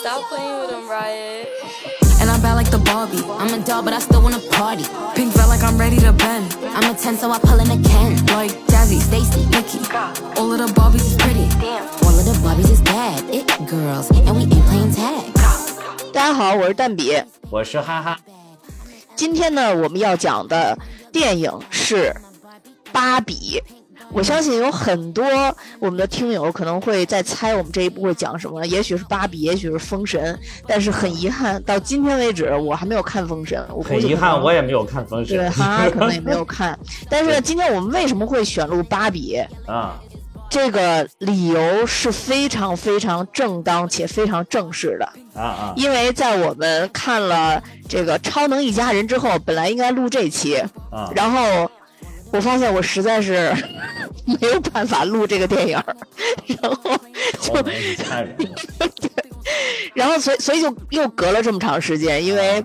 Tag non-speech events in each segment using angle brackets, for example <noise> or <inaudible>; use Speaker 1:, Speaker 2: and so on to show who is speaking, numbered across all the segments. Speaker 1: Stop playing with them, Riot.
Speaker 2: And I'm bad like the Barbie. I'm a doll, but I still wanna party. Pink felt like I'm ready to bend. I'm a 10, so I pull in a can. Like Jazzy, Stacy, Nikki. All of the Barbies is pretty. All of the Barbies is bad. It girls, and we ain't playing tag.
Speaker 3: 大家好，我是蛋比。
Speaker 4: 我是哈哈，
Speaker 3: 今天呢，我们要讲的电影是《芭比》。我相信有很多我们的听友可能会在猜我们这一部会讲什么，也许是芭比，也许是封神。但是很遗憾，到今天为止我还没有看封神。我估计
Speaker 4: 很遗
Speaker 3: 可能
Speaker 4: 憾我也没有看风
Speaker 3: <laughs> 对
Speaker 4: 神
Speaker 3: 哈哈可能也没有看。但是呢今天我们为什么会选录芭比？
Speaker 4: 啊，
Speaker 3: 这个理由是非常非常正当且非常正式的。
Speaker 4: 啊啊
Speaker 3: 因为在我们看了这个《超能一家人》之后，本来应该录这期，
Speaker 4: 啊！
Speaker 3: 然后我发现我实在是 <laughs> 没有办法录这个电影儿，然后
Speaker 4: 我们一家人，
Speaker 3: 然后所以所以就又隔了这么长时间，因为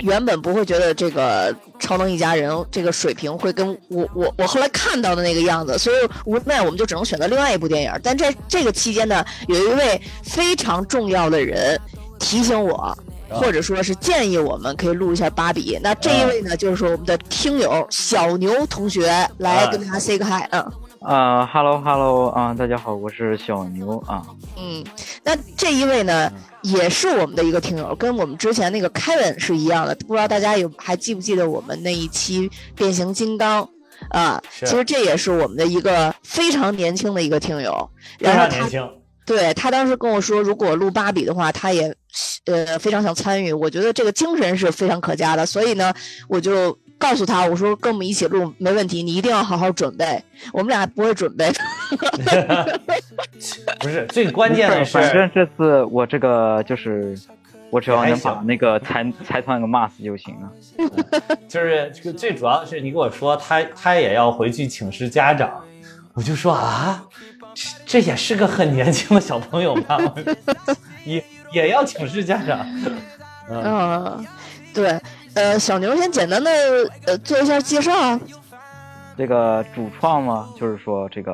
Speaker 3: 原本不会觉得这个《超能一家人》这个水平会跟我我我后来看到的那个样子，所以无奈我们就只能选择另外一部电影儿。但在这个期间呢，有一位非常重要的人提醒我。或者说是建议我们可以录一下芭比。那这一位呢，就是我们的听友小牛同学，来
Speaker 4: 啊
Speaker 3: 跟大家 say 个 hi，嗯
Speaker 5: 啊哈喽哈喽啊，大家好，我是小牛啊。
Speaker 3: 嗯。那这一位呢，也是我们的一个听友，跟我们之前那个 Kevin 是一样的。不知道大家有还记不记得我们那一期变形金刚啊？
Speaker 4: 是
Speaker 3: 其实这也是我们的一个非常年轻的一个听友，
Speaker 4: 非
Speaker 3: 然后
Speaker 4: 常
Speaker 3: 他
Speaker 4: 年轻，
Speaker 3: 对他当时跟我说，如果录芭比的话，他也呃非常想参与。我觉得这个精神是非常可嘉的，所以呢，我就告诉他，我说跟我们一起录没问题，你一定要好好准备。我们俩不会准备，
Speaker 4: 不是最关键的是，
Speaker 5: 反正这次我这个就是，我只要
Speaker 4: 还
Speaker 5: 能
Speaker 4: 行
Speaker 5: 把那个财财团给骂死就行了。
Speaker 4: 就是这个最主要的是你跟我说他他也要回去请示家长，我就说啊，这这也是个很年轻的小朋友吧，我 <laughs> 也也要请示家长，嗯，
Speaker 3: 嗯，对，呃，小牛先简单的呃做一下介绍啊，
Speaker 5: 这个主创嘛，就是说这个，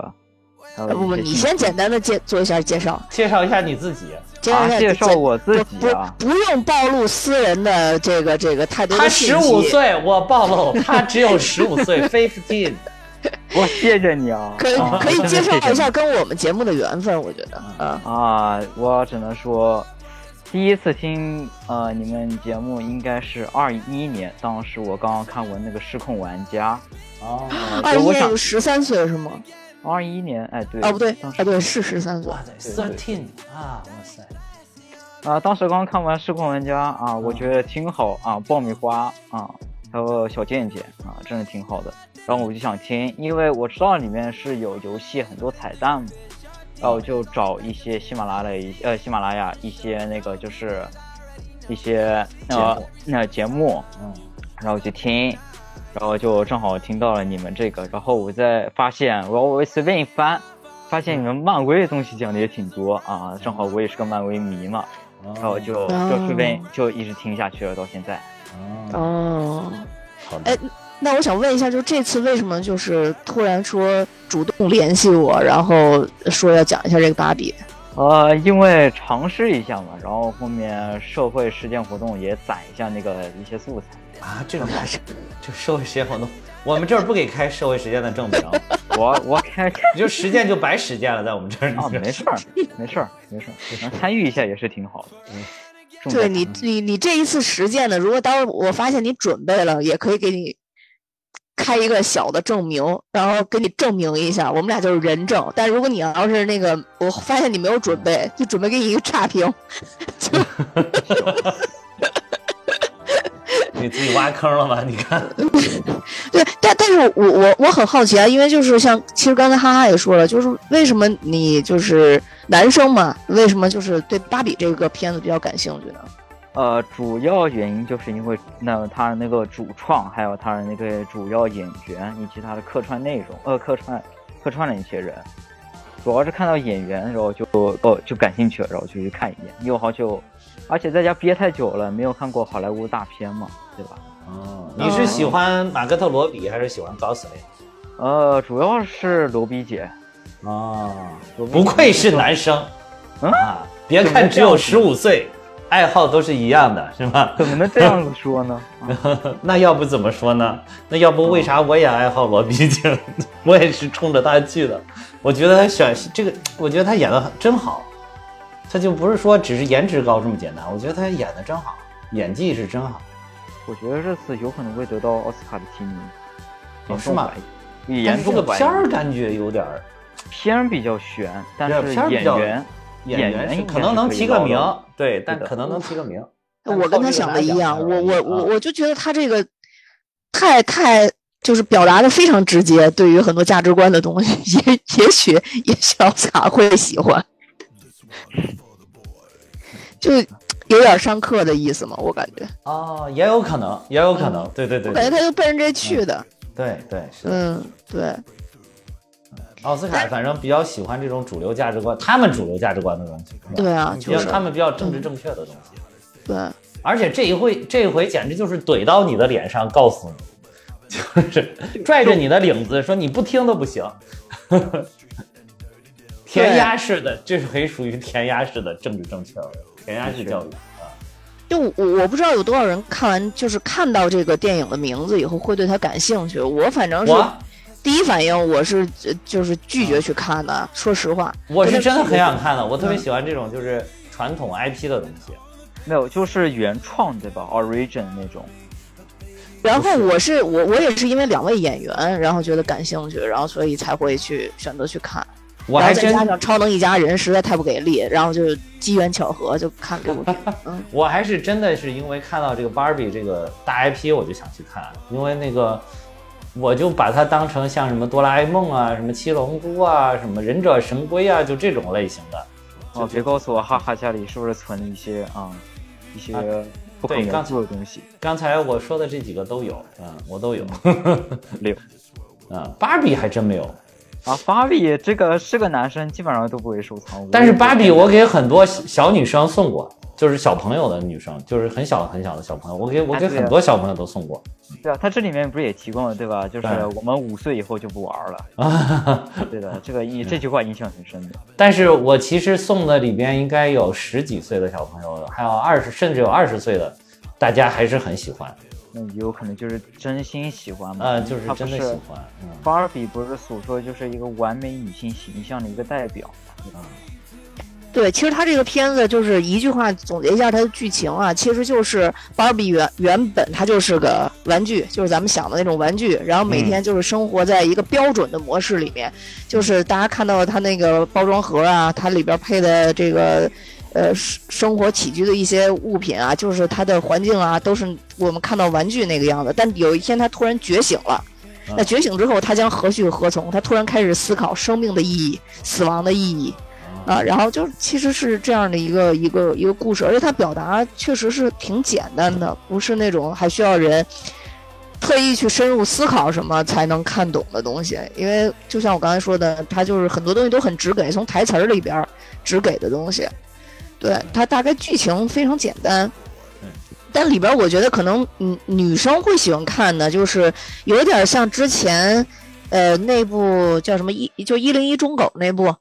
Speaker 5: 还有
Speaker 3: 呃不不，
Speaker 5: 一些
Speaker 3: 你
Speaker 5: 新
Speaker 3: 先简单的介做一下介绍，
Speaker 4: 介绍一下你自己，
Speaker 3: 介绍
Speaker 5: 啊
Speaker 3: 一下
Speaker 5: 介
Speaker 3: 自
Speaker 5: 绍我自
Speaker 3: 不
Speaker 5: 己啊。
Speaker 3: 不不用暴露私人的这个这个太多的
Speaker 4: 他
Speaker 3: 信息
Speaker 4: 十五，岁，我暴露他只有十五岁，fifteen，
Speaker 5: 我谢谢你啊
Speaker 3: <laughs> 可以
Speaker 4: 啊
Speaker 5: <laughs>
Speaker 3: 可以介绍一
Speaker 5: 谢谢
Speaker 3: 下跟我们节目的缘分，我觉得啊。
Speaker 5: 啊！我只能说，第一次听呃你们节目应该是二一年，当时我刚刚看过那个《失控玩家
Speaker 4: 哦，
Speaker 3: 二一
Speaker 5: 嗯我
Speaker 3: 年
Speaker 5: 想
Speaker 3: 有十三岁是吗？》，
Speaker 5: 二一年哎对
Speaker 3: 啊，不对，
Speaker 5: 当
Speaker 3: 啊
Speaker 5: 时
Speaker 3: 对，是十三岁。
Speaker 4: 哇塞，thirteen 啊，哇塞，
Speaker 5: 啊，当时刚看完《失控玩家》啊，我觉得挺好啊，爆米花啊，还有小贱贱啊，真的挺好的。然后我就想听，因为我知道里面是有游戏很多彩蛋嘛，然后我就找一些喜马拉雅的一呃喜马拉雅一些那个就是一些呃那节目，
Speaker 4: 嗯，
Speaker 5: 然后去听，然后就正好听到了你们这个，然后我再发现，然后我随便一翻，发现你们漫威的东西讲的也挺多啊，正好我也是个漫威迷嘛，然后就
Speaker 3: 哦
Speaker 5: 就顺便就一直听下去了，到现在。嗯
Speaker 4: 哦，
Speaker 3: 哦，
Speaker 4: 好的
Speaker 3: 哎，那我想问一下，就这次为什么就是突然说主动联系我，然后说要讲一下这个芭比？
Speaker 5: 呃，因为尝试一下嘛，然后后面社会实践活动也攒一下那个一些素材。
Speaker 4: 啊，
Speaker 5: <laughs>
Speaker 4: 这种这社会实践活动，我们这儿不给开社会实践的证明，
Speaker 5: 我我 <laughs> 开始
Speaker 4: 你就实践就白实践了，在我们这儿。
Speaker 5: 啊，没事儿，没事儿，没事儿，能参与一下也是挺好的。重在
Speaker 3: 对你，你你这一次实践的，如果当我发现你准备了，也可以给你开一个小的证明，然后给你证明一下，我们俩就是人证。但如果你要是那个，我发现你没有准备，就准备给你一个差评。
Speaker 4: 你自己挖坑了吧？你
Speaker 5: <laughs>
Speaker 4: 看，
Speaker 3: 对，但但是我我我很好奇啊，因为就是像其实刚才哈哈也说了，就是为什么你就是男生嘛，为什么就是对芭比这个片子比较感兴趣呢？
Speaker 5: 呃，主要原因就是因为那他那个主创，还有他的那个主要演员以及他的客串内容，呃，客串客串了一些人，主要是看到演员，然后就哦就感兴趣了，然后就去看一眼，因为好久，而且在家憋太久了，没有看过好莱坞大片嘛，对吧？
Speaker 4: 哦你
Speaker 5: 嗯
Speaker 4: 是喜欢马格特罗比还是喜欢高斯林？
Speaker 5: 呃，主要是罗比姐，
Speaker 4: 哦，
Speaker 5: 罗比
Speaker 4: 不愧是男生
Speaker 5: 嗯
Speaker 4: 啊！别
Speaker 5: 怎么
Speaker 4: 看只
Speaker 5: 这样
Speaker 4: 有
Speaker 5: 子
Speaker 4: 十五岁，爱好都是一样的，是吧？
Speaker 5: 怎么能这样子说呢？ <laughs> 啊
Speaker 4: 那要不怎么说呢？那要不为啥我也爱好罗宾镜？ <laughs> 我也是冲着他去的。我觉得他选这个，我觉得他演的真好，他就不是说只是颜值高这么简单。我觉得他演的真好，演技是真好。
Speaker 5: 我觉得这次有可能会得到奥斯卡的提名，
Speaker 4: 哦
Speaker 5: 严
Speaker 4: 是
Speaker 5: 重
Speaker 4: 吗
Speaker 5: 怀疑，
Speaker 4: 但
Speaker 5: 严
Speaker 4: 是这个
Speaker 5: 重怀疑
Speaker 4: 片儿感觉有点儿
Speaker 5: 片儿比较悬，但
Speaker 4: 对
Speaker 5: 是
Speaker 4: 片儿比
Speaker 5: 演
Speaker 4: 较
Speaker 5: 员
Speaker 4: 演
Speaker 5: 员
Speaker 4: 员是
Speaker 5: 应该
Speaker 4: 可能能
Speaker 5: 以
Speaker 4: 提个
Speaker 5: 捞
Speaker 4: 名
Speaker 5: 到，
Speaker 4: 对，但
Speaker 5: 的
Speaker 4: 可能能提个名。但
Speaker 3: 我跟他
Speaker 4: 是
Speaker 3: 想
Speaker 4: 靠
Speaker 3: 的
Speaker 4: 这个来
Speaker 3: 一样，
Speaker 4: 讲
Speaker 3: 我我我
Speaker 4: 啊
Speaker 3: 我就觉得他这个太太就是表达的非常直接，对于很多价值观的东西，也也许也许奥斯卡会喜欢，就有点上课的意思嘛，我感觉，
Speaker 4: 哦，也有可能，也有可能，对对对
Speaker 3: 我感觉
Speaker 4: 对
Speaker 3: 他就奔着这去的，
Speaker 4: 对对是的。
Speaker 3: 嗯，对，
Speaker 4: 奥斯卡反正比较喜欢这种主流价值观，他们主流价值观的东西，是吧
Speaker 3: 对啊，
Speaker 4: 比
Speaker 3: 就
Speaker 4: 较
Speaker 3: 是
Speaker 4: 他们比较政治正确的东西。
Speaker 3: 对，
Speaker 4: 而且这一回这一回简直就是怼到你的脸上，告诉你，就是拽着你的领子说你不听都不行。填鸭式的，这回属于填鸭式的政治正确了，填鸭式教育。
Speaker 3: 就我我不知道有多少人看完就是看到这个电影的名字以后会对他感兴趣，我反正是
Speaker 4: 啊我
Speaker 3: 第一反应我是呃就是拒
Speaker 4: 嗯
Speaker 3: 绝去看的，说实话，
Speaker 4: 我是
Speaker 3: 就
Speaker 4: 真的很想看的，我特
Speaker 3: 嗯
Speaker 4: 别喜欢这种就是传统 IP 的东西。
Speaker 5: 没有，就是原创对吧？Origin 那种，
Speaker 3: 然后我是我我也是因为两位演员，然后觉得感兴趣，然后所以才会去选择去看。
Speaker 4: 我
Speaker 3: 然后
Speaker 4: 还
Speaker 3: 再
Speaker 4: 真
Speaker 3: 加上《超能一家人》实在太不给力，然后就机缘巧合就看这部片。嗯，
Speaker 4: 我还是真的是因为看到这个 Barbie 这个大 IP，我就想去看，因为那个我就把它当成像什么哆啦 A 梦啊、什么七龙珠啊、什么忍者神龟啊，就这种类型的。
Speaker 5: 哦，别告诉我哈哈家里是不是存一些啊、一些
Speaker 4: 啊
Speaker 5: 不可
Speaker 4: 对
Speaker 5: 描
Speaker 4: 刚才
Speaker 5: 述的
Speaker 4: <laughs>
Speaker 5: 东西？
Speaker 4: 刚才我说的这几个都有，嗯，我
Speaker 5: <laughs>
Speaker 4: 都有。
Speaker 5: 六
Speaker 4: 嗯，芭比还真没有，
Speaker 5: 啊，芭比这个是个男生，基本上都不会收藏。
Speaker 4: 但是
Speaker 5: 也不
Speaker 4: 芭比
Speaker 5: 太
Speaker 4: 我给很多小小女生送过，就是小朋友的女生，就是很小很小的小朋友，我给我给
Speaker 5: 啊对啊
Speaker 4: 很多小朋友都送过。
Speaker 5: 对啊，他这里面不是也提供了对吧？就是
Speaker 4: 对
Speaker 5: 我们五岁以后就不玩了。
Speaker 4: <laughs>
Speaker 5: 对的，这个印这句话印象很深的。
Speaker 4: 但是我其实送的里边应该有十几岁的小朋友，还有二十甚至有二十岁的，大家还是很喜欢，
Speaker 5: 那有可能就是真心喜欢嘛？
Speaker 4: 呃，就是
Speaker 5: 他不
Speaker 4: 真的
Speaker 5: 是
Speaker 4: 喜欢，嗯，
Speaker 5: 芭比不是所说就是一个完美女性形象的一个代表，
Speaker 3: 对，其实他这个片子就是一句话总结一下它的剧情啊，其实就是芭比原原本它就是个玩具，就是咱们想的那种玩具，然后每
Speaker 4: 嗯
Speaker 3: 天就是生活在一个标准的模式里面，就是大家看到它那个包装盒啊，它里边配的这个呃生生活起居的一些物品啊，就是它的环境啊，都是我们看到玩具那个样子。但有一天他突然觉醒了。那
Speaker 4: 嗯
Speaker 3: 觉醒之后，他将何去何从？他突然开始思考生命的意义、死亡的意义，啊，然后就其实是这样的一个一个一个故事，而且它表达确实是挺简单的，不是那种还需要人特意去深入思考什么才能看懂的东西。因为就像我刚才说的，它就是很多东西都很直给，从台词儿里边儿直给的东西。对，它大概剧情非常简单
Speaker 4: 嗯。
Speaker 3: 但里边儿我觉得可能嗯女生会喜欢看的，就是有点像之前，呃，那部叫什么一就一零一忠狗那部，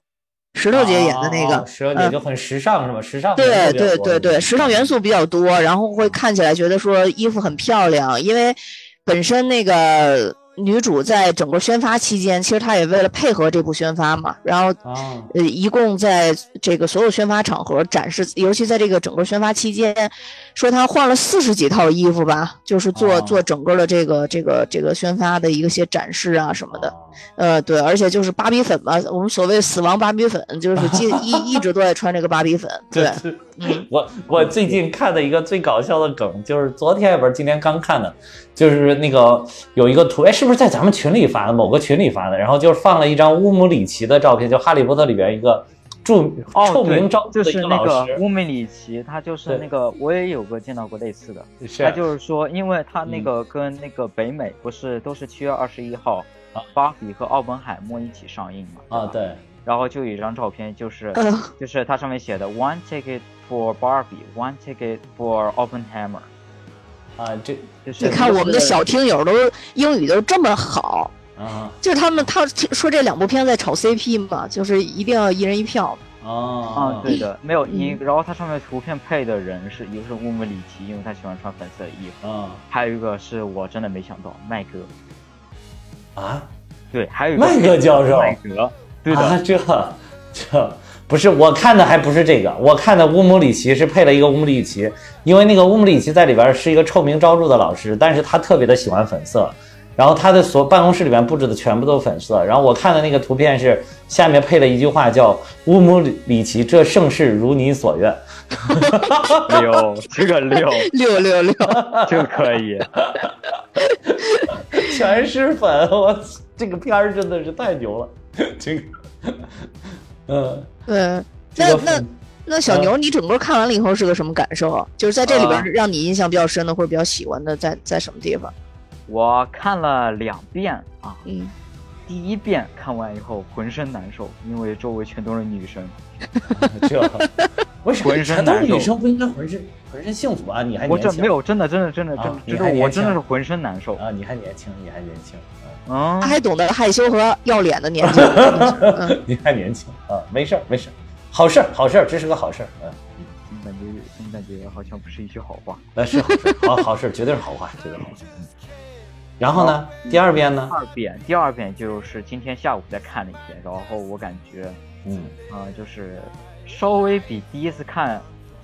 Speaker 3: 石头姐演的那个，
Speaker 4: 哦石头姐
Speaker 3: 嗯
Speaker 4: 就很时尚是吧？时尚元
Speaker 3: 对
Speaker 4: 素比较
Speaker 3: 对
Speaker 4: 多
Speaker 3: 对对，时尚元素比较多，然后会看起来觉得说衣服很漂亮，因为本身那个女主在整个宣发期间，其实她也为了配合这部宣发嘛，然后
Speaker 4: 啊，
Speaker 3: 呃，一共在这个所有宣发场合展示，尤其在这个整个宣发期间，说她换了四十几套衣服吧，就是做、
Speaker 4: 哦
Speaker 3: 做整个的这个这个这个宣发的一些展示啊什么的。呃，对，而且就是芭比粉嘛，我们所谓死亡芭比粉，就是一一一直都在穿这个芭比粉， <laughs> 对
Speaker 4: 对，对，我我
Speaker 5: 嗯
Speaker 4: 最近看的一个最搞笑的梗，就是昨天也不是今天刚看的，就是那个有一个图，哎，是不是在咱们群里发的？某个群里发的，然后就是放了一张乌姆里奇的照片，就《哈利波特》里边一个著
Speaker 5: 哦，
Speaker 4: 臭名
Speaker 5: 对
Speaker 4: 昭著
Speaker 5: 就
Speaker 4: 的一
Speaker 5: 是
Speaker 4: 个
Speaker 5: 那
Speaker 4: 老
Speaker 5: 个
Speaker 4: 师，
Speaker 5: 乌梅里奇，他就是
Speaker 4: 对
Speaker 5: 那个我也有过见到过类似的，
Speaker 4: 是
Speaker 5: 他就是说，因为他
Speaker 4: 嗯
Speaker 5: 那个跟那个北美不是都是七月二十一号
Speaker 4: 啊，
Speaker 5: 芭比和奥本海默一起上映嘛，
Speaker 4: 啊，对，
Speaker 5: 然后就有一张照片，就是
Speaker 3: 嗯
Speaker 5: <laughs> 就是它上面写的 one ticket for Barbie, one ticket for Oppenheimer，
Speaker 4: 啊，这
Speaker 5: 就是
Speaker 3: 你看我们的小听友都英语都这么好，
Speaker 4: 啊
Speaker 3: 就是他们他听说这两部片子在炒 CP 嘛，就是一定要一人一票。
Speaker 4: 啊哦
Speaker 5: 啊，，对
Speaker 3: 嗯
Speaker 5: 的，没有你。然后它上面图片配的人是一个是乌姆里奇，因为他喜欢穿粉色的衣服，
Speaker 4: 嗯
Speaker 5: 还有一个是我真的没想到麦格，
Speaker 4: 啊，
Speaker 5: 对，还有一个
Speaker 4: 麦格教授，
Speaker 5: 麦格，对的，
Speaker 4: 啊，这这不是我看的，还不是这个，我看的乌姆里奇是配了一个乌姆里奇，因为那个乌姆里奇在里边是一个臭名昭著的老师，但是他特别的喜欢粉色，然后他的所办公室里面布置的全部都是粉色，然后我看的那个图片是下面配了一句话叫乌姆里奇，这盛世如你所愿，啊
Speaker 5: 六， <laughs> 这个六
Speaker 3: 六六六，
Speaker 5: 就可以。 <laughs>
Speaker 4: 全是粉，我这个片儿真的是太牛了，这个， <laughs> 嗯，
Speaker 3: 嗯，
Speaker 4: 这
Speaker 3: 那
Speaker 4: 个
Speaker 3: 那
Speaker 4: 粉
Speaker 3: 那小牛，你整个看完了以后是个什么感受啊？就是在这里边让你印象比较深的或者比较喜欢的，在在什么地方？
Speaker 5: 我看了两遍啊，
Speaker 3: 嗯，
Speaker 5: 第一遍看完以后浑身难受，因为周围全都是女生。 <laughs>
Speaker 4: 这。为啥
Speaker 5: 浑身
Speaker 4: 全都是
Speaker 5: 难受
Speaker 4: 女生不应该浑身浑身幸福啊？你还
Speaker 5: 我
Speaker 4: 年
Speaker 5: 真
Speaker 4: 轻，
Speaker 5: 没有，真的真的真的真
Speaker 4: 啊
Speaker 5: 的，
Speaker 4: 你
Speaker 5: 真
Speaker 4: 还
Speaker 5: 的
Speaker 4: 年
Speaker 5: 我真的
Speaker 4: 轻
Speaker 5: 是浑身难受。
Speaker 4: 啊，你还年轻，你还年轻
Speaker 5: 嗯
Speaker 3: 他，还懂得害羞和要脸的年纪。嗯
Speaker 4: <laughs> 啊，你还年轻啊，没事儿，没事儿，好事儿，好事儿，这是个好事儿，嗯，
Speaker 5: 怎么感觉怎么感觉好像不是一句好话。
Speaker 4: 呃，是好事儿，好好事儿，绝对是好话，绝对是好事儿。嗯然后呢，第二遍呢
Speaker 5: 第，二遍，第二遍就是今天下午再看了一遍，然后我感觉
Speaker 4: 嗯，
Speaker 5: 啊、呃就是稍微比第一次看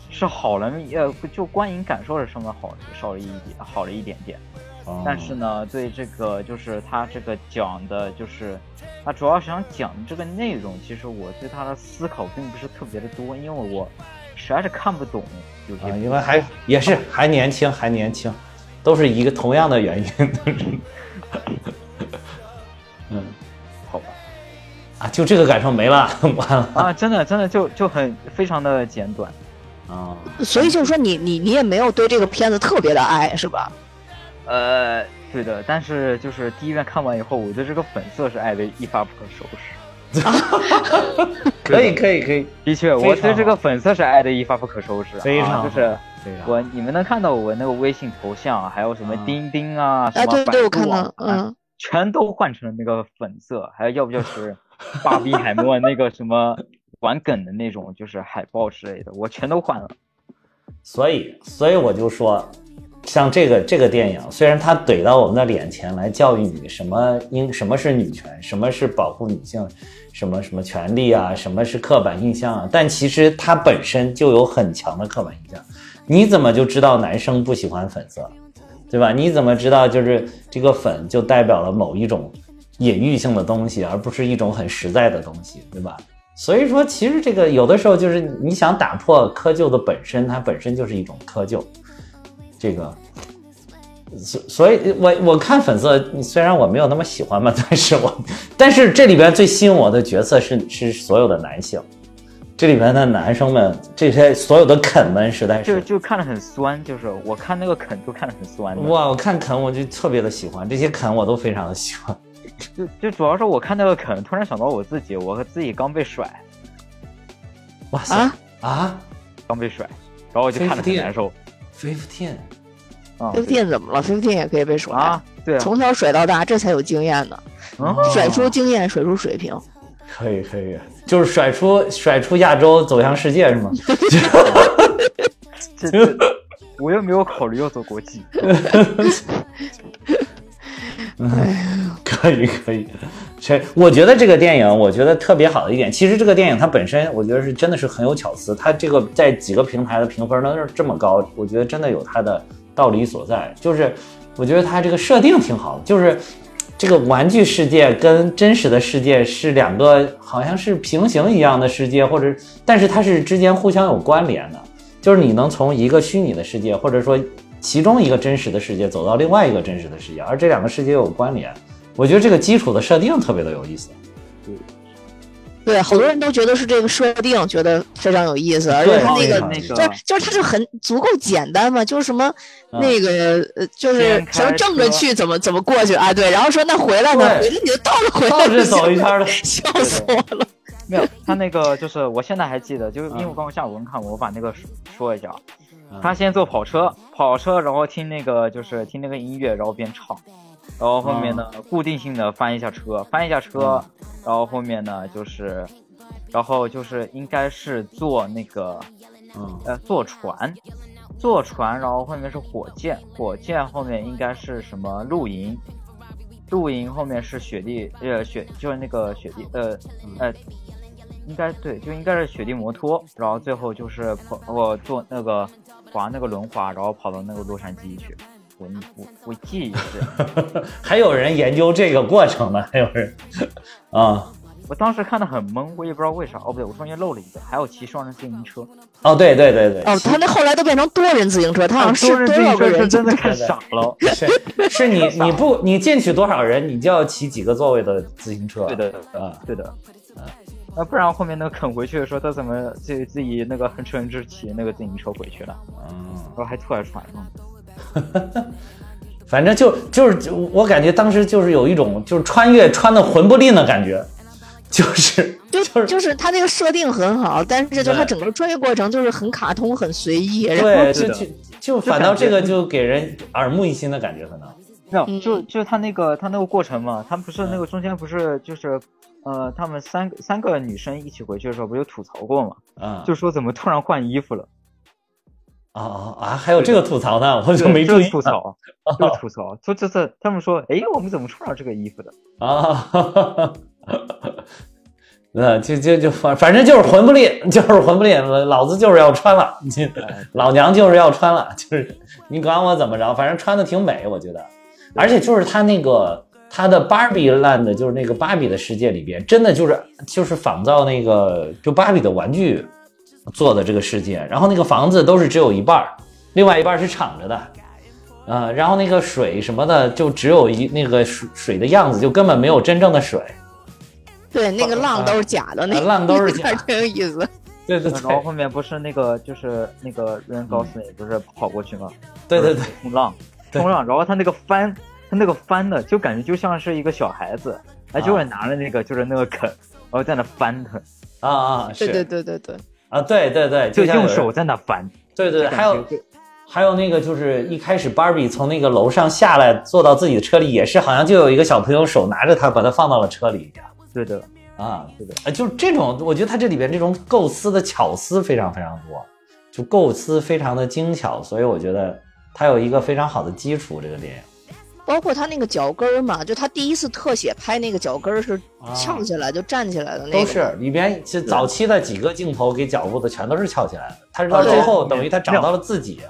Speaker 5: 是好了一，呃，就观影感受是稍微好少了一点，好了一点点。
Speaker 4: 哦
Speaker 5: 嗯但是呢，对这个就是他这个讲的，就是他主要是想讲的这个内容，其实我对他的思考并不是特别的多，因为我实在是看不懂有些
Speaker 4: 啊，因为还也是还年轻，还年轻，都是一个同样的原因， <laughs> 都是，嗯，
Speaker 5: 好吧。
Speaker 4: 啊，就这个感受没了， <laughs> 完了
Speaker 5: 啊，真的真的就就很非常的简短，
Speaker 4: 啊，
Speaker 3: 所以就是说你，你你也没有对这个片子特别的爱，是吧？
Speaker 5: 呃，对的。但是就是第一遍看完以后，我对这个粉色是爱的一发不可收拾。
Speaker 4: 可以，可以，可以，
Speaker 5: 的确，
Speaker 4: 非
Speaker 5: 我
Speaker 4: 常
Speaker 5: 对这个粉色是爱的一发不可收拾啊，
Speaker 4: 非常啊
Speaker 5: 就是
Speaker 4: 非常
Speaker 5: 我你们能看到我那个微信头像，还有什么
Speaker 4: 啊
Speaker 5: 钉钉啊，什
Speaker 3: 哎，
Speaker 5: 么
Speaker 3: 对
Speaker 5: 百
Speaker 3: 对，我
Speaker 5: 度
Speaker 3: 看
Speaker 5: 啊
Speaker 3: 到，嗯，
Speaker 5: <laughs> 全都换成了那个粉色，还有要不就是 <laughs> 巴比海默那个什么玩梗的那种，就是海报之类的，我全都换了。
Speaker 4: 所以，所以我就说，像这个这个电影，虽然它怼到我们的脸前来教育你什么应什么是女权，什么是保护女性，什么什么权利啊，什么是刻板印象啊，但其实它本身就有很强的刻板印象。你怎么就知道男生不喜欢粉色，对吧？你怎么知道就是这个粉就代表了某一种隐喻性的东西，而不是一种很实在的东西，对吧？所以说，其实这个有的时候就是你想打破窠臼的本身，它本身就是一种窠臼。这个，所所以我，我看粉色，虽然我没有那么喜欢吧， <laughs> 但是我，但是这里边最吸引我的角色是是所有的男性，这里边的男生们，这些所有的肯们实在，
Speaker 5: 就是就看着很酸，就是我看那个肯都看着很酸的。
Speaker 4: 哇，我看肯我就特别的喜欢，这些肯我都非常的喜欢。
Speaker 5: 就就主要是我看那个肯，突然想到我自己，我自己刚被甩，
Speaker 4: 哇塞
Speaker 3: 啊
Speaker 4: 啊
Speaker 5: 刚被甩，然后我就看着很
Speaker 4: 15
Speaker 5: 难受。
Speaker 4: ，fifteen，
Speaker 5: 啊
Speaker 3: ，Fifteen 怎么了？Fifteen 也可以被甩，
Speaker 5: 啊，对啊，
Speaker 3: 从小甩到大，这才有经验呢，
Speaker 5: 嗯
Speaker 3: 甩出经验，甩出水平。
Speaker 4: 可以可以，就是甩出甩出亚洲走向世界是吗？
Speaker 5: 这这，我又没有考虑要走国际。
Speaker 4: <laughs> 可以可以，这我觉得这个电影，我觉得特别好的一点，其实这个电影它本身，我觉得是真的是很有巧思，它这个在几个平台的评分能是这么高，我觉得真的有它的道理所在。就是我觉得它这个设定挺好的，就是这个玩具世界跟真实的世界是两个好像是平行一样的世界，或者但是它是之间互相有关联的，就是你能从一个虚拟的世界，或者说其中一个真实的世界走到另外一个真实的世界，而这两个世界有关联。我觉得这个基础的设定特别的有意思。
Speaker 3: 对，好多人都觉得是这个设定，觉得非常有意思，而且
Speaker 4: 对
Speaker 3: 他哦那
Speaker 4: 非
Speaker 3: 个
Speaker 4: 常
Speaker 5: 那
Speaker 3: 就是
Speaker 5: 个
Speaker 3: 就是它就很足够简单嘛，就是什么
Speaker 4: 嗯
Speaker 3: 那个呃，就是
Speaker 5: 先开
Speaker 3: 什么正着
Speaker 5: 车
Speaker 3: 去怎么怎么过去啊？对，然后说那回来呢？回
Speaker 4: 对
Speaker 3: 来你就倒着回
Speaker 4: 倒
Speaker 3: 来
Speaker 4: 着
Speaker 3: 就
Speaker 4: 走一
Speaker 3: 行了，
Speaker 5: <laughs>
Speaker 4: 圈的，
Speaker 3: 笑死我了。
Speaker 5: 没有，他那个就是我现在还记得，就是因为我刚刚下午看，我把那个说说一下啊。他先坐跑车，跑车，然后听那个就是听那个音乐，然后边唱，然后后面呢、固定性的翻一下车，翻一下车，然后后面呢就是然后就是应该是坐那个
Speaker 4: 嗯，
Speaker 5: 呃坐船，坐船，然后后面是火箭，火箭后面应该是什么露营，露营后面是雪地，呃雪就是那个雪地，呃呃，应该对，就应该是雪地摩托，然后最后就是跑我、坐那个滑那个轮滑，然后跑到那个洛杉矶去。我我我记忆是，
Speaker 4: 还有人研究这个过程呢，还有人啊、
Speaker 5: 我当时看的很懵，我也不知道为啥。哦，不对，我中间漏了一个，还有骑双人自行车。
Speaker 4: 哦，对对对对，
Speaker 3: 哦，他那后来都变成多人自行车，他好像
Speaker 5: 双
Speaker 4: 啊
Speaker 3: 是
Speaker 5: 人
Speaker 3: 多
Speaker 5: 自
Speaker 3: 少
Speaker 5: 行
Speaker 3: 个
Speaker 5: 车
Speaker 3: 人
Speaker 5: 是？真的看傻了。
Speaker 4: 是
Speaker 3: <laughs>
Speaker 4: 是你你不你进去多少人，你就要骑几个座位的自行车。
Speaker 5: 对的，
Speaker 4: 啊，
Speaker 5: 对的，啊，不然后面那个啃回去的时候，他怎么自自己那个横冲直骑那个自行车回去了，
Speaker 4: 嗯，
Speaker 5: 然后还吐在船上。
Speaker 4: 反正就就是我感觉当时就是有一种就是穿越穿的魂不吝的感觉，就是
Speaker 3: 就
Speaker 4: 就是
Speaker 3: 就是他那个设定很好，但是就他
Speaker 4: 对
Speaker 3: 整个穿越过程就是很卡通、很随意，然后
Speaker 4: 对，
Speaker 5: 是
Speaker 4: 就
Speaker 5: 的
Speaker 4: 就就反倒这个就给人耳目一新的感觉，可能
Speaker 5: 没有，
Speaker 3: 嗯
Speaker 5: 就就他那个他那个过程嘛，他不是那个中间不是就是，呃，他们三个三个女生一起回去的时候，不就吐槽过嘛，
Speaker 4: 啊，
Speaker 5: 就说怎么突然换衣服了，
Speaker 4: 啊啊啊，还有这个吐槽呢，我就
Speaker 5: 对
Speaker 4: 没注
Speaker 5: 就
Speaker 4: 意啊
Speaker 5: 是吐槽，就是吐槽，说这次他们说，哎，我们怎么穿上这个衣服的？
Speaker 4: 啊。 <laughs> 那就就就反反正就是魂不吝，就是魂不吝，老子就是要穿了，你 <laughs> 老娘就是要穿了，就是你管我怎么着，反正穿的挺美，我觉得。而且就是他那个他的芭比 land，就是那个芭比的世界里边，真的就是就是仿造那个就芭比的玩具做的这个世界，然后那个房子都是只有一半儿，另外一半儿是敞着的，呃，然后那个水什么的就只有一那个水水的样子，就根本没有真正的水。
Speaker 3: 对那个浪都是假的，那
Speaker 4: 哦啊浪都是
Speaker 3: <laughs> 那块
Speaker 4: 假的
Speaker 3: 儿挺有意思。
Speaker 4: 对对
Speaker 5: 然后后面不是那个就是那个人高斯也不是跑过去嘛，
Speaker 4: 对对对，
Speaker 5: 冲浪，
Speaker 4: 对
Speaker 5: 冲浪，然后他那个翻，他那个翻的就感觉就像是一个小孩子，他就是拿着那个、就是那个梗，然后在那翻他，
Speaker 4: 啊啊是，
Speaker 3: 对对对对对，
Speaker 4: 啊对对对，
Speaker 5: 就
Speaker 4: 像有
Speaker 5: 用
Speaker 4: 人
Speaker 5: 手，在那翻，
Speaker 4: 对对对，
Speaker 5: 感
Speaker 4: 还有
Speaker 5: 觉就
Speaker 4: 还有那个就是一开始芭比从那个楼上下来，坐到自己的车里，也是好像就有一个小朋友手拿着她，把她放到了车里一样
Speaker 5: 对的，
Speaker 4: 啊，
Speaker 5: 对的
Speaker 4: 啊，就是这种，我觉得它这里边这种构思的巧思非常非常多，就构思非常的精巧，所以我觉得它有一个非常好的基础，这个电影。
Speaker 3: 包括他那个脚跟儿嘛，就他第一次特写拍那个脚跟儿是
Speaker 4: 啊
Speaker 3: 翘起来就站起来的那
Speaker 4: 都
Speaker 3: 个，
Speaker 4: 是里边是早期的几个镜头给脚步的全都是翘起来的，他是到最后
Speaker 5: 哦对
Speaker 4: 等于他找到了自己，啊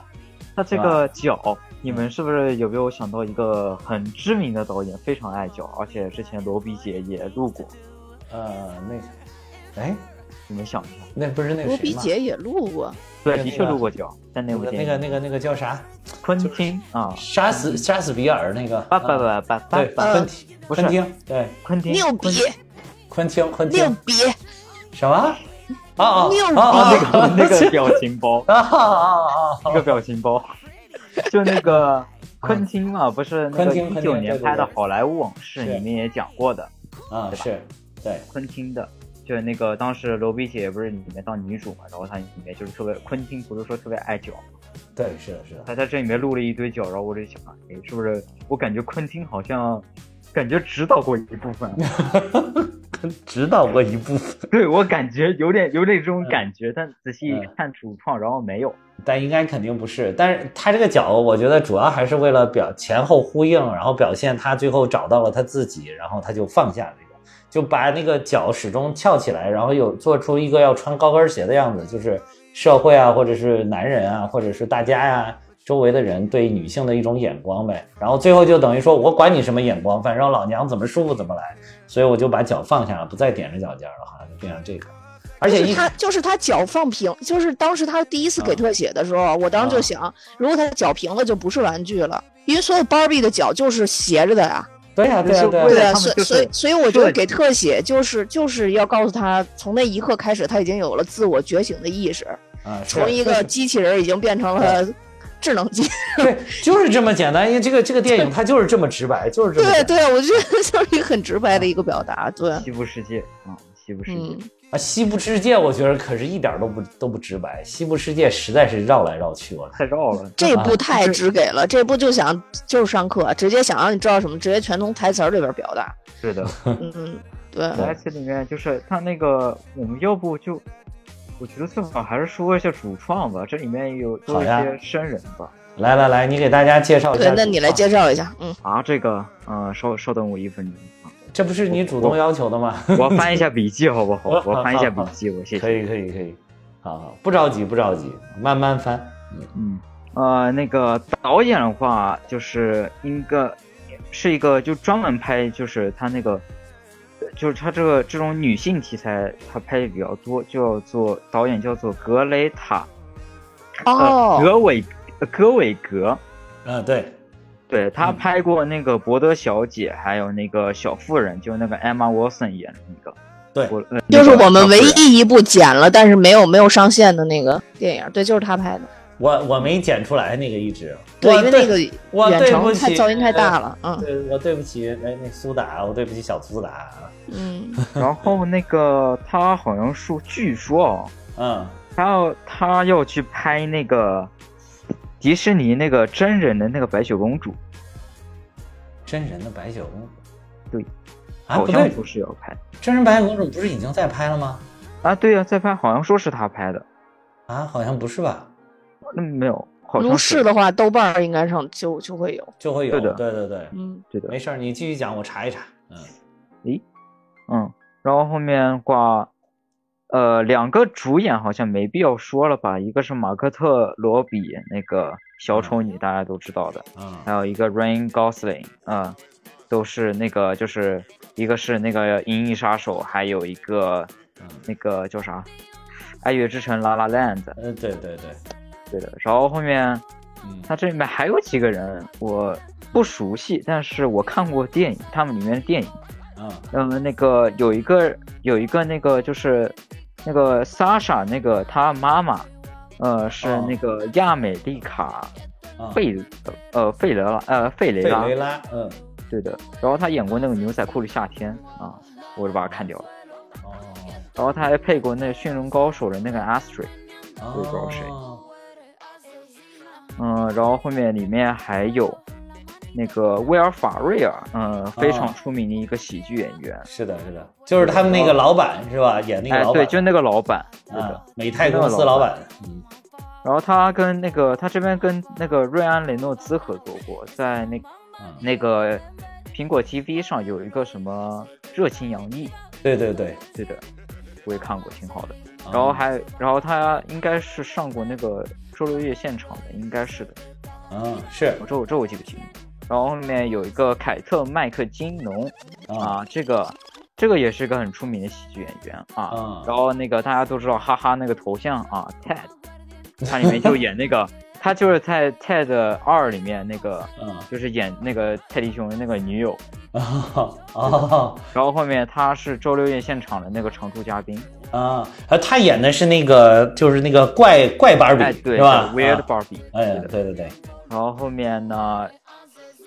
Speaker 5: 他这个脚，你们是不是有没有想到一个很知名的导演非常爱脚，而且之前罗比姐也录过，
Speaker 4: 呃，那个，哎，
Speaker 5: 你们想一下，
Speaker 4: 那不是那个
Speaker 3: 罗
Speaker 4: 谁
Speaker 3: 比
Speaker 4: 吗？
Speaker 3: 姐也录过，
Speaker 5: 对，
Speaker 4: 那个
Speaker 5: 的确录过脚，在那
Speaker 4: 那
Speaker 5: 部
Speaker 4: 个
Speaker 5: 电
Speaker 4: 那
Speaker 5: 影，
Speaker 4: 个那个那个叫啥？
Speaker 5: 昆汀啊，
Speaker 4: 杀
Speaker 3: 嗯
Speaker 4: 死杀死比尔那个？
Speaker 5: 爸爸
Speaker 4: 啊
Speaker 5: 爸爸爸
Speaker 4: 对，
Speaker 5: 爸，
Speaker 4: 昆汀，
Speaker 5: 不是
Speaker 4: 昆汀，对，
Speaker 5: 昆汀，
Speaker 3: 牛逼
Speaker 4: 昆汀，昆
Speaker 3: 牛
Speaker 4: 汀，
Speaker 3: 逼，
Speaker 4: 什么？啊啊
Speaker 3: 六
Speaker 4: 啊啊
Speaker 5: 哦 <laughs> 那个那个表情包。
Speaker 4: <laughs> 啊啊啊！
Speaker 5: 一个表情包，就那个昆汀嘛，不是那
Speaker 4: 昆
Speaker 5: 个
Speaker 4: 汀
Speaker 5: 一
Speaker 4: 昆
Speaker 5: 九
Speaker 4: 汀
Speaker 5: 年
Speaker 4: 对对
Speaker 5: 拍的
Speaker 4: 对
Speaker 5: 《好莱坞往事》，
Speaker 4: 是
Speaker 5: 你们也讲过的，
Speaker 4: 啊，是，对，
Speaker 5: 昆汀的，就是那个当时罗比姐不是里面当女主嘛，然后她里面就是特别，昆汀不是说特别爱脚，
Speaker 4: 对，是的，是 <laughs> 的，
Speaker 5: 她在这里面录了一堆脚，然后我就想，哎，是不是我感觉昆汀好像。感觉指导过一部分，
Speaker 4: <laughs>
Speaker 5: 啊
Speaker 4: 指导过一部分，
Speaker 5: 对我感觉有点有点这种感觉，但仔细一
Speaker 4: 嗯
Speaker 5: 看主创，然后没有，
Speaker 4: 但应该肯定不是。但是他这个脚，我觉得主要还是为了表前后呼应，然后表现他最后找到了他自己，然后他就放下这个，就把那个脚始终翘起来，然后有做出一个要穿高跟鞋的样子，就是社会啊，或者是男人啊，或者是大家呀、周围的人对女性的一种眼光呗。然后最后就等于说我管你什么眼光，反正老娘怎么舒服怎么来，所以我就把脚放下了，不再踮着脚尖了，好像就变成这个。而且
Speaker 3: 就
Speaker 4: 一
Speaker 3: 是他就是他脚放平，就是当时他第一次给
Speaker 4: 啊
Speaker 3: 特写的时候，我当时就
Speaker 4: 啊
Speaker 3: 想，如果他脚平了就不是玩具了，因为所有芭比的脚就是斜着的呀。
Speaker 4: 对呀、对呀、
Speaker 5: 就是
Speaker 4: 对呀、
Speaker 5: 为
Speaker 3: 对
Speaker 5: 了
Speaker 3: 啊，
Speaker 5: 他
Speaker 3: 所
Speaker 5: 们
Speaker 3: 以
Speaker 5: 就是
Speaker 3: 所以所以我觉得
Speaker 5: 设计
Speaker 3: 给特写就是就是要告诉他，从那一刻开始，他已经有了自我觉醒的意识，
Speaker 4: 啊，是
Speaker 3: 从一
Speaker 4: 就
Speaker 3: 个
Speaker 4: 是
Speaker 3: 机器人已经变成了智能机。
Speaker 4: <laughs> 对，就是这么简单。因为这个这个电影它就是这么直白，就是这么
Speaker 3: 对
Speaker 4: 简单
Speaker 3: 对，我觉得就是一个很直白的一个表达。对，
Speaker 4: 嗯
Speaker 5: 西部世界啊、西部世界，
Speaker 3: 嗯，
Speaker 4: 啊。西部世界我觉得可是一点儿都不都不直白，西部世界实在是绕来绕去，我
Speaker 5: 太绕了，
Speaker 3: 这部太直给了，这部就想
Speaker 4: <laughs>
Speaker 3: 就是上课，直接想让你知道什么，直接全从台词儿里边表达。
Speaker 5: 是的，
Speaker 3: 嗯，对，
Speaker 5: 而且里面就是他那个，我们要不就，我觉得最好还是说一下主创吧，这里面有都
Speaker 4: 好
Speaker 5: 有一
Speaker 4: 呀
Speaker 5: 些生人吧。
Speaker 4: 来来来，你给大家介绍一
Speaker 3: 对
Speaker 4: 下。，
Speaker 3: 那你来介绍一下，嗯，
Speaker 5: 啊，这个，嗯、稍稍等我一分钟啊，
Speaker 4: 这不是你主动要求的吗？ <laughs>
Speaker 5: 我翻一下笔记好不好 <laughs>
Speaker 4: 好？
Speaker 5: 我翻一下笔记，我谢
Speaker 4: 可
Speaker 5: 谢。
Speaker 4: 以可以可以，好好，不着急不着急，慢慢翻。嗯
Speaker 5: 嗯，呃，那个导演的话，就是一个是一个就专门拍，就是他那个，就是他这个这种女性题材，他拍的比较多，叫做导演叫做格雷塔，呃，
Speaker 3: 哦，
Speaker 5: 格韦呃格韦格，
Speaker 4: 啊，对，
Speaker 5: 对他
Speaker 4: 嗯
Speaker 5: 拍过那个《博德小姐》，还有那个《小妇人》，就是那个 Emma Watson 演的那个。
Speaker 4: 对
Speaker 5: 我呃
Speaker 3: 就是
Speaker 5: 那个
Speaker 3: 我们
Speaker 5: 小妇
Speaker 3: 唯
Speaker 5: 人
Speaker 3: 一一部剪了但是没有没有上线的那个电影，对，就是他拍的，
Speaker 4: 我我没剪出来那个一直，
Speaker 3: 对，
Speaker 4: 我
Speaker 3: 因为那个
Speaker 4: 我
Speaker 3: 远
Speaker 4: 对
Speaker 3: 程
Speaker 4: 不起呃
Speaker 3: 太噪音太大了，嗯
Speaker 4: 对我对不起，哎，那苏打，我对不起小苏打，啊 <laughs>
Speaker 3: 嗯，
Speaker 5: 然后那个他好像说，据说哦，
Speaker 4: 嗯，
Speaker 5: 他要他要去拍那个迪士尼那个真人的那个白雪公主，
Speaker 4: 真人的白雪公主，
Speaker 5: 对，
Speaker 4: 啊
Speaker 5: 好
Speaker 4: 不
Speaker 5: 像
Speaker 4: 对，
Speaker 5: 不是要拍
Speaker 4: 真人白雪公主不是已经在拍了吗？
Speaker 5: 啊？对呀、在拍，好像说是他拍的，
Speaker 4: 啊，好像不是吧？
Speaker 5: 嗯，没有，好
Speaker 3: 如
Speaker 5: 像
Speaker 3: 是的话，豆瓣儿应该上就就会有，
Speaker 4: 就会有，
Speaker 5: 对的
Speaker 4: 对对对
Speaker 3: 嗯，
Speaker 5: 对的
Speaker 4: 没，事儿，你继续讲，我查一查。嗯，
Speaker 5: 嗯，然后后面挂，呃，两个主演好像没必要说了吧？一个是马克特罗比，那个小丑女大家都知道的，还
Speaker 4: 啊，
Speaker 5: 有一个 Ryan Gosling，啊、都是那个就是一个是那个《银翼杀手》，还有一个
Speaker 4: 嗯
Speaker 5: 那个叫啥，《爱乐之城》La La Land，
Speaker 4: 呃，对对对，
Speaker 5: 对的。然后后面
Speaker 4: 嗯，
Speaker 5: 它这里面还有几个人我不熟悉，但是我看过电影，他们里面的电影。
Speaker 4: 嗯，
Speaker 5: 嗯，那个有一个有一个那个就是那个莎莎那个她妈妈，呃，是
Speaker 4: 哦
Speaker 5: 那个亚美丽卡
Speaker 4: 嗯
Speaker 5: 费呃费德拉呃费雷
Speaker 4: 费
Speaker 5: 拉
Speaker 4: 雷拉，嗯，
Speaker 5: 对的，然后她演过那个牛仔裤的夏天啊，我就把她看掉了，
Speaker 4: 哦，
Speaker 5: 然后她还配过那个驯龙高手的那个 Astrid，
Speaker 4: 哦，
Speaker 5: 不知道谁嗯，然后后面里面还有。那个威尔法瑞尔，嗯，非常
Speaker 4: 哦
Speaker 5: 出名的一个喜剧演员，
Speaker 4: 是的，是的，就是他们那个老板是吧？演那个
Speaker 5: 哎，
Speaker 4: 老板，
Speaker 5: 对，就那个老板，对的，
Speaker 4: 啊，美泰公司老板，嗯，
Speaker 5: 然后他跟那个他这边跟那个瑞安·雷诺兹合作过，在那
Speaker 4: 嗯
Speaker 5: 那个苹果 TV 上有一个什么热情洋溢，
Speaker 4: 对对对，
Speaker 5: 对的，我也看过，挺好的。
Speaker 4: 啊
Speaker 5: 然后还然后他应该是上过那个周六夜现场的，应该是的，
Speaker 4: 嗯是
Speaker 5: 我这我这我记不清。然后后面有一个凯特·麦克金农
Speaker 4: 啊
Speaker 5: 啊，这个这个也是个很出名的喜剧演员啊。
Speaker 4: 啊
Speaker 5: 然后那个大家都知道哈哈那个头像啊，Ted，他里面就演那个，他就是在 Ted 二里面那个，
Speaker 4: 啊
Speaker 5: 就是演那个泰迪熊的那个女友。
Speaker 4: 啊啊
Speaker 5: 然后后面他是周六夜现场的那个常驻嘉宾，
Speaker 4: 啊！啊他演的是那个就是那个怪怪芭比
Speaker 5: 哎，对，
Speaker 4: 是吧
Speaker 5: 叫？Weird
Speaker 4: 啊
Speaker 5: Barbie，
Speaker 4: 哎
Speaker 5: 对的
Speaker 4: 对对对，
Speaker 5: 然后后面呢，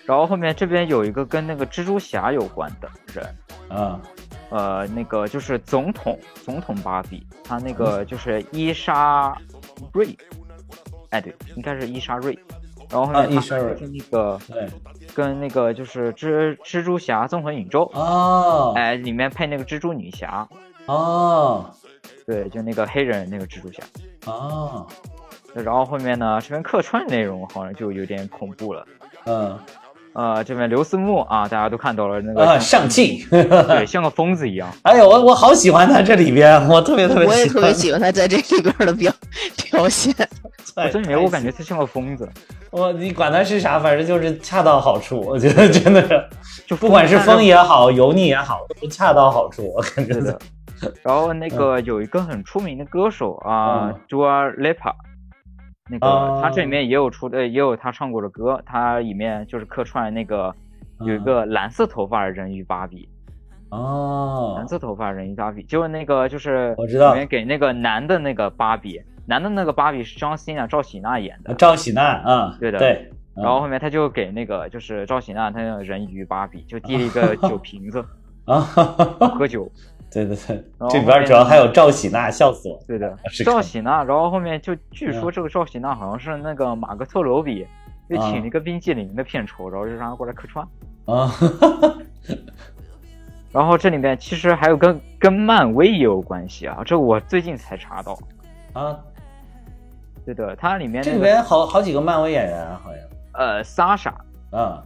Speaker 5: 然后后面这边有一个跟那个蜘蛛侠有关的人，
Speaker 4: 啊
Speaker 5: 呃，那个就是总统总统芭比，他那个
Speaker 4: 嗯
Speaker 5: 就是伊莎瑞，哎对，应该是伊莎瑞。然后后
Speaker 4: 啊
Speaker 5: 面
Speaker 4: 伊
Speaker 5: 他
Speaker 4: 莎瑞
Speaker 5: 是那个
Speaker 4: 对
Speaker 5: 跟那个就是蜘蜘蛛侠纵横宇宙，
Speaker 4: 哦
Speaker 5: 哎，里面配那个蜘蛛女侠，
Speaker 4: 哦
Speaker 5: 对，就那个黑人那个蜘蛛侠。
Speaker 4: 哦
Speaker 5: 然后后面呢，这边客串内容好像就有点恐怖了。
Speaker 4: 嗯
Speaker 5: 呃，这边刘思慕啊，大家都看到了那个
Speaker 4: 啊
Speaker 5: 像、
Speaker 4: 上气，
Speaker 5: 对，像个疯子一样。
Speaker 4: <laughs> 哎呦我我好喜欢他这里边，我特别特别
Speaker 3: 我也
Speaker 4: 喜
Speaker 3: 特
Speaker 4: 欢，
Speaker 3: 别喜欢他在这里边儿的表 <laughs> 表现，
Speaker 5: 我
Speaker 4: 我
Speaker 5: 这里面我感觉他像个疯子，
Speaker 4: 哎我你管他是啥，反正就是恰到好处。我觉得真的是，
Speaker 5: 就
Speaker 4: 不管是
Speaker 5: 看着
Speaker 4: 疯也好，油腻也好，都恰到好处。我感觉
Speaker 5: 对的。 <laughs> 然后那个有一个很出名的歌手啊
Speaker 4: 嗯
Speaker 5: ，Dua Lipa，那
Speaker 4: 哦
Speaker 5: 个他这里面也有出的，呃也有他唱过的歌，他里面就是客串那个
Speaker 4: 嗯
Speaker 5: 有一个蓝色头发的人鱼芭比，
Speaker 4: 哦
Speaker 5: 蓝色头发的人鱼芭比，就是那个就是
Speaker 4: 我知道
Speaker 5: 里面给那个男的那个芭比，男的那个芭比是张欣啊赵喜娜演的，
Speaker 4: 赵喜娜啊，
Speaker 5: 对的
Speaker 4: 对，嗯
Speaker 5: 然后后面他就给那个就是赵喜娜他那个人鱼芭比就递了一个酒
Speaker 4: <laughs>
Speaker 5: 瓶子
Speaker 4: 啊，哈哈哈
Speaker 5: 喝酒，
Speaker 4: 对对对
Speaker 5: 后，
Speaker 4: 这里边主要还有赵喜娜，笑死我。
Speaker 5: 对的
Speaker 4: 啊是，
Speaker 5: 赵
Speaker 4: 看
Speaker 5: 喜娜，然后后面就据
Speaker 4: 嗯
Speaker 5: 说这个赵喜娜好像是那个马格特罗比又
Speaker 4: 啊
Speaker 5: 请了一个冰激凌的片酬，然后就让他过来客串。
Speaker 4: 啊，哈哈哈
Speaker 5: 然后这里面其实还有跟跟漫威也有关系啊，这我最近才查到。
Speaker 4: <laughs> 啊，
Speaker 5: 对的，它里面、那
Speaker 4: 这
Speaker 5: 个、
Speaker 4: 里边好好几个漫威演员啊好像，
Speaker 5: 呃，Sasha
Speaker 4: 嗯，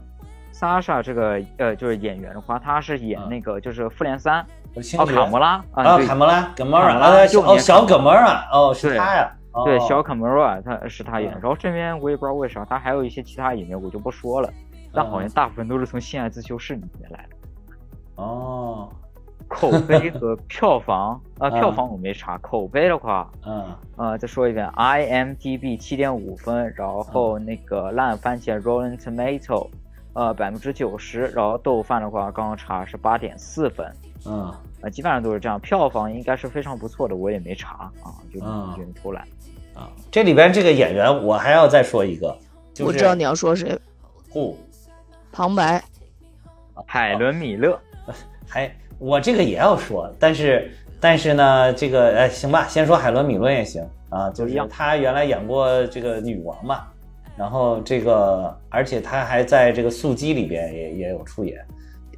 Speaker 5: Sasha 这个呃就是演员的话，她是演
Speaker 4: 嗯
Speaker 5: 那个就是复联三
Speaker 4: 我星
Speaker 5: 哦卡魔拉啊
Speaker 4: 啊，
Speaker 5: 对
Speaker 4: 卡莫拉，葛莫拉
Speaker 5: 卡莫拉
Speaker 4: 啊，
Speaker 5: 幼
Speaker 4: 哦，
Speaker 5: 年
Speaker 4: 小
Speaker 5: 卡
Speaker 4: 葛
Speaker 5: 莫
Speaker 4: 莫拉，哦，是
Speaker 5: 对
Speaker 4: 他呀，哦
Speaker 5: 对小卡魔拉她是她演，
Speaker 4: 嗯
Speaker 5: 然后这边我也不知道为啥，她还有一些其他演员我就不说了，但
Speaker 4: 嗯
Speaker 5: 好像大部分都是从《性爱自修室》里面来的。
Speaker 4: 哦，
Speaker 5: 口碑和票房，呃，
Speaker 4: 嗯
Speaker 5: 票房我没查，口碑的话，
Speaker 4: 嗯
Speaker 5: 呃，再说一遍，IMDB 七点五分，然后
Speaker 4: 嗯
Speaker 5: 那个烂番茄 Rolling Tomato，呃，百分之九十，然后豆瓣的话，刚刚查是八点四分，
Speaker 4: 嗯
Speaker 5: 呃，基本上都是这样，票房应该是非常不错的，我也没查啊，就
Speaker 4: 嗯
Speaker 5: 就出来，哦
Speaker 4: 啊，这里边这个演员我还要再说一个，就是
Speaker 3: 我知道你要说谁，
Speaker 4: 不
Speaker 3: 旁白。
Speaker 5: 海伦米勒，
Speaker 4: 还我这个也要说，但是但是呢，这个哎行吧，先说海伦米伦也行啊，就
Speaker 5: 一
Speaker 4: 是
Speaker 5: 样
Speaker 4: 他原来演过这个女王嘛，然后这个而且他还在这个速激里边也也有出演，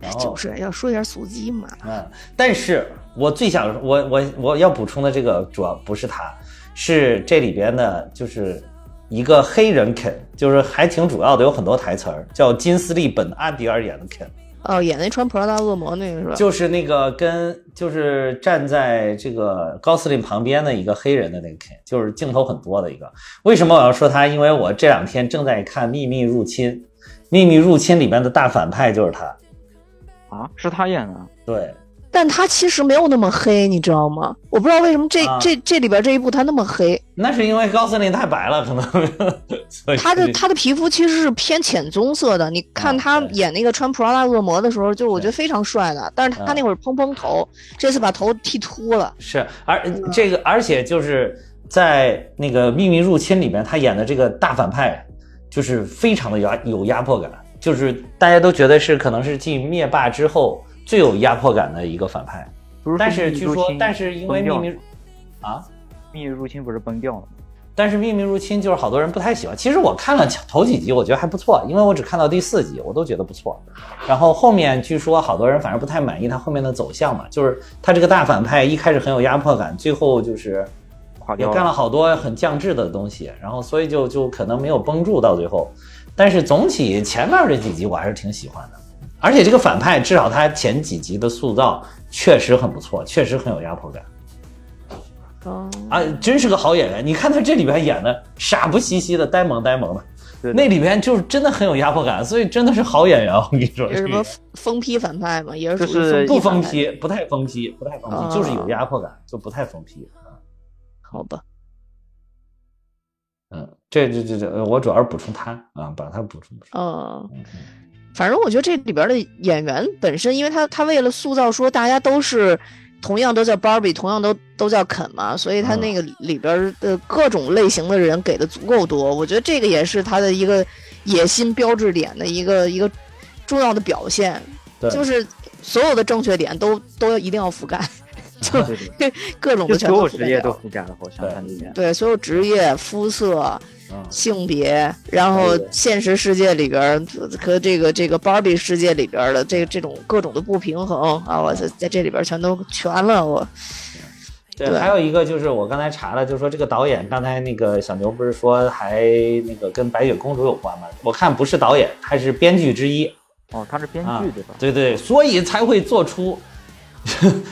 Speaker 4: 然后
Speaker 3: 哎就是要说一下速激嘛，
Speaker 4: 嗯，但是我最想我我我要补充的这个主要不是他，是这里边的就是一个黑人 Ken，就是还挺主要的，有很多台词儿，叫金斯利本阿迪尔演的 Ken，
Speaker 3: 哦，演那穿普拉达恶魔那个是吧？
Speaker 4: 就是那个跟就是站在这个高司令旁边的一个黑人的那个 Ken，就是镜头很多的一个。为什么我要说他？因为我这两天正在看《秘密入侵》，《秘密入侵》里面的大反派就是他，
Speaker 5: 啊，是他演的，
Speaker 4: 对。
Speaker 3: 但他其实没有那么黑，你知道吗？我不知道为什么这、
Speaker 4: 啊
Speaker 3: 这这里边这一部他那么黑，
Speaker 4: 那是因为高司令太白了，可能 <laughs> 所以
Speaker 3: 他的他的皮肤其实是偏浅棕色的。你看
Speaker 4: 啊
Speaker 3: 他
Speaker 4: 对
Speaker 3: 演那个穿普拉达恶魔的时候，就是我觉得
Speaker 4: 对
Speaker 3: 非常帅的，但是他
Speaker 4: 啊
Speaker 3: 那会儿蓬蓬头，这次把头剃秃了。
Speaker 4: 是，而
Speaker 5: 嗯
Speaker 4: 这个，而且就是在那个《秘密入侵》里面，他演的这个大反派，就是非常的压有压迫感，就是大家都觉得是可能是继灭霸之后最有压迫感的一个反派。
Speaker 5: 不是
Speaker 4: 但
Speaker 5: 说
Speaker 4: 是
Speaker 5: 秘密
Speaker 4: 据
Speaker 5: 入
Speaker 4: 说
Speaker 5: 侵，
Speaker 4: 但是因为
Speaker 5: 崩掉
Speaker 4: 秘
Speaker 5: 了
Speaker 4: 密啊，
Speaker 5: 秘密入侵不是崩掉了吗？
Speaker 4: 但是《秘密入侵》就是好多人不太喜欢。其实我看了头几集，我觉得还不错，因为我只看到第四集，我都觉得不错。然后后面据说好多人反而不太满意他后面的走向嘛，就是他这个大反派一开始很有压迫感，最后就是
Speaker 5: 垮
Speaker 4: 也
Speaker 5: 掉
Speaker 4: 干
Speaker 5: 了
Speaker 4: 了好多很降智的东西，然后所以就就可能没有绷住到最后。但是总体前面这几集我还是挺喜欢的，而且这个反派至少他前几集的塑造确实很不错，确实很有压迫感
Speaker 3: 哦，
Speaker 4: 啊，真是个好演员。你看他这里边演的傻不兮兮的，呆萌呆萌的，
Speaker 5: 对的
Speaker 4: 那里边就是真的很有压迫感，所以真的是好演员。我跟你说，
Speaker 3: 也是什
Speaker 4: 这个
Speaker 3: 么疯批反派嘛，也是属
Speaker 5: 就
Speaker 3: 于
Speaker 5: 是
Speaker 4: 不
Speaker 3: 疯批反
Speaker 4: 疯
Speaker 3: 派，
Speaker 4: 批，不太疯批，不太疯
Speaker 3: 啊
Speaker 4: 批，就是有压迫感，就不太疯批。
Speaker 3: 好吧？
Speaker 4: 嗯，这这这这，我主要是补充他啊，把他补充补充。
Speaker 3: 嗯，
Speaker 4: 嗯嗯
Speaker 3: 反正我觉得这里边的演员本身，因为他他为了塑造说大家都是同样都叫 Barbie，同样都都叫肯嘛，所以他
Speaker 4: 嗯
Speaker 3: 那个里边的各种类型的人给的足够多，我觉得这个也是他的一个野心标志点的一个一个重要的表现，
Speaker 4: 对，
Speaker 3: 就是所有的正确点都都要一定要覆盖，
Speaker 5: 啊对对对
Speaker 3: <laughs> 各种
Speaker 5: 就
Speaker 3: 的全
Speaker 5: 所有
Speaker 3: 都覆
Speaker 5: 职
Speaker 3: 盖
Speaker 5: 业都
Speaker 3: 掉。
Speaker 5: 覆盖了，好像
Speaker 4: 对
Speaker 5: 它里面。
Speaker 3: 对，所有职业、肤色、
Speaker 4: 嗯
Speaker 3: 性别，然后
Speaker 4: 对
Speaker 3: 现实世界里边儿和这个这个 Barbie 世界里边儿的这这种各种的不平衡啊，我在在这里边儿全都全了 <laughs> 我。
Speaker 4: 对，
Speaker 3: 对
Speaker 4: 还有一个就是我刚才查了，就是说这个导演刚才那个小牛不是说还那个跟白雪公主有关吗？我看不是导演，他是编剧之一
Speaker 5: 哦，他是编
Speaker 4: 啊
Speaker 5: 剧对吧，？
Speaker 4: 对对，所以才会做出， <laughs>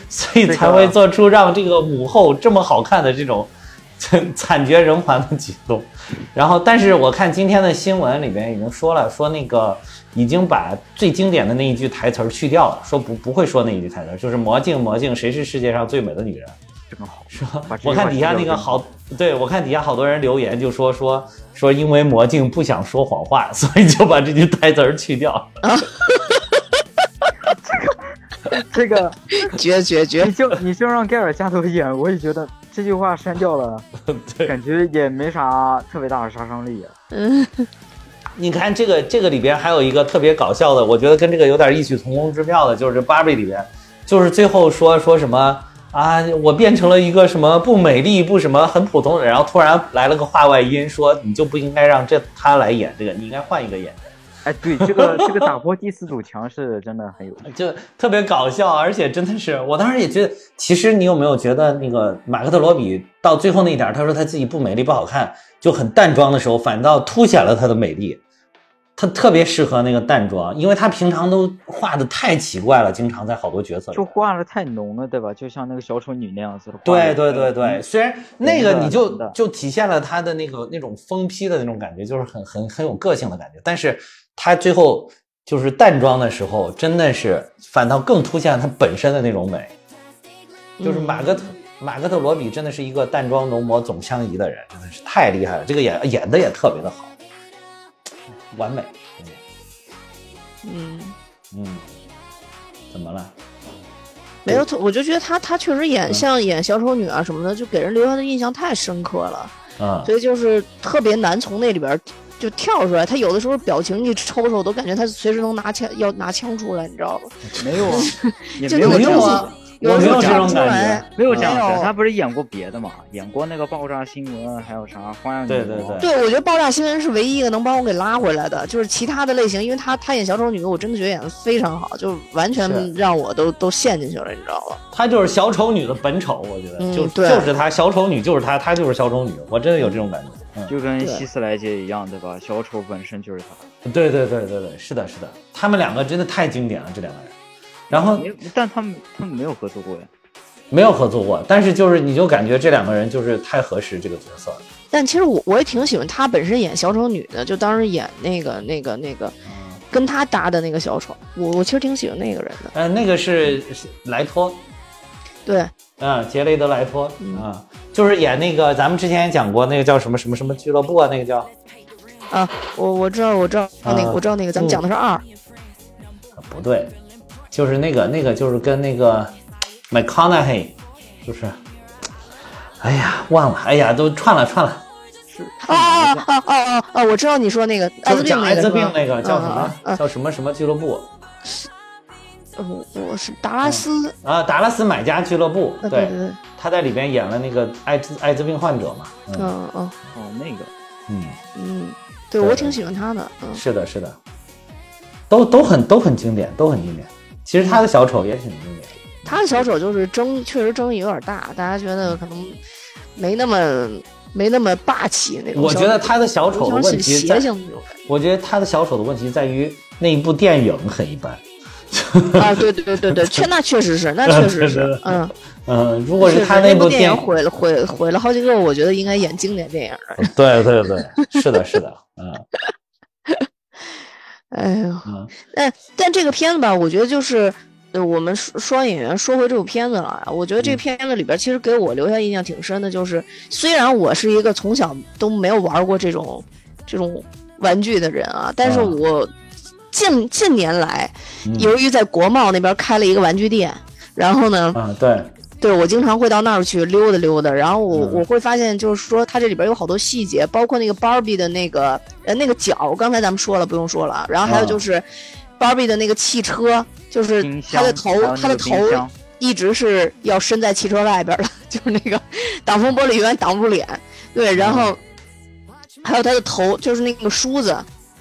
Speaker 4: 所以
Speaker 5: 这个
Speaker 4: 才会做出让这个母后这么好看的这种 <laughs> 惨绝人寰的举动。然后，但是我看今天的新闻里边已经说了，说那个已经把最经典的那一句台词儿去掉了，说不不会说那一句台词儿，就是魔镜魔镜，谁是世界上最美的女人？
Speaker 5: 这个好。
Speaker 4: 说
Speaker 5: 把这句
Speaker 4: 我
Speaker 5: 话
Speaker 4: 看底下那
Speaker 5: 去掉
Speaker 4: 个
Speaker 5: 真
Speaker 4: 好，对我看底下好多人留言就说说说，因为魔镜不想说谎话，所以就把这句台词儿去掉。
Speaker 5: 这个
Speaker 3: 绝绝绝
Speaker 5: 你！就 <laughs> 你就让盖尔加朵演，我也觉得这句话删掉 <laughs> 了，
Speaker 4: <laughs> 对，
Speaker 5: 感觉也没啥特别大的杀伤力。啊
Speaker 3: 嗯，
Speaker 4: 你看这个这个里边还有一个特别搞笑的，我觉得跟这个有点异曲同工之妙的，就是《芭比》里边，就是最后说说什么。啊！我变成了一个什么不美丽、不什么很普通的人，然后突然来了个话外音，说你就不应该让这他来演这个，你应该换一个演员。
Speaker 5: 哎，对，这个这个打破第四堵墙是真的很有趣。
Speaker 4: 就特别搞笑，啊而且真的是，我当时也觉得，其实你有没有觉得那个马克特罗比到最后那一点儿，他说他自己不美丽不好看，就很淡妆的时候，反倒凸显了他的美丽。他特别适合那个淡妆，因为他平常都画的太奇怪了，经常在好多角色里
Speaker 5: 就。画的太浓了，对吧？就像那个小丑女那样子的嗯画
Speaker 4: 对
Speaker 5: 得。
Speaker 4: 对对对，虽然那个
Speaker 5: 是的
Speaker 4: 你就是
Speaker 5: 的
Speaker 4: 就体现了他的那个那种疯批的那种感觉，就是很很很有个性的感觉，但是他最后就是淡妆的时候，真的是反倒更凸显了他本身的那种美。就是马
Speaker 5: 嗯
Speaker 4: 格特、马格特罗比真的是一个淡妆浓抹总相宜的人，真的是太厉害了，这个演演的也特别的好，完美。
Speaker 3: 嗯，
Speaker 4: 嗯，怎么了？
Speaker 3: 没有，我就觉得他他确实演
Speaker 4: 嗯
Speaker 3: 像演小丑女啊什么的，就给人留下的印象太深刻了，
Speaker 4: 啊、
Speaker 3: 所以就是特别难从那里边就跳出来。他有的时候表情一抽抽，我都感觉他随时能拿枪要拿枪出来，你知道吧？
Speaker 5: 没有啊，也
Speaker 3: 就
Speaker 5: 没有
Speaker 3: 那
Speaker 4: 没
Speaker 3: 个
Speaker 5: 这
Speaker 4: 有
Speaker 5: 样
Speaker 3: 东西
Speaker 4: 啊，
Speaker 3: 有
Speaker 4: 我
Speaker 3: 的
Speaker 4: 没
Speaker 3: 时
Speaker 4: 有
Speaker 3: 候
Speaker 4: 这
Speaker 3: 讲
Speaker 4: 种
Speaker 3: 不出
Speaker 4: 感觉
Speaker 3: 来。。
Speaker 5: 没有这样
Speaker 3: 没有
Speaker 5: 子，他不是演过别的嘛？演过那个爆炸新闻，还有啥花样女
Speaker 4: 对
Speaker 5: 王？
Speaker 4: 对对
Speaker 3: 对，我觉得爆炸新闻是唯一一个能帮我给拉回来的，就是其他的类型，因为他他演小丑女，我真的觉得演的非常好，就完
Speaker 4: 是
Speaker 3: 全让我都都陷进去了，你知道吧？
Speaker 4: 她就是小丑女的本丑，我觉得、
Speaker 3: 嗯
Speaker 4: 就
Speaker 3: 对
Speaker 4: 就是她，小丑女就是她，她就是小丑女，我真的有这种感觉。嗯，
Speaker 5: 就跟
Speaker 3: 对
Speaker 5: 希斯莱杰一样，对吧？小丑本身就是他，
Speaker 4: 嗯对对对对对，是的，是的，他们两个真的太经典了，这两个人。然后
Speaker 5: 没有，但他们他们没有合作过呀。
Speaker 4: 没有合作过，但是就是你就感觉这两个人就是太合适这个角色了。
Speaker 3: 但其实我我也挺喜欢她本身演小丑女的，就当时演那个那个那个
Speaker 4: 嗯
Speaker 3: 跟她搭的那个小丑，我我其实挺喜欢那个人的。
Speaker 4: 呃，那个是是莱托，
Speaker 3: 对，
Speaker 4: 啊，杰雷德莱托，
Speaker 3: 嗯
Speaker 4: 啊，就是演那个咱们之前也讲过那个叫什么什么什么俱乐部啊，那个叫
Speaker 3: 啊，我我知道我知道那个、
Speaker 4: 啊
Speaker 3: 我知道那个，咱们讲的是二、哦
Speaker 4: 不对，就是那个那个就是跟那个 McConaughey，就是，哎呀忘了，哎呀都串了串了，
Speaker 3: 啊啊啊啊啊啊啊！我知道你说那个艾
Speaker 4: 就
Speaker 3: 滋病
Speaker 4: 是嗯讲
Speaker 3: 那
Speaker 4: 艾
Speaker 3: 个
Speaker 4: 滋
Speaker 3: 是
Speaker 4: 病
Speaker 3: 吧
Speaker 4: 那个叫什
Speaker 3: 啊啊
Speaker 4: 么
Speaker 3: 啊
Speaker 4: 叫什么什么俱乐部
Speaker 3: 啊我我是达拉斯，
Speaker 4: 啊，达拉斯买家俱乐部，
Speaker 3: 啊对
Speaker 4: 对嗯
Speaker 3: 对，对，
Speaker 4: 他在里边演了那个艾滋艾滋病患者嘛，嗯
Speaker 3: 嗯嗯
Speaker 5: 哦，那个
Speaker 4: 嗯。
Speaker 3: 嗯，对
Speaker 4: 对
Speaker 3: 我
Speaker 4: 对
Speaker 3: 挺喜欢她的，嗯
Speaker 4: 是的，是的，都都很都很经典，都很经典。其实他的小丑也挺经典，
Speaker 3: 他的小丑就是争，确实争议有点大，大家觉得可能没那么没那么霸气那种
Speaker 4: 嗯我
Speaker 3: 小丑。
Speaker 4: 觉得他的小丑的
Speaker 3: 有
Speaker 4: 问
Speaker 3: 点
Speaker 4: 题
Speaker 3: 邪
Speaker 4: 在，
Speaker 3: 性那种感
Speaker 4: 我觉得他的小丑的问题在于那一部电影很一般。
Speaker 3: 觉啊，对对对对对，确那确实是，那确实
Speaker 4: <laughs> 对对
Speaker 3: 是
Speaker 4: 对，
Speaker 3: 嗯，
Speaker 4: 嗯，如果
Speaker 3: 确实
Speaker 4: 他
Speaker 3: 那
Speaker 4: 部
Speaker 3: 电
Speaker 4: 电
Speaker 3: 影，毁了毁毁了好几个，我觉得应该演经典电影了。
Speaker 4: 对对对，是的，是的，嗯
Speaker 3: 哎呦，
Speaker 4: 嗯，
Speaker 3: 但但这个片子吧，我觉得就是。呃，我们说说完演员，说回这部片子了啊。我觉得这
Speaker 4: 嗯
Speaker 3: 片子里边，其实给我留下印象挺深的，就是虽然我是一个从小都没有玩过这种这种玩具的人啊，但是
Speaker 4: 啊
Speaker 3: 我近近年来，
Speaker 4: 嗯
Speaker 3: 由于在国贸那边开了一个玩具店，然后呢，
Speaker 4: 啊，对，
Speaker 3: 对我经常会到那儿去溜达溜达，然后我、
Speaker 4: 嗯
Speaker 3: 我会发现，就是说它这里边有好多细节，包括那个 Barbie 的那个呃那个脚，刚才咱们说了，不用说了啊。然后还有
Speaker 4: 啊
Speaker 3: 就是 Barbie 的那个汽车，就是
Speaker 5: 嗯冰箱，
Speaker 3: 它的头
Speaker 5: 还有，
Speaker 3: 它
Speaker 5: 那
Speaker 3: 的
Speaker 5: 个
Speaker 3: 头
Speaker 5: 冰箱，
Speaker 3: 一直是要伸在汽车外边儿了， <laughs> 就是那个挡风玻璃永远挡不住脸。
Speaker 4: 嗯
Speaker 3: 对，然后还有他的头，就是那个梳子，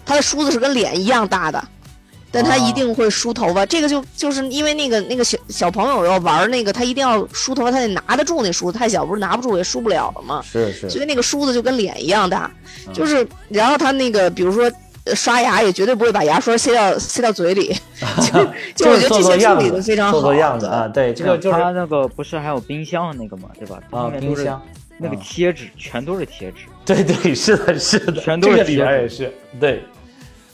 Speaker 3: 他的梳子是跟脸一样大的，但
Speaker 4: 啊
Speaker 3: 他一定会梳头发。这个就就是因为那个那个小小朋友要玩那个，他一定要梳头发，他得拿得住那梳子，太小不是拿不住也梳不了了吗？
Speaker 4: 是嗯
Speaker 3: 所
Speaker 4: 是，
Speaker 3: 以那个梳子就跟脸一样大，就是然后他那个比如说。呃刷牙也绝对不会把牙刷塞到塞到嘴里， <laughs>
Speaker 4: <laughs>
Speaker 3: 就就我觉得
Speaker 4: 做
Speaker 3: 这
Speaker 4: 做
Speaker 3: 些处
Speaker 4: 样
Speaker 3: 理的
Speaker 4: 子，
Speaker 3: 非常好，
Speaker 4: 做做样子啊，对，这个就是
Speaker 5: 他那个不是还有冰箱那个嘛，对吧？
Speaker 4: 啊，
Speaker 5: 它里面
Speaker 4: 冰
Speaker 5: 都是
Speaker 4: 箱，
Speaker 5: 那个
Speaker 4: 嗯
Speaker 5: 贴纸全都是贴纸，
Speaker 4: 对对，是的，是的，
Speaker 5: 全都是
Speaker 4: 这个里
Speaker 5: 贴
Speaker 4: 边
Speaker 5: 纸
Speaker 4: 也是，对，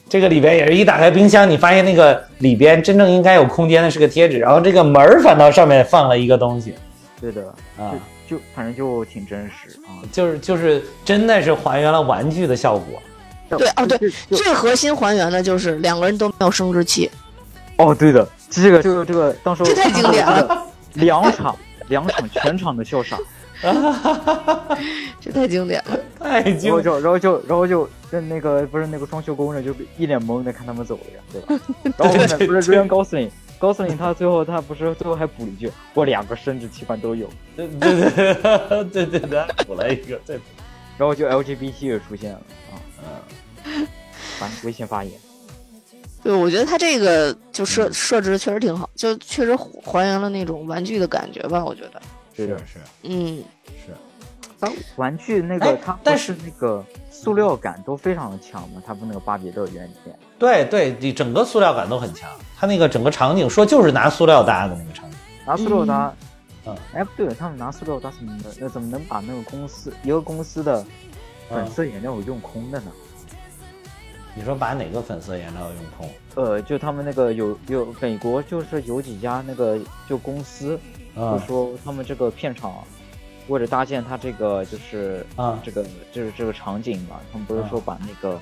Speaker 4: 这个里边也是一打开冰箱，你发现那个里边真正应该有空间的是个贴纸，然后这个门儿反倒上面放了一个东西
Speaker 5: 对的，
Speaker 4: 啊，
Speaker 5: 就就反正就挺真实啊。
Speaker 4: 就是就是真的是还原了玩具的效果，
Speaker 3: 对哦对
Speaker 5: 就，就
Speaker 3: 最核心还原的就是两个人都没有生殖器，
Speaker 5: 哦，对的，这个这个这个，当时我
Speaker 3: 这太经典了
Speaker 5: 看到这个，两场 <laughs> 两场全场的笑场，
Speaker 3: 这太经典了。
Speaker 4: 太
Speaker 5: 然
Speaker 4: 经
Speaker 5: 后就然后就然后就跟那个不是那个双袖工人就一脸懵的看他们走了呀，对吧？然后后面不是瑞恩高斯林，高斯林他最后他不是最后还补了一句，我两个生殖器官都有，
Speaker 4: 对对对对对对，补了一个，对，
Speaker 5: 呃然后就 LGBT 也出现了啊，嗯，反危险发言，
Speaker 3: 对，我觉得它这个就设设置的确实挺好，就确实还原了那种玩具的感觉吧，我觉得。
Speaker 5: 对的
Speaker 4: 是是
Speaker 3: 嗯，
Speaker 4: 是，
Speaker 5: 啊，玩具那
Speaker 4: 哎
Speaker 5: 个它不
Speaker 4: 但
Speaker 5: 是那个塑料感都非常的强嘛，它不那个芭比乐园里面，
Speaker 4: 对对，你整个塑料感都很强。它那个整个场景说就是拿塑料搭的那个场景，
Speaker 5: 拿塑料搭，
Speaker 4: 嗯
Speaker 5: 哎不对，他们拿塑料搭什么的，那怎么能把那个公司一个公司的
Speaker 4: 嗯
Speaker 5: 粉色颜料用空的呢？
Speaker 4: 你说把哪个粉色颜料用空？
Speaker 5: 呃，就他们那个有有美国就是有几家那个就公司，
Speaker 4: 嗯
Speaker 5: 就说他们这个片场为了搭建它这个就是
Speaker 4: 啊
Speaker 5: 这个就是这个场景嘛，他们不是说把那个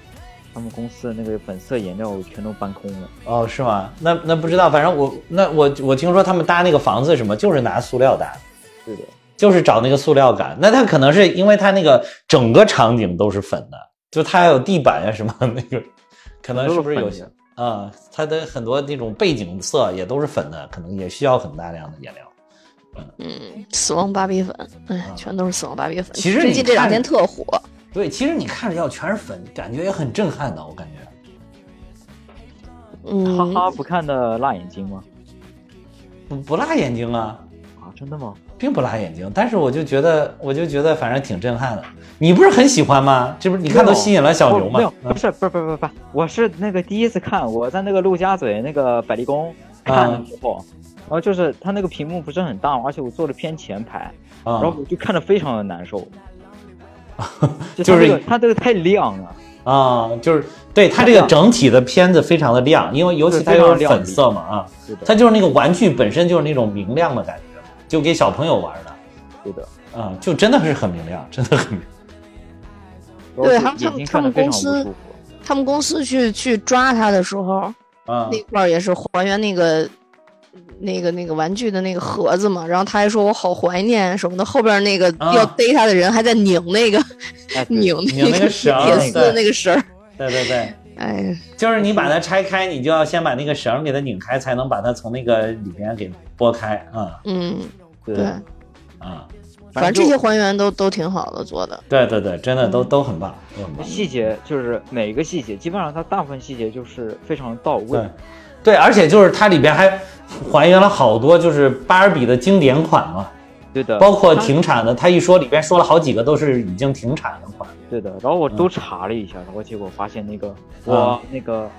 Speaker 5: 他们公司的那个粉色颜料全都搬空了。
Speaker 4: 哦，是吗？那那不知道，反正我那我我听说他们搭那个房子什么，就是拿塑料搭的，
Speaker 5: 对的，
Speaker 4: 就是找那个塑料感。那它可能是因为它那个整个场景都是粉的，就它还有地板呀、什么那 <laughs> 个，可能是不是有些
Speaker 5: 都是粉
Speaker 4: 啊、它的很多那种背景色也都是粉的，可能也需要很大量的颜料。
Speaker 3: 死亡芭比粉，哎，全都是死亡芭比粉。
Speaker 4: 啊其实
Speaker 3: 最
Speaker 4: 你
Speaker 3: 近这两
Speaker 4: 看
Speaker 3: 天特火，
Speaker 4: 对，其实你看着要全是粉，感觉也很震撼的，我感觉。
Speaker 3: 嗯，
Speaker 5: 哈哈，不看的辣眼睛吗？
Speaker 4: 不不辣眼睛啊，
Speaker 5: 啊，真的吗？
Speaker 4: 并不辣眼睛，但是我就觉得，我就觉得反正挺震撼的。你不是很喜欢吗？这不是你看都吸引了小牛
Speaker 5: 哦没有
Speaker 4: 吗？，啊
Speaker 5: 不是，不是，不是，不是不是，我是那个第一次看，我在那个陆家嘴那个百丽宫
Speaker 4: 啊
Speaker 5: 看的时候，然后就是它那个屏幕不是很大嘛，而且我坐的偏前排，
Speaker 4: 啊、
Speaker 5: 然后我就看着非常的
Speaker 4: <laughs>
Speaker 5: 难受，就
Speaker 4: 就
Speaker 5: 它
Speaker 4: 是
Speaker 5: 这个它这个太亮了，
Speaker 4: 啊、就是对它这个整体的片子非常的亮，因为尤其它又是粉色嘛啊，
Speaker 5: 是的，
Speaker 4: 它就是那个玩具本身就是那种明亮的感觉，就给小朋友玩的，
Speaker 5: 对的，
Speaker 4: 啊、就真的是很明亮，真的很明亮。
Speaker 5: 然后
Speaker 3: 对
Speaker 5: 就
Speaker 3: 他们
Speaker 5: 眼睛看着非常不舒服，
Speaker 3: 他们公司去去抓他的时候，
Speaker 4: 啊、
Speaker 3: 那块儿也是还原那个那个那个玩具的那个盒子嘛。然后他还说我好怀念啊什么的，后边那个
Speaker 4: 啊
Speaker 3: 要逮他的人还在拧那个、
Speaker 5: 哎，对
Speaker 3: 拧
Speaker 4: 拧那
Speaker 3: 个
Speaker 4: 个绳儿
Speaker 3: 铁丝的
Speaker 4: 对
Speaker 3: 那个绳儿。
Speaker 4: 对对对，
Speaker 3: 哎，
Speaker 4: 就是你把它拆开，你就要先把那个绳给它拧开，才能把它从那个里边给拨开啊
Speaker 3: 嗯，
Speaker 5: 对
Speaker 3: 对
Speaker 5: 的，，
Speaker 4: 啊、
Speaker 3: 反正
Speaker 5: 就
Speaker 3: 这些还原都都挺好的做的。
Speaker 4: 对对对，真的都都很棒，都很棒。
Speaker 5: 细节就是每一个细节，基本上它大部分细节就是非常到位
Speaker 4: 对，，对，而且就是它里边还还原了好多就是巴尔比的经典款嘛，
Speaker 5: 对的，
Speaker 4: 包括停产的，他一说里边说了好几个都是已经停产的款。
Speaker 5: 对的，然后我都查了一下，然后结果发现那个我那个，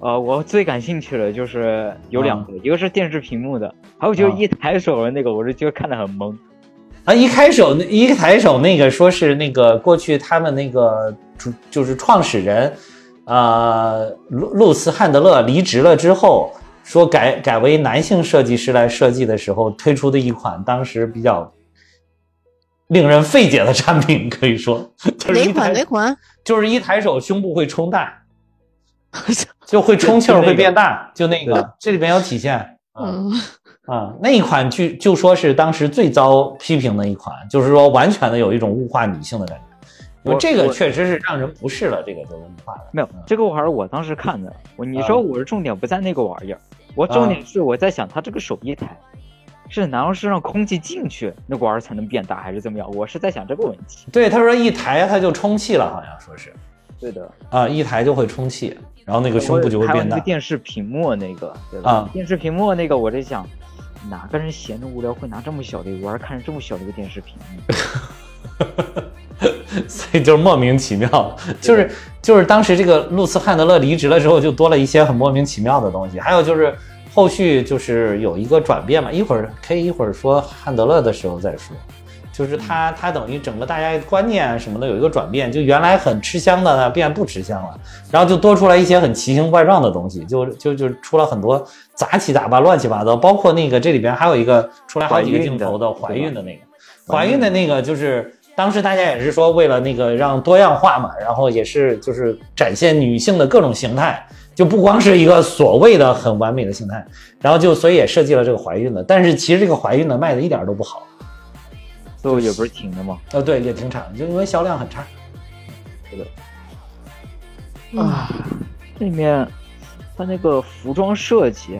Speaker 5: 呃，我最感兴趣的就是有两个，一个是电视屏幕的，还有就
Speaker 4: 啊
Speaker 5: 一抬手的那个，我是觉得看得很懵。
Speaker 4: 啊，一开手一抬手那个说是那个过去他们那个主就是创始人，呃，路路斯汉德勒离职了之后，说改改为男性设计师来设计的时候推出的一款当时比较令人费解的产品，可以说就是一
Speaker 3: 哪款
Speaker 4: 抬
Speaker 3: 哪款？
Speaker 4: 就是一抬手胸部会冲大，就会充气儿会变大，就那个这里边有体现。啊
Speaker 3: 嗯，
Speaker 4: 啊，那一款据就说是当时最遭批评的一款，就是说完全的有一种物化女性的感觉，因为
Speaker 5: 我
Speaker 4: 这个
Speaker 5: 我
Speaker 4: 确实是让人不适了，这个就是物化的。
Speaker 5: 没有，这个玩意儿我当时看的，我你说我是重点不在那个玩意儿，我重点是我在想他这个手一抬，是难道是让空气进去那个玩意儿才能变大，还是怎么样？我是在想这个问题。
Speaker 4: 对，他说一抬它就充气了，好像说是
Speaker 5: 对的，
Speaker 4: 啊，一抬就会充气，然后那个胸部就会
Speaker 5: 还有
Speaker 4: 变
Speaker 5: 那
Speaker 4: 大
Speaker 5: 个。电视屏幕那个，对吧？
Speaker 4: 啊
Speaker 5: 电视屏幕那个，我在想，哪个人闲着无聊会拿这么小的玩儿，看着这么小的一个电视屏幕？
Speaker 4: <laughs> 所以就是莫名其妙，就是就是当时这个路斯汉德勒离职了之后，就多了一些很莫名其妙的东西。还有就是后续就是有一个转变嘛，一会儿可以一会儿说汉德勒的时候再说，就是他他等于整个大家观念啊什么的有一个转变，就原来很吃香的呢变不吃香了，然后就多出来一些很奇形怪状的东西，就就就出了很多杂七杂八、乱七八糟，包括那个这里边还有一个出来好几个镜头的怀
Speaker 5: 怀
Speaker 4: 孕
Speaker 5: 孕的
Speaker 4: 的那个。怀孕的那个就是当时大家也是说为了那个让多样化嘛，然后也是就是展现女性的各种形态，就不光是一个所谓的很完美的形态，然后就所以也设计了这个怀孕的，但是其实这个怀孕的卖的一点儿都不好，
Speaker 5: 最后也不是停了吗？
Speaker 4: 呃，对，也挺差，就因为销量很差。
Speaker 5: 啊，这里面它那个服装设计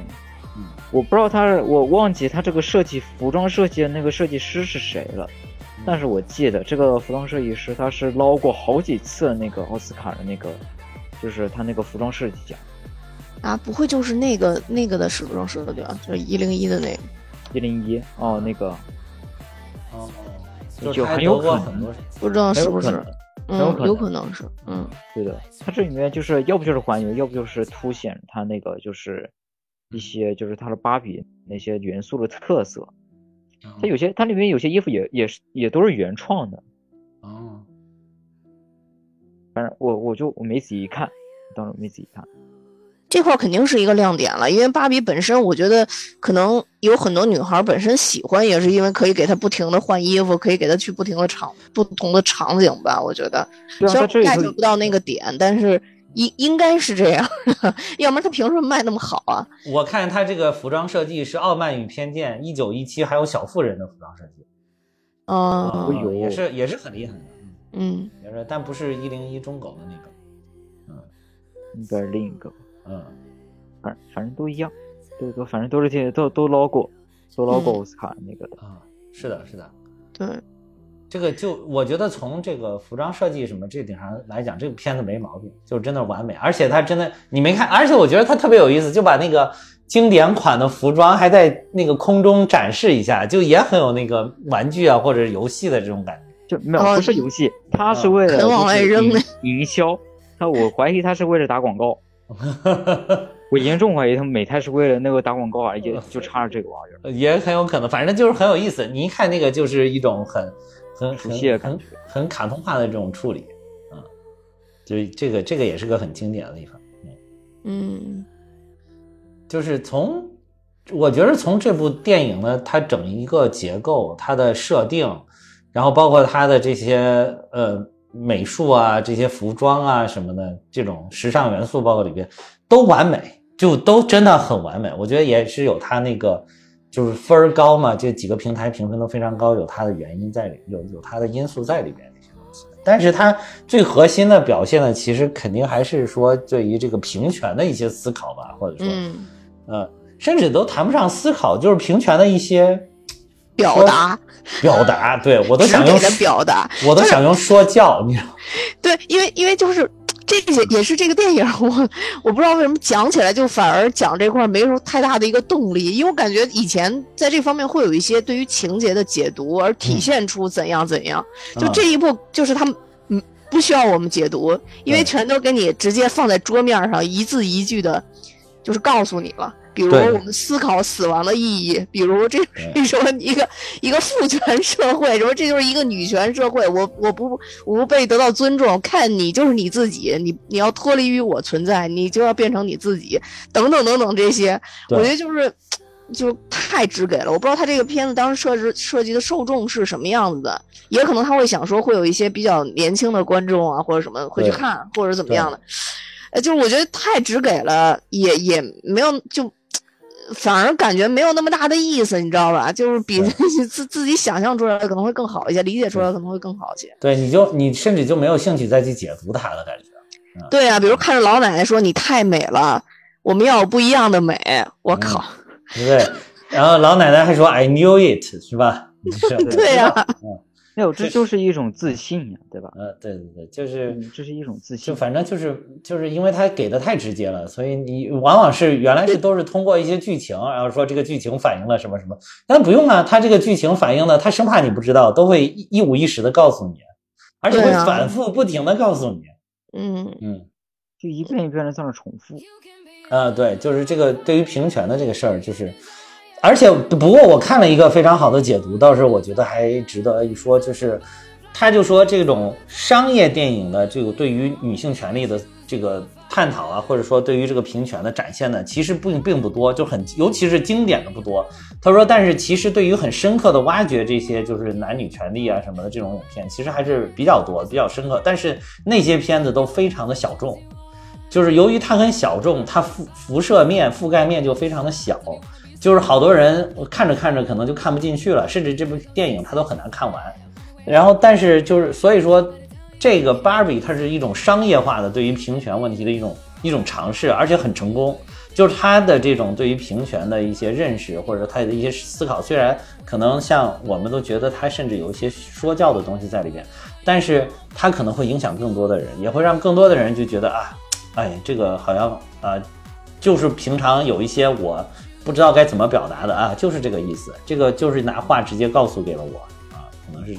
Speaker 4: 嗯，
Speaker 5: 我不知道它，我忘记它这个设计服装设计的那个设计师是谁了。但是我记得这个服装设计师他是捞过好几次那个奥斯卡的那个，就是他那个服装设计奖。
Speaker 3: 啊，不会就是那个那个的始祖正式的对吧？就是一零一的那个。
Speaker 5: 一零一哦，那个
Speaker 4: 哦，
Speaker 5: 就是
Speaker 4: 他
Speaker 5: 很有
Speaker 4: 得过
Speaker 5: 可
Speaker 4: 很
Speaker 5: 能
Speaker 4: 多
Speaker 3: 不知道
Speaker 5: 很
Speaker 3: 是
Speaker 5: 有
Speaker 3: 不
Speaker 5: 可
Speaker 3: 是
Speaker 5: 能，，
Speaker 3: 嗯，有
Speaker 5: 有
Speaker 3: 可
Speaker 5: 可
Speaker 3: 能是，嗯，
Speaker 5: 对的，它这里面就是要不就是还原，要不就是凸显它那个就是一些就是它的芭比那些元素的特色。
Speaker 4: 嗯
Speaker 5: 它有些它里面有些衣服也也是也都是原创的，
Speaker 4: 哦，
Speaker 5: 反正我我就我没仔细看，当时我没仔细看。
Speaker 3: 这块儿肯定是一个亮点了，因为芭比本身，我觉得可能有很多女孩本身喜欢，也是因为可以给她不停的换衣服，可以给她去不停的场不同的场景吧。我觉得虽
Speaker 5: 对啊，它
Speaker 3: 然
Speaker 5: 这里
Speaker 3: get
Speaker 5: 头
Speaker 3: 不到那个点，但是应应该是这样， <laughs> 要不然她凭什么卖那么好啊？
Speaker 4: 我看他这个服装设计是《傲慢与偏见》一九一七，还有《小妇人》的服装设计，
Speaker 3: 嗯
Speaker 5: 哎呦
Speaker 4: 也是也是很厉害的，嗯
Speaker 3: 嗯，
Speaker 4: 也是，但不是一零一中狗的那个，
Speaker 5: 应该是另一个，
Speaker 4: 嗯，
Speaker 5: 反反正都一样，都都反正都是这些都都捞过，都捞过
Speaker 3: 嗯
Speaker 5: 奥斯卡那个的。
Speaker 4: 啊，是的，是的，
Speaker 3: 对，
Speaker 4: 这个就我觉得从这个服装设计什么这点上来讲，这个片子没毛病，就真的完美，而且它真的你没看，而且我觉得它特别有意思，就把那个经典款的服装还在那个空中展示一下，就也很有那个玩具啊或者游戏的这种感觉。
Speaker 5: 就没有、
Speaker 3: 哦啊
Speaker 5: 不是游戏，它是
Speaker 4: 嗯
Speaker 5: 为了
Speaker 3: 可能往
Speaker 5: 就
Speaker 3: 外
Speaker 5: 是
Speaker 3: 扔的
Speaker 5: 营营销，它我怀疑它是为了打
Speaker 3: <laughs>
Speaker 5: 广告，我严重怀疑他们美泰是为了那个打广告而
Speaker 3: 哦
Speaker 5: 已，就差了这个玩意儿，
Speaker 4: 也很有可能，反正就是很有意思。你一看那个，就是一种很、很、
Speaker 5: 熟悉的
Speaker 4: 很、
Speaker 5: 感
Speaker 4: 很
Speaker 5: 觉、
Speaker 4: 很卡通化的这种处理，啊、嗯，就是这个这个也是个很经典的地方。
Speaker 3: 嗯
Speaker 4: 就是从我觉得从这部电影呢，它整一个结构、它的设定，然后包括它的这些呃美术啊、这些服装啊什么的这种时尚元素，包括里边都完美，就都真的很完美。我觉得也是有它那个就是分儿高嘛，这几个平台评分都非常高，有它的原因在里，有有它的因素在里边。这些东西。但是它最核心的表现呢，其实肯定还是说对于这个平权的一些思考吧，或者说，
Speaker 3: 嗯，
Speaker 4: 呃，甚至都谈不上思考，就是平权的一些
Speaker 3: 表达，
Speaker 4: 表达。对我都
Speaker 3: 只
Speaker 4: 想
Speaker 3: 给
Speaker 4: 用
Speaker 3: 她，表达，
Speaker 4: 我都想用说教，你知道吗？
Speaker 3: 对，因为因为就是这也也是这个电影，我我不知道为什么讲起来就反而讲这块儿没有太大的一个动力，因为我感觉以前在这方面会有一些对于情节的解读，而体
Speaker 4: 嗯
Speaker 3: 现出怎样怎样。就
Speaker 4: 嗯
Speaker 3: 这一步，就是他们嗯不需要我们解读，因为
Speaker 4: 对
Speaker 3: 全都给你直接放在桌面上，一字一句的，就是告诉你了。比如
Speaker 4: 对嗯
Speaker 3: 我们思考死亡的意义，比如这
Speaker 4: 对
Speaker 3: <laughs> 是什么一个一个父权社会，什么这就是一个女权社会，我我不我不被得到尊重，看你就是你自己，你你要脱离于我存在，你就要变成你自己，等等等等这些，
Speaker 4: 对
Speaker 3: 我觉得就是。就太直给了，我不知道他这个片子当时设置涉及的受众是什么样子的，也可能他会想说会有一些比较年轻的观众啊，或者什么会去
Speaker 4: 对
Speaker 3: 看，或者怎么样的，呃，就是我觉得太直给了，也也没有就，反而感觉没有那么大的意思，你知道吧？就是比自自己想象出来的可能会更好一些，理解出来可能会更好一些。
Speaker 4: 对，你就你甚至就没有兴趣再去解读它的感觉。
Speaker 3: 对啊，比如看着老奶奶说你太美了，我们要有不一样的美，
Speaker 4: 嗯
Speaker 3: 我靠，
Speaker 4: 对不对？然后老奶奶还说 “I knew it”，是吧？ <laughs> 是
Speaker 3: <laughs> 对啊呀、
Speaker 4: <laughs>
Speaker 5: 没有，这就是一种自信呀、对吧？
Speaker 4: 呃，对对对，就是
Speaker 5: 嗯，这是一种自
Speaker 4: 就
Speaker 5: 信。
Speaker 4: 反正就是就是因为它给的太直接了，所以你往往是原来是都是通过一些剧情，然后说这个剧情反映了什么什么，但不用啊，它这个剧情反映的，它生怕你不知道，都会一一五一十的告诉你，而且会
Speaker 3: 对啊
Speaker 4: 反复不停的告诉你。
Speaker 3: 嗯，
Speaker 4: 嗯，
Speaker 5: 就一遍一遍的在那重复。
Speaker 4: 啊，对，就是这个对于平权的这个事儿，就是，而且不过我看了一个非常好的解读，倒是我觉得还值得一说，就是他就说这种商业电影的这个对于女性权利的这个探讨啊，或者说对于这个平权的展现呢，其实并并不多，就很尤其是经典的不多。他说，但是其实对于很深刻的挖掘这些就是男女权利啊什么的这种影片，其实还是比较多、比较深刻，但是那些片子都非常的小众。就是由于它很小众，它辐辐射面覆盖面就非常的小，就是好多人看着看着可能就看不进去了，甚至这部电影他都很难看完。然后，但是就是所以说，这个芭比它是一种商业化的对于平权问题的一种一种尝试，而且很成功。就是他的这种对于平权的一些认识，或者他的一些思考，虽然可能像我们都觉得他甚至有一些说教的东西在里边，但是它可能会影响更多的人，也会让更多的人就觉得啊，哎，这个好像啊、就是平常有一些我不知道该怎么表达的啊，就是这个意思，这个就是拿话直接告诉给了我啊，可能是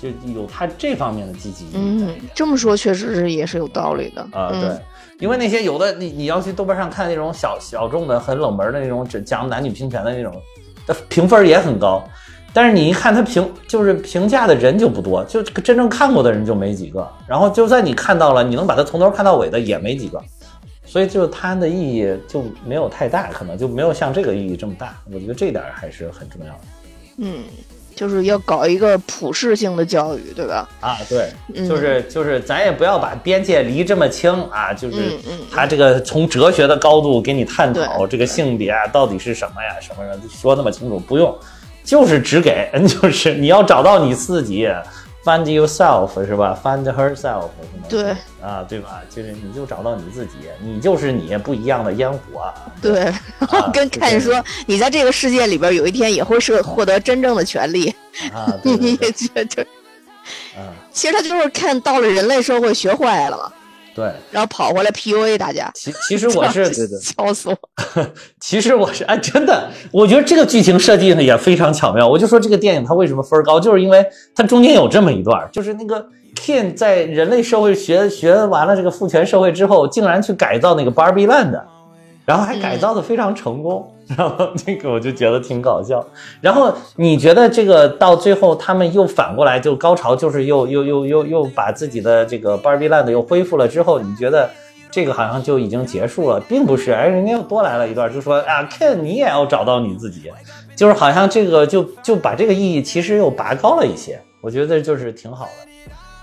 Speaker 4: 就有他这方面的积极意义在
Speaker 3: 嗯，这么说确实是也是有道理的
Speaker 4: 啊，对，
Speaker 3: 嗯，
Speaker 4: 因为那些有的你你要去豆瓣上看那种小小众的、很冷门的那种只讲男女平权的那种，它评分也很高，但是你一看它评就是评价的人就不多，就真正看过的人就没几个，然后就算你看到了，你能把它从头看到尾的也没几个，所以就它的意义就没有太大，可能就没有像这个意义这么大，我觉得这点儿还是很重要的
Speaker 3: 嗯，就是要搞一个普适性的教育，对吧？
Speaker 4: 啊，对。
Speaker 3: 嗯
Speaker 4: 就是就是，咱也不要把边界离这么清啊！就是
Speaker 3: 嗯嗯嗯
Speaker 4: 他这个从哲学的高度给你探讨这个性别啊到底是什么呀，什么人说那么清楚，不用，就是只给， <laughs> 就是你要找到你自己，find yourself 是吧？find herself 是吗？
Speaker 3: 对
Speaker 4: 啊，对吧？就是你就找到你自己，你就是你不一样的烟火啊、
Speaker 3: 对，然后跟
Speaker 4: 是
Speaker 3: 凯
Speaker 4: 这
Speaker 3: 说，你在这个世界里边有一天也会是获得真正的权利，
Speaker 4: 啊！对
Speaker 3: 你
Speaker 4: 对对
Speaker 3: <laughs> 也，觉得，
Speaker 4: 啊，
Speaker 3: 其实他就是看到了人类社会学坏了嘛，
Speaker 4: 对。
Speaker 3: 然后跑回来 PUA 大家，
Speaker 4: 其其实我是
Speaker 5: 对
Speaker 3: <laughs>
Speaker 5: 对
Speaker 3: 笑死我。
Speaker 4: 其实我是哎，真的，我觉得这个剧情设计的也非常巧妙。我就说这个电影它为什么分儿高，就是因为它中间有这么一段儿，就是那个 Ken 在人类社会学学完了这个父权社会之后，竟然去改造那个 Barbie Land，然后还改造的非常成功，然后这个我就觉得挺搞笑。然后你觉得这个到最后他们又反过来就高潮，就是又又又又又把自己的这个 Barbie Land 又恢复了之后，你觉得这个好像就已经结束了，并不是，哎，人家又多来了一段，就说啊，Ken 你也要找到你自己，就是好像这个就就把这个意义其实又拔高了一些，我觉得就是挺好的，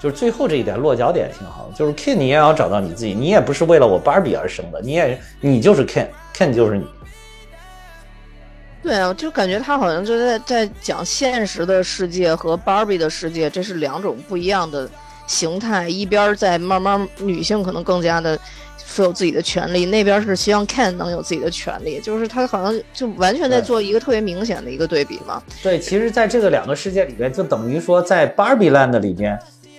Speaker 4: 就是最后这一点落脚点挺好的，就是 Ken 你也要找到你自己，你也不是为了我 Barbie 而生的，你也你就是 Ken，Ken 就是你。
Speaker 3: 对啊，我就感觉他好像就在在讲现实的世界和 Barbie 的世界，这是两种不一样的形态。一边儿在慢慢女性可能更加的富有自己的权利，那边儿是希望 Ken 能有自己的权利，就是他好像就完全在
Speaker 4: 对
Speaker 3: 做一个特别明显的一个对比嘛。
Speaker 4: 对，其实在这个两个世界里边，就等于说在 Barbie Land 里边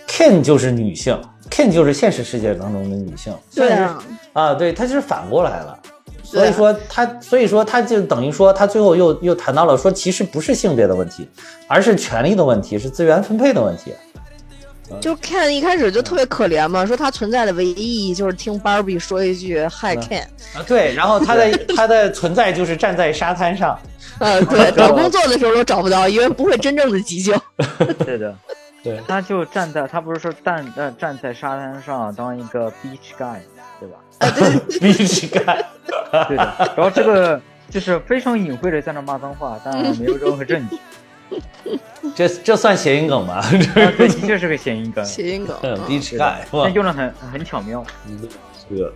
Speaker 4: ，Ken 就是女性，Ken 就是现实世界当中的女性。
Speaker 3: 对
Speaker 4: 算是
Speaker 3: 啊，
Speaker 4: 啊，对，他就是反过来了。所
Speaker 3: 对
Speaker 4: 以
Speaker 3: 啊
Speaker 4: 说他，所以说他就等于说他最后又又谈到了说，其实不是性别的问题，而是权利的问题，是资源分配的问题。
Speaker 3: 就是 Ken 一开始就特别可怜嘛，说他存在的唯一意义就是听 Barbie 说一句 “Hi
Speaker 5: 嗯
Speaker 3: Ken”， <laughs>
Speaker 4: 啊，对，然后他的他的存在就是站在沙滩上，
Speaker 3: 呃，对，找工作的时候都找不到，因为不会真正的急救。
Speaker 5: <laughs> 对的，
Speaker 4: 对
Speaker 5: 他就站在他不是说站站站在沙滩上当一个 beach guy，对吧？
Speaker 3: 哎
Speaker 4: <laughs> ，beach guy，
Speaker 5: 对 <laughs> 的。然后这个就是非常隐晦的在那骂脏
Speaker 3: <laughs>
Speaker 5: 话，但没有任何证 <laughs> 据。
Speaker 4: 这这算谐音梗吗？ <laughs>
Speaker 5: 啊，这的确是个谐音梗，
Speaker 3: 谐音梗，嗯
Speaker 4: 嗯，beach guy，
Speaker 5: 但用的很很巧妙。
Speaker 4: 对。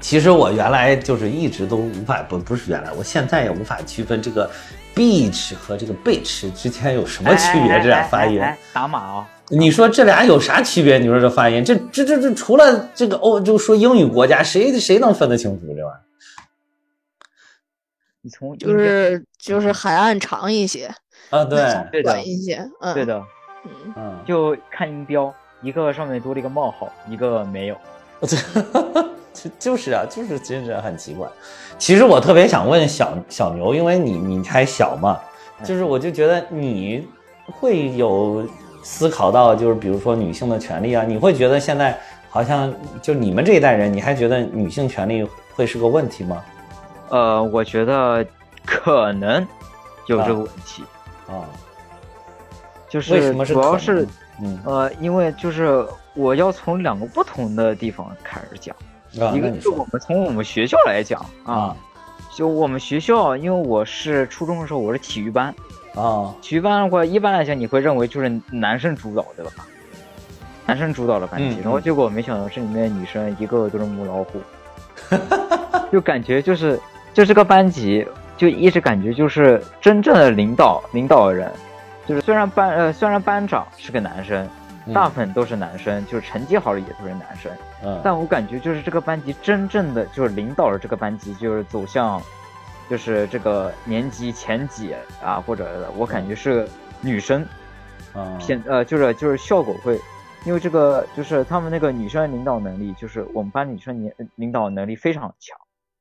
Speaker 4: 其实我原来就是一直都无法不不是原来，我现在也无法区分这个 beach 和这个 bitch 之间有什么区别，这俩发音。
Speaker 5: 哎哎哎哎打码啊、
Speaker 4: 你说这俩有啥区别？你说这发音，这这这这除了这个欧，就说英语国家，谁谁能分得清楚这玩意儿？
Speaker 5: 你从
Speaker 3: 就
Speaker 5: 音乐
Speaker 3: 是就是海岸长一些，
Speaker 4: 啊，对，
Speaker 5: 对的
Speaker 3: 短，一些，嗯，
Speaker 5: 对，的，
Speaker 3: 嗯，
Speaker 4: 嗯，
Speaker 5: 就看音标，一个上面多了一个冒号，一个没有。
Speaker 4: <laughs> 就就是啊，就是真是很奇怪。其实我特别想问小小牛，因为你你还小嘛，
Speaker 5: 嗯
Speaker 4: 就是我就觉得你会有思考到，就是比如说女性的权利啊，你会觉得现在好像就你们这一代人，你还觉得女性权利会是个问题吗？
Speaker 5: 呃，我觉得可能有这个问题，
Speaker 4: 啊，
Speaker 5: 就是
Speaker 4: 为什么是
Speaker 5: 主
Speaker 4: 可
Speaker 5: 要
Speaker 4: 能
Speaker 5: 是
Speaker 4: 嗯
Speaker 5: 呃，因为就是我要从两个不同的地方开始讲，
Speaker 4: 啊，那
Speaker 5: 一个
Speaker 4: 你
Speaker 5: 是
Speaker 4: 说
Speaker 5: 我们从我们学校来讲啊，就我们学校，因为我是初中的时候我是体育班，
Speaker 4: 啊
Speaker 5: 体育班的话一般来讲你会认为就是男生主导对吧？男生主导的班级，
Speaker 4: 嗯
Speaker 5: 然后结果没想到这里面女生一个个都是母老虎， <laughs> 就感觉就是就这个班级就一直感觉就是真正的领导领导人，就是虽然班呃虽然班长是个男生，
Speaker 4: 嗯
Speaker 5: 大部分都是男生，就是成绩好的也都是男生，
Speaker 4: 嗯
Speaker 5: 但我感觉就是这个班级真正的就是领导了这个班级，就是走向，就是这个年级前几啊，或者我感觉是女生
Speaker 4: 嗯
Speaker 5: 偏呃，就是就是效果会，因为这个就是他们那个女生领导能力，就是我们班女生领领导能力非常强，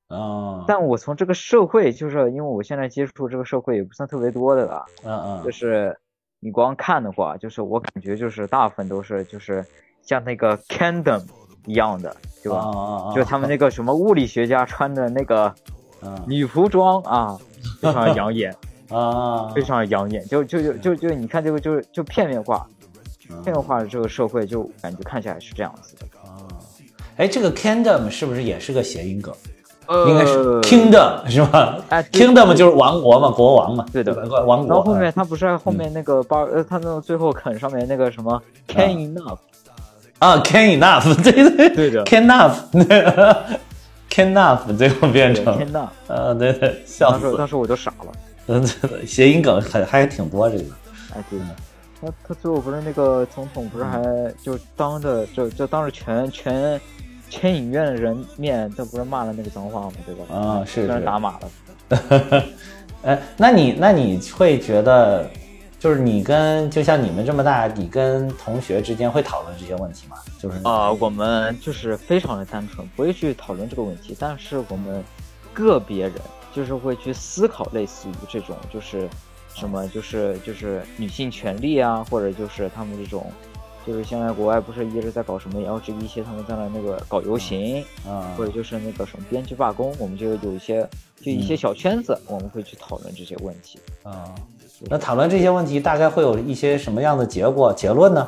Speaker 4: 嗯
Speaker 5: 但我从这个社会，就是因为我现在接触这个社会也不算特别多的了，
Speaker 4: 嗯
Speaker 5: 就
Speaker 4: 嗯，
Speaker 5: 是你光看的话，就是我感觉就是大部分都是就是像那个 Candom 一样的，对
Speaker 4: 啊
Speaker 5: 吧？
Speaker 4: 吧
Speaker 5: 就他们那个什么物理学家穿的那个
Speaker 4: 嗯
Speaker 5: 女仆装
Speaker 4: <laughs>
Speaker 5: 啊，非常养眼，
Speaker 4: 啊，
Speaker 5: 非常养眼。就就就就就你看这个就是就片面化，
Speaker 4: 嗯
Speaker 5: 片面化的这个社会就感觉看起来是这样子的。
Speaker 4: 哎，这个 kingdom 是不是也是个谐音梗？
Speaker 5: 呃
Speaker 4: 应该是 kingdom 是吧？
Speaker 5: 哎对
Speaker 4: kingdom 就是王国嘛，国王嘛，
Speaker 5: 对的
Speaker 4: 吧王
Speaker 5: 然
Speaker 4: 国。啊
Speaker 5: 后后面他不是后面那个包，呃，他那个最后啃上面那个什么 can enough，
Speaker 4: 啊，can enough，对 <laughs> 对
Speaker 5: 对的
Speaker 4: ，can <laughs> enough，can enough，最后变
Speaker 5: 对 can
Speaker 4: 成，
Speaker 5: enough，
Speaker 4: 啊，对对，笑
Speaker 5: 当时
Speaker 4: 死，
Speaker 5: 当时我都傻了，
Speaker 4: 嗯，对对 <laughs> 谐音梗还还挺多这个，
Speaker 5: 哎
Speaker 4: 嗯
Speaker 5: 对。他他最后不是那个总统不是还就当着就就当着全全全影院的人面，他不是骂了那个脏话吗？对吧？
Speaker 4: 啊是
Speaker 5: 虽然
Speaker 4: 是
Speaker 5: 打码了，
Speaker 4: 哎，那你那你会觉得，就是你跟就像你们这么大，你跟同学之间会讨论这些问题吗？就是
Speaker 5: 啊、我们就是非常的单纯，不会去讨论这个问题，但是我们个别人就是会去思考类似于这种就是什么就是就是女性权利啊，或者就是他们这种。就是现在国外不是一直在搞什么 LGBT，他们在那那个搞
Speaker 4: 嗯
Speaker 5: 游行，
Speaker 4: 啊
Speaker 5: 或者就是那个什么编剧罢工，我们就有一些就
Speaker 4: 嗯
Speaker 5: 一些小圈子，我们会去讨论这些问题。
Speaker 4: 啊，那讨论这些问题大概会有一些什么样的结果结论呢？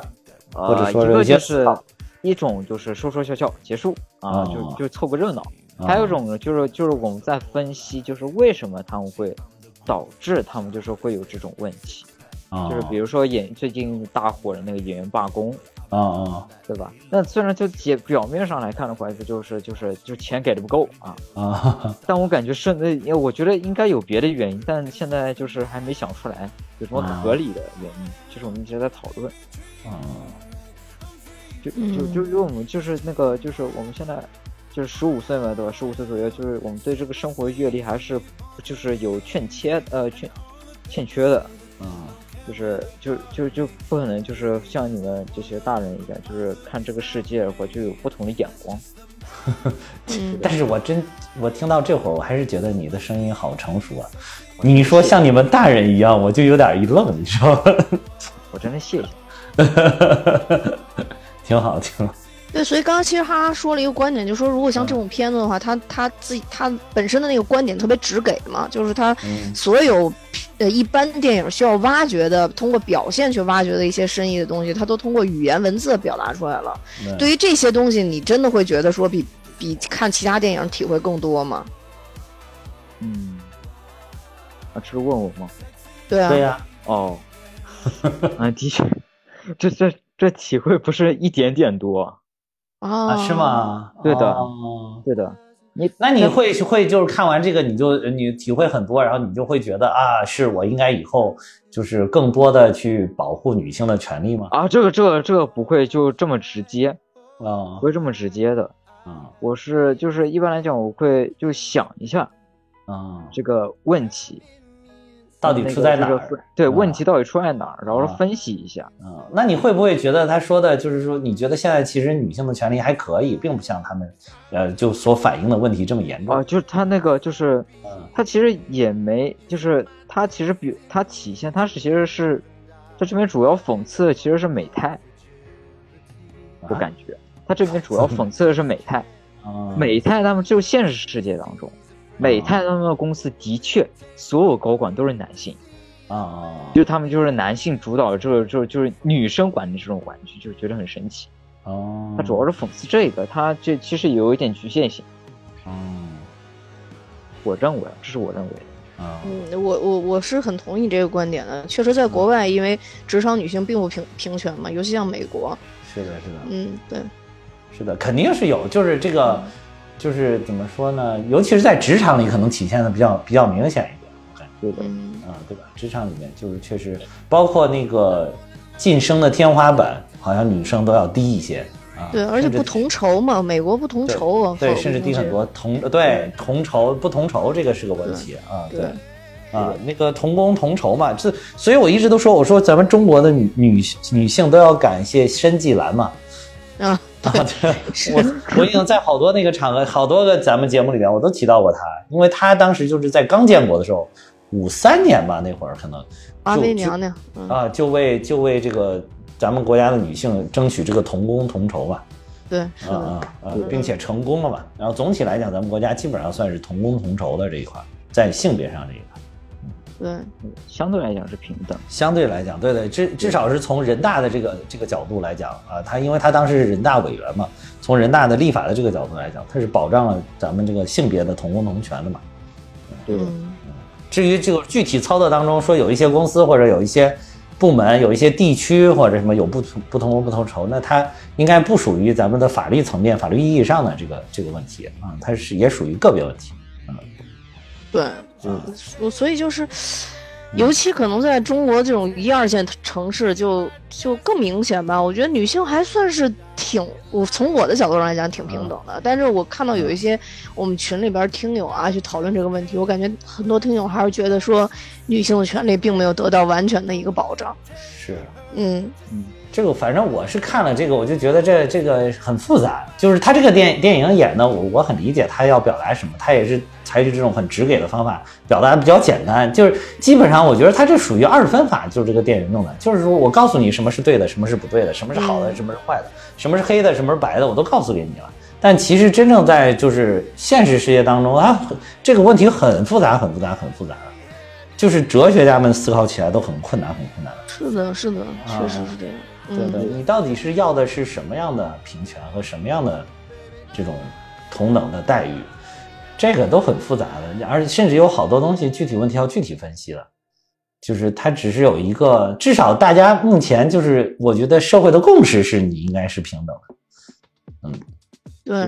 Speaker 5: 啊，
Speaker 4: 或者说
Speaker 5: 一
Speaker 4: 是有
Speaker 5: 个
Speaker 4: 一些
Speaker 5: 就
Speaker 4: 思
Speaker 5: 是
Speaker 4: 考
Speaker 5: 一种就是说说笑笑结束啊，就
Speaker 4: 哦
Speaker 5: 就凑个热闹。还有一种呢，就是就是我们在分析，就是为什么他们会导致他们就是会有这种问题，
Speaker 4: 啊，
Speaker 5: 就是比如说演最近大火的那个演员罢工，
Speaker 4: 啊啊
Speaker 5: 对吧？那虽然就解表面上来看的话，就是就是就钱给的不够啊，
Speaker 4: 啊
Speaker 5: 但我感觉甚至，因为我觉得应该有别的原因，但现在就是还没想出来有什么合理的原因，就是我们一直在讨论，
Speaker 4: 啊
Speaker 5: 就就就因为我们就是那个就是我们现在就是十五岁嘛，对吧？十五岁左右，就是我们对这个生活阅历还是就是有欠缺呃欠欠缺的，
Speaker 4: 啊
Speaker 5: 就是就就就不可能就是像你们这些大人一样，就是看这个世界或就有不同的眼光。
Speaker 3: 嗯，
Speaker 4: 但是我真，我听到这会儿，我还是觉得你的声音好成熟啊！你说像你们大人一样，我就有点一愣，你知道吗？ <laughs>
Speaker 5: 我真的谢谢。
Speaker 4: 挺好，挺好。
Speaker 3: 对，所以刚刚其实哈哈说了一个观点，就说如果像这种片子的话，他他自己他本身的那个观点特别直给嘛，就是他
Speaker 4: 嗯
Speaker 3: 所有呃一般电影需要挖掘的，通过表现去挖掘的一些深意的东西，他都通过语言文字表达出来了。
Speaker 4: 嗯
Speaker 3: 对于这些东西，你真的会觉得说比比看其他电影体会更多吗？
Speaker 5: 嗯，啊，这是问我吗？
Speaker 3: 对啊，
Speaker 4: 对呀、 <laughs>
Speaker 5: 哦，啊，的确，这这这体会不是一点点多。
Speaker 3: 啊
Speaker 4: 啊，是？吗？
Speaker 5: 对的
Speaker 4: 哦
Speaker 5: 对的，你
Speaker 4: 那你会会就是看完这个，你就你体会很多，然后你就会觉得啊，是我应该以后就是更多的去保护女性的权利吗？
Speaker 5: 啊，这个这个这个不会就这么直接，
Speaker 4: 啊
Speaker 5: 不嗯会这么直接的。
Speaker 4: 啊
Speaker 5: 我是就是一般来讲，我会就想一下
Speaker 4: 啊！
Speaker 5: 这个问题
Speaker 4: 到底
Speaker 5: 那个
Speaker 4: 出在哪
Speaker 5: 这
Speaker 4: 儿
Speaker 5: 个？分对，
Speaker 4: 啊
Speaker 5: 问题到底出在哪儿，然后
Speaker 4: 啊
Speaker 5: 分析一下。
Speaker 4: 啊，那你会不会觉得他说的就是说，你觉得现在其实女性的权利还可以，并不像他们，呃，就所反映的问题这么严重
Speaker 5: 啊，？就是他那个，就是
Speaker 4: 嗯
Speaker 5: 他其实也没，就是他其实比他体现，他是其实是他这边主要讽刺的其实是美泰，我
Speaker 4: 啊
Speaker 5: 感觉他这边主要讽刺的是美泰，
Speaker 4: 啊
Speaker 5: 美泰他们就现实世界当中，美泰他们的公司的确所有高管都是男性，
Speaker 4: 啊
Speaker 5: 就他们就是男性主导，就是就是就是女生管理这种玩具，就是觉得很神奇。
Speaker 4: 哦，
Speaker 5: 他主要是讽刺这个，他这其实有一点局限性，
Speaker 4: 嗯
Speaker 5: 我认为啊这是我认为的。
Speaker 4: 啊
Speaker 3: 嗯，我我我是很同意这个观点的。确实，在国外，因为职场女性并不平平权嘛，尤其像美国，
Speaker 4: 是的，是的，
Speaker 3: 嗯，对，
Speaker 4: 是的，肯定是有，就是这个，就是怎么说呢？尤其是在职场里，可能体现的比较比较明显一点，我感
Speaker 5: 对的，
Speaker 3: 嗯，
Speaker 4: 觉啊，对吧？职场里面就是确实，包括那个晋升的天花板，好像女生都要低一些啊，
Speaker 3: 对，而且
Speaker 4: 甚至
Speaker 3: 不同酬嘛，美国不同酬啊，
Speaker 4: 对，
Speaker 3: 否
Speaker 4: 甚至低很。多。同对同酬不同酬，这个是个问题啊。
Speaker 3: 对
Speaker 4: 对，啊，那个同工同酬嘛，这所以我一直都说，我说咱们中国的女女女性都要感谢申纪兰嘛，
Speaker 3: 啊，
Speaker 4: 我我已经在好多那个场合、好多个咱们节目里面，我都提到过他，因为他当时就是在刚建国的时候，五三年吧，那会儿可能
Speaker 3: 阿
Speaker 4: 就
Speaker 3: 威
Speaker 4: 就
Speaker 3: 娘娘，嗯，
Speaker 4: 啊、就为就为这个咱们国家的女性争取这个同工同酬嘛，
Speaker 3: 对，是
Speaker 4: 啊
Speaker 3: 的，
Speaker 4: 啊啊，并且成功了嘛。然后总体来讲，咱们国家基本上算是同工同酬的这一块，在性别上这一块，
Speaker 3: 对，
Speaker 5: 相对来讲是平等。
Speaker 4: 相对来讲，对对，至至少是从人大的这个这个角度来讲啊，他因为他当时是人大委员嘛，从人大的立法的这个角度来讲，他是保障了咱们这个性别的同工同权的嘛。
Speaker 5: 对的，
Speaker 3: 嗯，
Speaker 4: 至于这个具体操作当中，说有一些公司或者有一些部门、有一些地区或者什么有不同不同工不同酬，那它应该不属于咱们的法律层面、法律意义上的这个这个问题啊，它是也属于个别问题。
Speaker 3: 对，嗯，所所以就是，尤其可能在中国这种一二线城市就就更明显吧。我觉得女性还算是挺，我从我的角度上来讲挺平等的。但是我看到有一些我们群里边听友啊去讨论这个问题，我感觉很多听友还是觉得说女性的权利并没有得到完全的一个保障。
Speaker 4: 是
Speaker 3: 嗯，
Speaker 4: 这个，反正我是看了这个，我就觉得这这个很复杂。就是他这个电电影演的，我我很理解他要表达什么，他也是采取这种很直给的方法，表达得比较简单。就是基本上，我觉得他这属于二分法，就是这个电影用的，就是说我告诉你什么是对的，什么是不对的，什么是好的，
Speaker 3: 嗯
Speaker 4: 什么是坏的，什么是黑的，什么是白的，我都告诉给你了。但其实真正在就是现实世界当中啊，这个问题很复杂，很复杂，很复杂的，就是哲学家们思考起来都很困难，很困难的。
Speaker 3: 是的，是的，确实是这样。
Speaker 4: 对对，
Speaker 3: 嗯，
Speaker 4: 你到底是要的是什么样的平权和什么样的这种同等的待遇，这个都很复杂的，而且甚至有好多东西具体问题要具体分析了。就是它只是有一个，至少大家目前就是我觉得社会的共识是你应该是平等的。
Speaker 3: 对，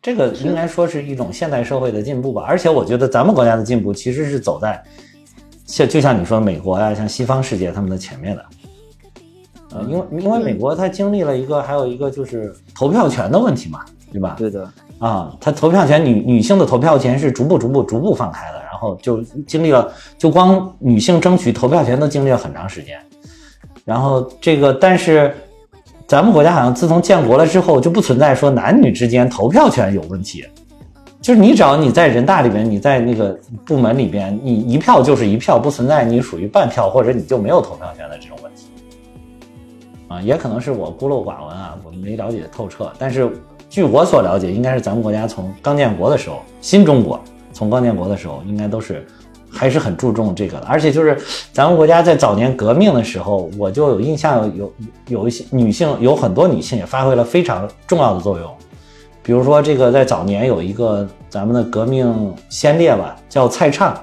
Speaker 4: 这个应该说是一种现代社会的进步吧，而且我觉得咱们国家的进步其实是走在像就像你说美国啊呀、像西方世界他们的前面的。呃，因为因为美国它经历了一个，还有一个就是投票权的问题嘛，对吧？
Speaker 5: 对的，
Speaker 4: 啊，她投票权女女性的投票权是逐步逐步逐步放开的，然后就经历了，就光女性争取投票权都经历了啊很长时间。然后这个，但是咱们国家好像自从建国了之后，就不存在说男女之间投票权有问题，就是你只要你在人大里边，你在那个部门里边，你一票就是一票，不存在你属于半票或者你就没有投票权的这种问题。啊，也可能是我孤陋寡闻啊，我没了解透彻。但是据我所了解，应该是咱们国家从刚建国的时候，新中国从刚建国的时候，应该都是还是很注重这个的。而且就是咱们国家在早年革命的时候，我就有印象有有有一些女性，有很多女性也发挥了非常重要的作用。比如说，这个在早年有一个咱们的革命先烈吧，叫蔡畅，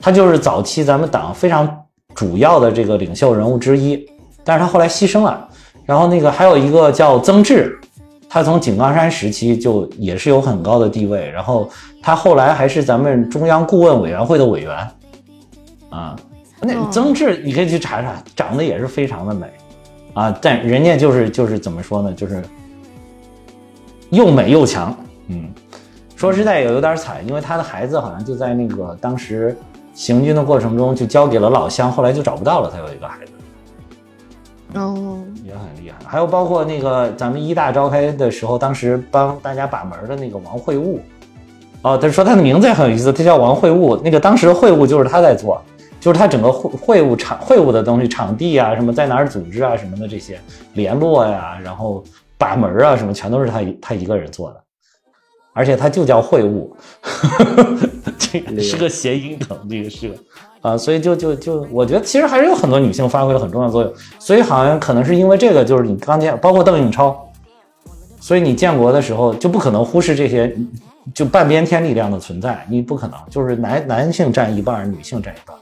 Speaker 4: 他就是早期咱们党非常主要的这个领袖人物之一，但是他后来牺牲了。然后那个还有一个叫曾志，他从井冈山时期就也是有很高的地位，然后他后来还是咱们中央顾问委员会的委员，啊，那
Speaker 3: 哦
Speaker 4: 曾志你可以去查查，长得也是非常的美，啊，但人家就是就是怎么说呢，就是又美又强，嗯，说实在也有点惨，因为他的孩子好像就在那个当时行军的过程中就交给了老乡，后来就找不到了，他有一个孩子。
Speaker 3: 然后
Speaker 4: 也很厉害。还有包括那个咱们一大召开的时候，当时帮大家把门的那个王慧悟，哦，他说他的名字也很有意思，他叫王慧悟。那个当时的会务就是他在做，就是他整个会会务场会务的东西，场地啊什么在哪儿组织啊什么的这些联络呀、然后把门啊什么，全都是他一他一个人做的。而且他就叫会务， <laughs> 这个是个谐音梗，这个是个啊，所以就就就，我觉得其实还是有很多女性发挥了很重要的作用，所以好像可能是因为这个，就是你刚见，包括邓颖超，所以你建国的时候就不可能忽视这些，就半边天力量的存在，你不可能就是男男性占一半，女性占一半。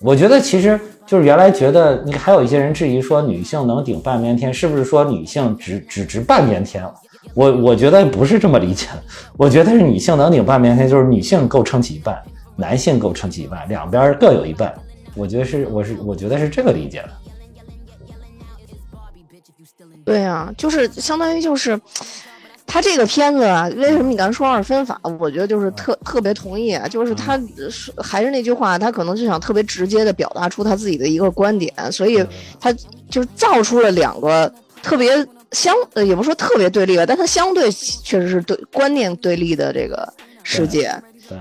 Speaker 4: 我觉得其实就是原来觉得，你还有一些人质疑说女性能顶半边天，是不是说女性只只值半边天了？我我觉得不是这么理解的，我觉得是女性能顶半边天，就是女性够撑起一半，男性够撑起一半，两边各有一半。我觉得是，我是我觉得是这个理解的。
Speaker 3: 对啊，就是相当于就是，他这个片子啊，为什么你刚说二分法？我觉得就是特特别同意啊，就是他是还是那句话，他可能就想特别直接的表达出他自己的一个观点，所以他就造出了两个特别相，呃，也不是说特别对立吧，但它相对确实是对观念对立的这个世界。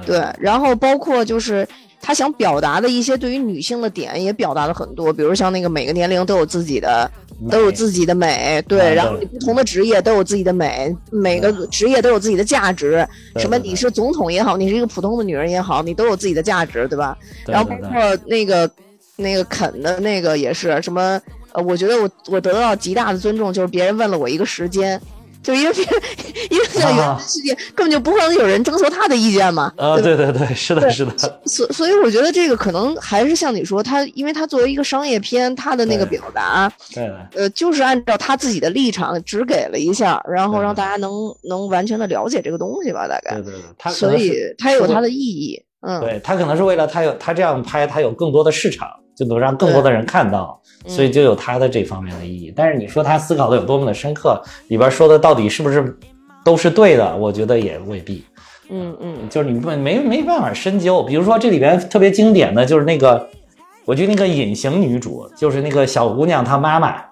Speaker 3: 对，然后包括就是他想表达的一些对于女性的点也表达了很多，比如像那个每个年龄都有自己的都有自己的美，对，
Speaker 4: 嗯
Speaker 3: 然后
Speaker 4: 对
Speaker 3: 你不同的职业都有自己的美，每个职业都有自己的价值，
Speaker 4: 嗯对
Speaker 3: 什么
Speaker 4: 对
Speaker 3: 你是总统也好，你是一个普通的女人也好，你都有自己的价值，对吧？
Speaker 4: 对
Speaker 3: 然后
Speaker 4: 对
Speaker 3: 包
Speaker 4: 对
Speaker 3: 括那个那个肯的那个也是什么，呃，我觉得我我得到极大的尊重，就是别人问了我一个时间。就因为别人， <laughs> 因为在原
Speaker 4: 啊
Speaker 3: 来世界根本就不可能有人征求他的意见嘛，
Speaker 4: 啊，
Speaker 3: 对吧
Speaker 4: 对对对，是的，是的，
Speaker 3: 所所以我觉得这个可能还是像你说，他因为他作为一个商业片，他的那个
Speaker 4: 对
Speaker 3: 表达，
Speaker 4: 对的，
Speaker 3: 呃，就是按照他自己的立场只给了一下，然后
Speaker 4: 对
Speaker 3: 让大家能能完全的了解这个东西吧，大概
Speaker 4: 对。对对，他可
Speaker 3: 所
Speaker 4: 能
Speaker 3: 以
Speaker 4: 是
Speaker 3: 它有它，的
Speaker 4: 是
Speaker 3: 意义，嗯，
Speaker 4: 为对他可能是为了他有他这样拍，他有更多的市场，就能让更多的人看到，
Speaker 3: 嗯
Speaker 4: 所以就有他的这方面的意义。但是你说他思考的有多么的深刻，里边说的到底是不是都是对的，我觉得也未必。
Speaker 3: 嗯嗯
Speaker 4: 就是你不没没办法深究。比如说这里边特别经典的就是那个，我觉得那个隐形女主，就是那个小姑娘她妈妈。
Speaker 5: 啊，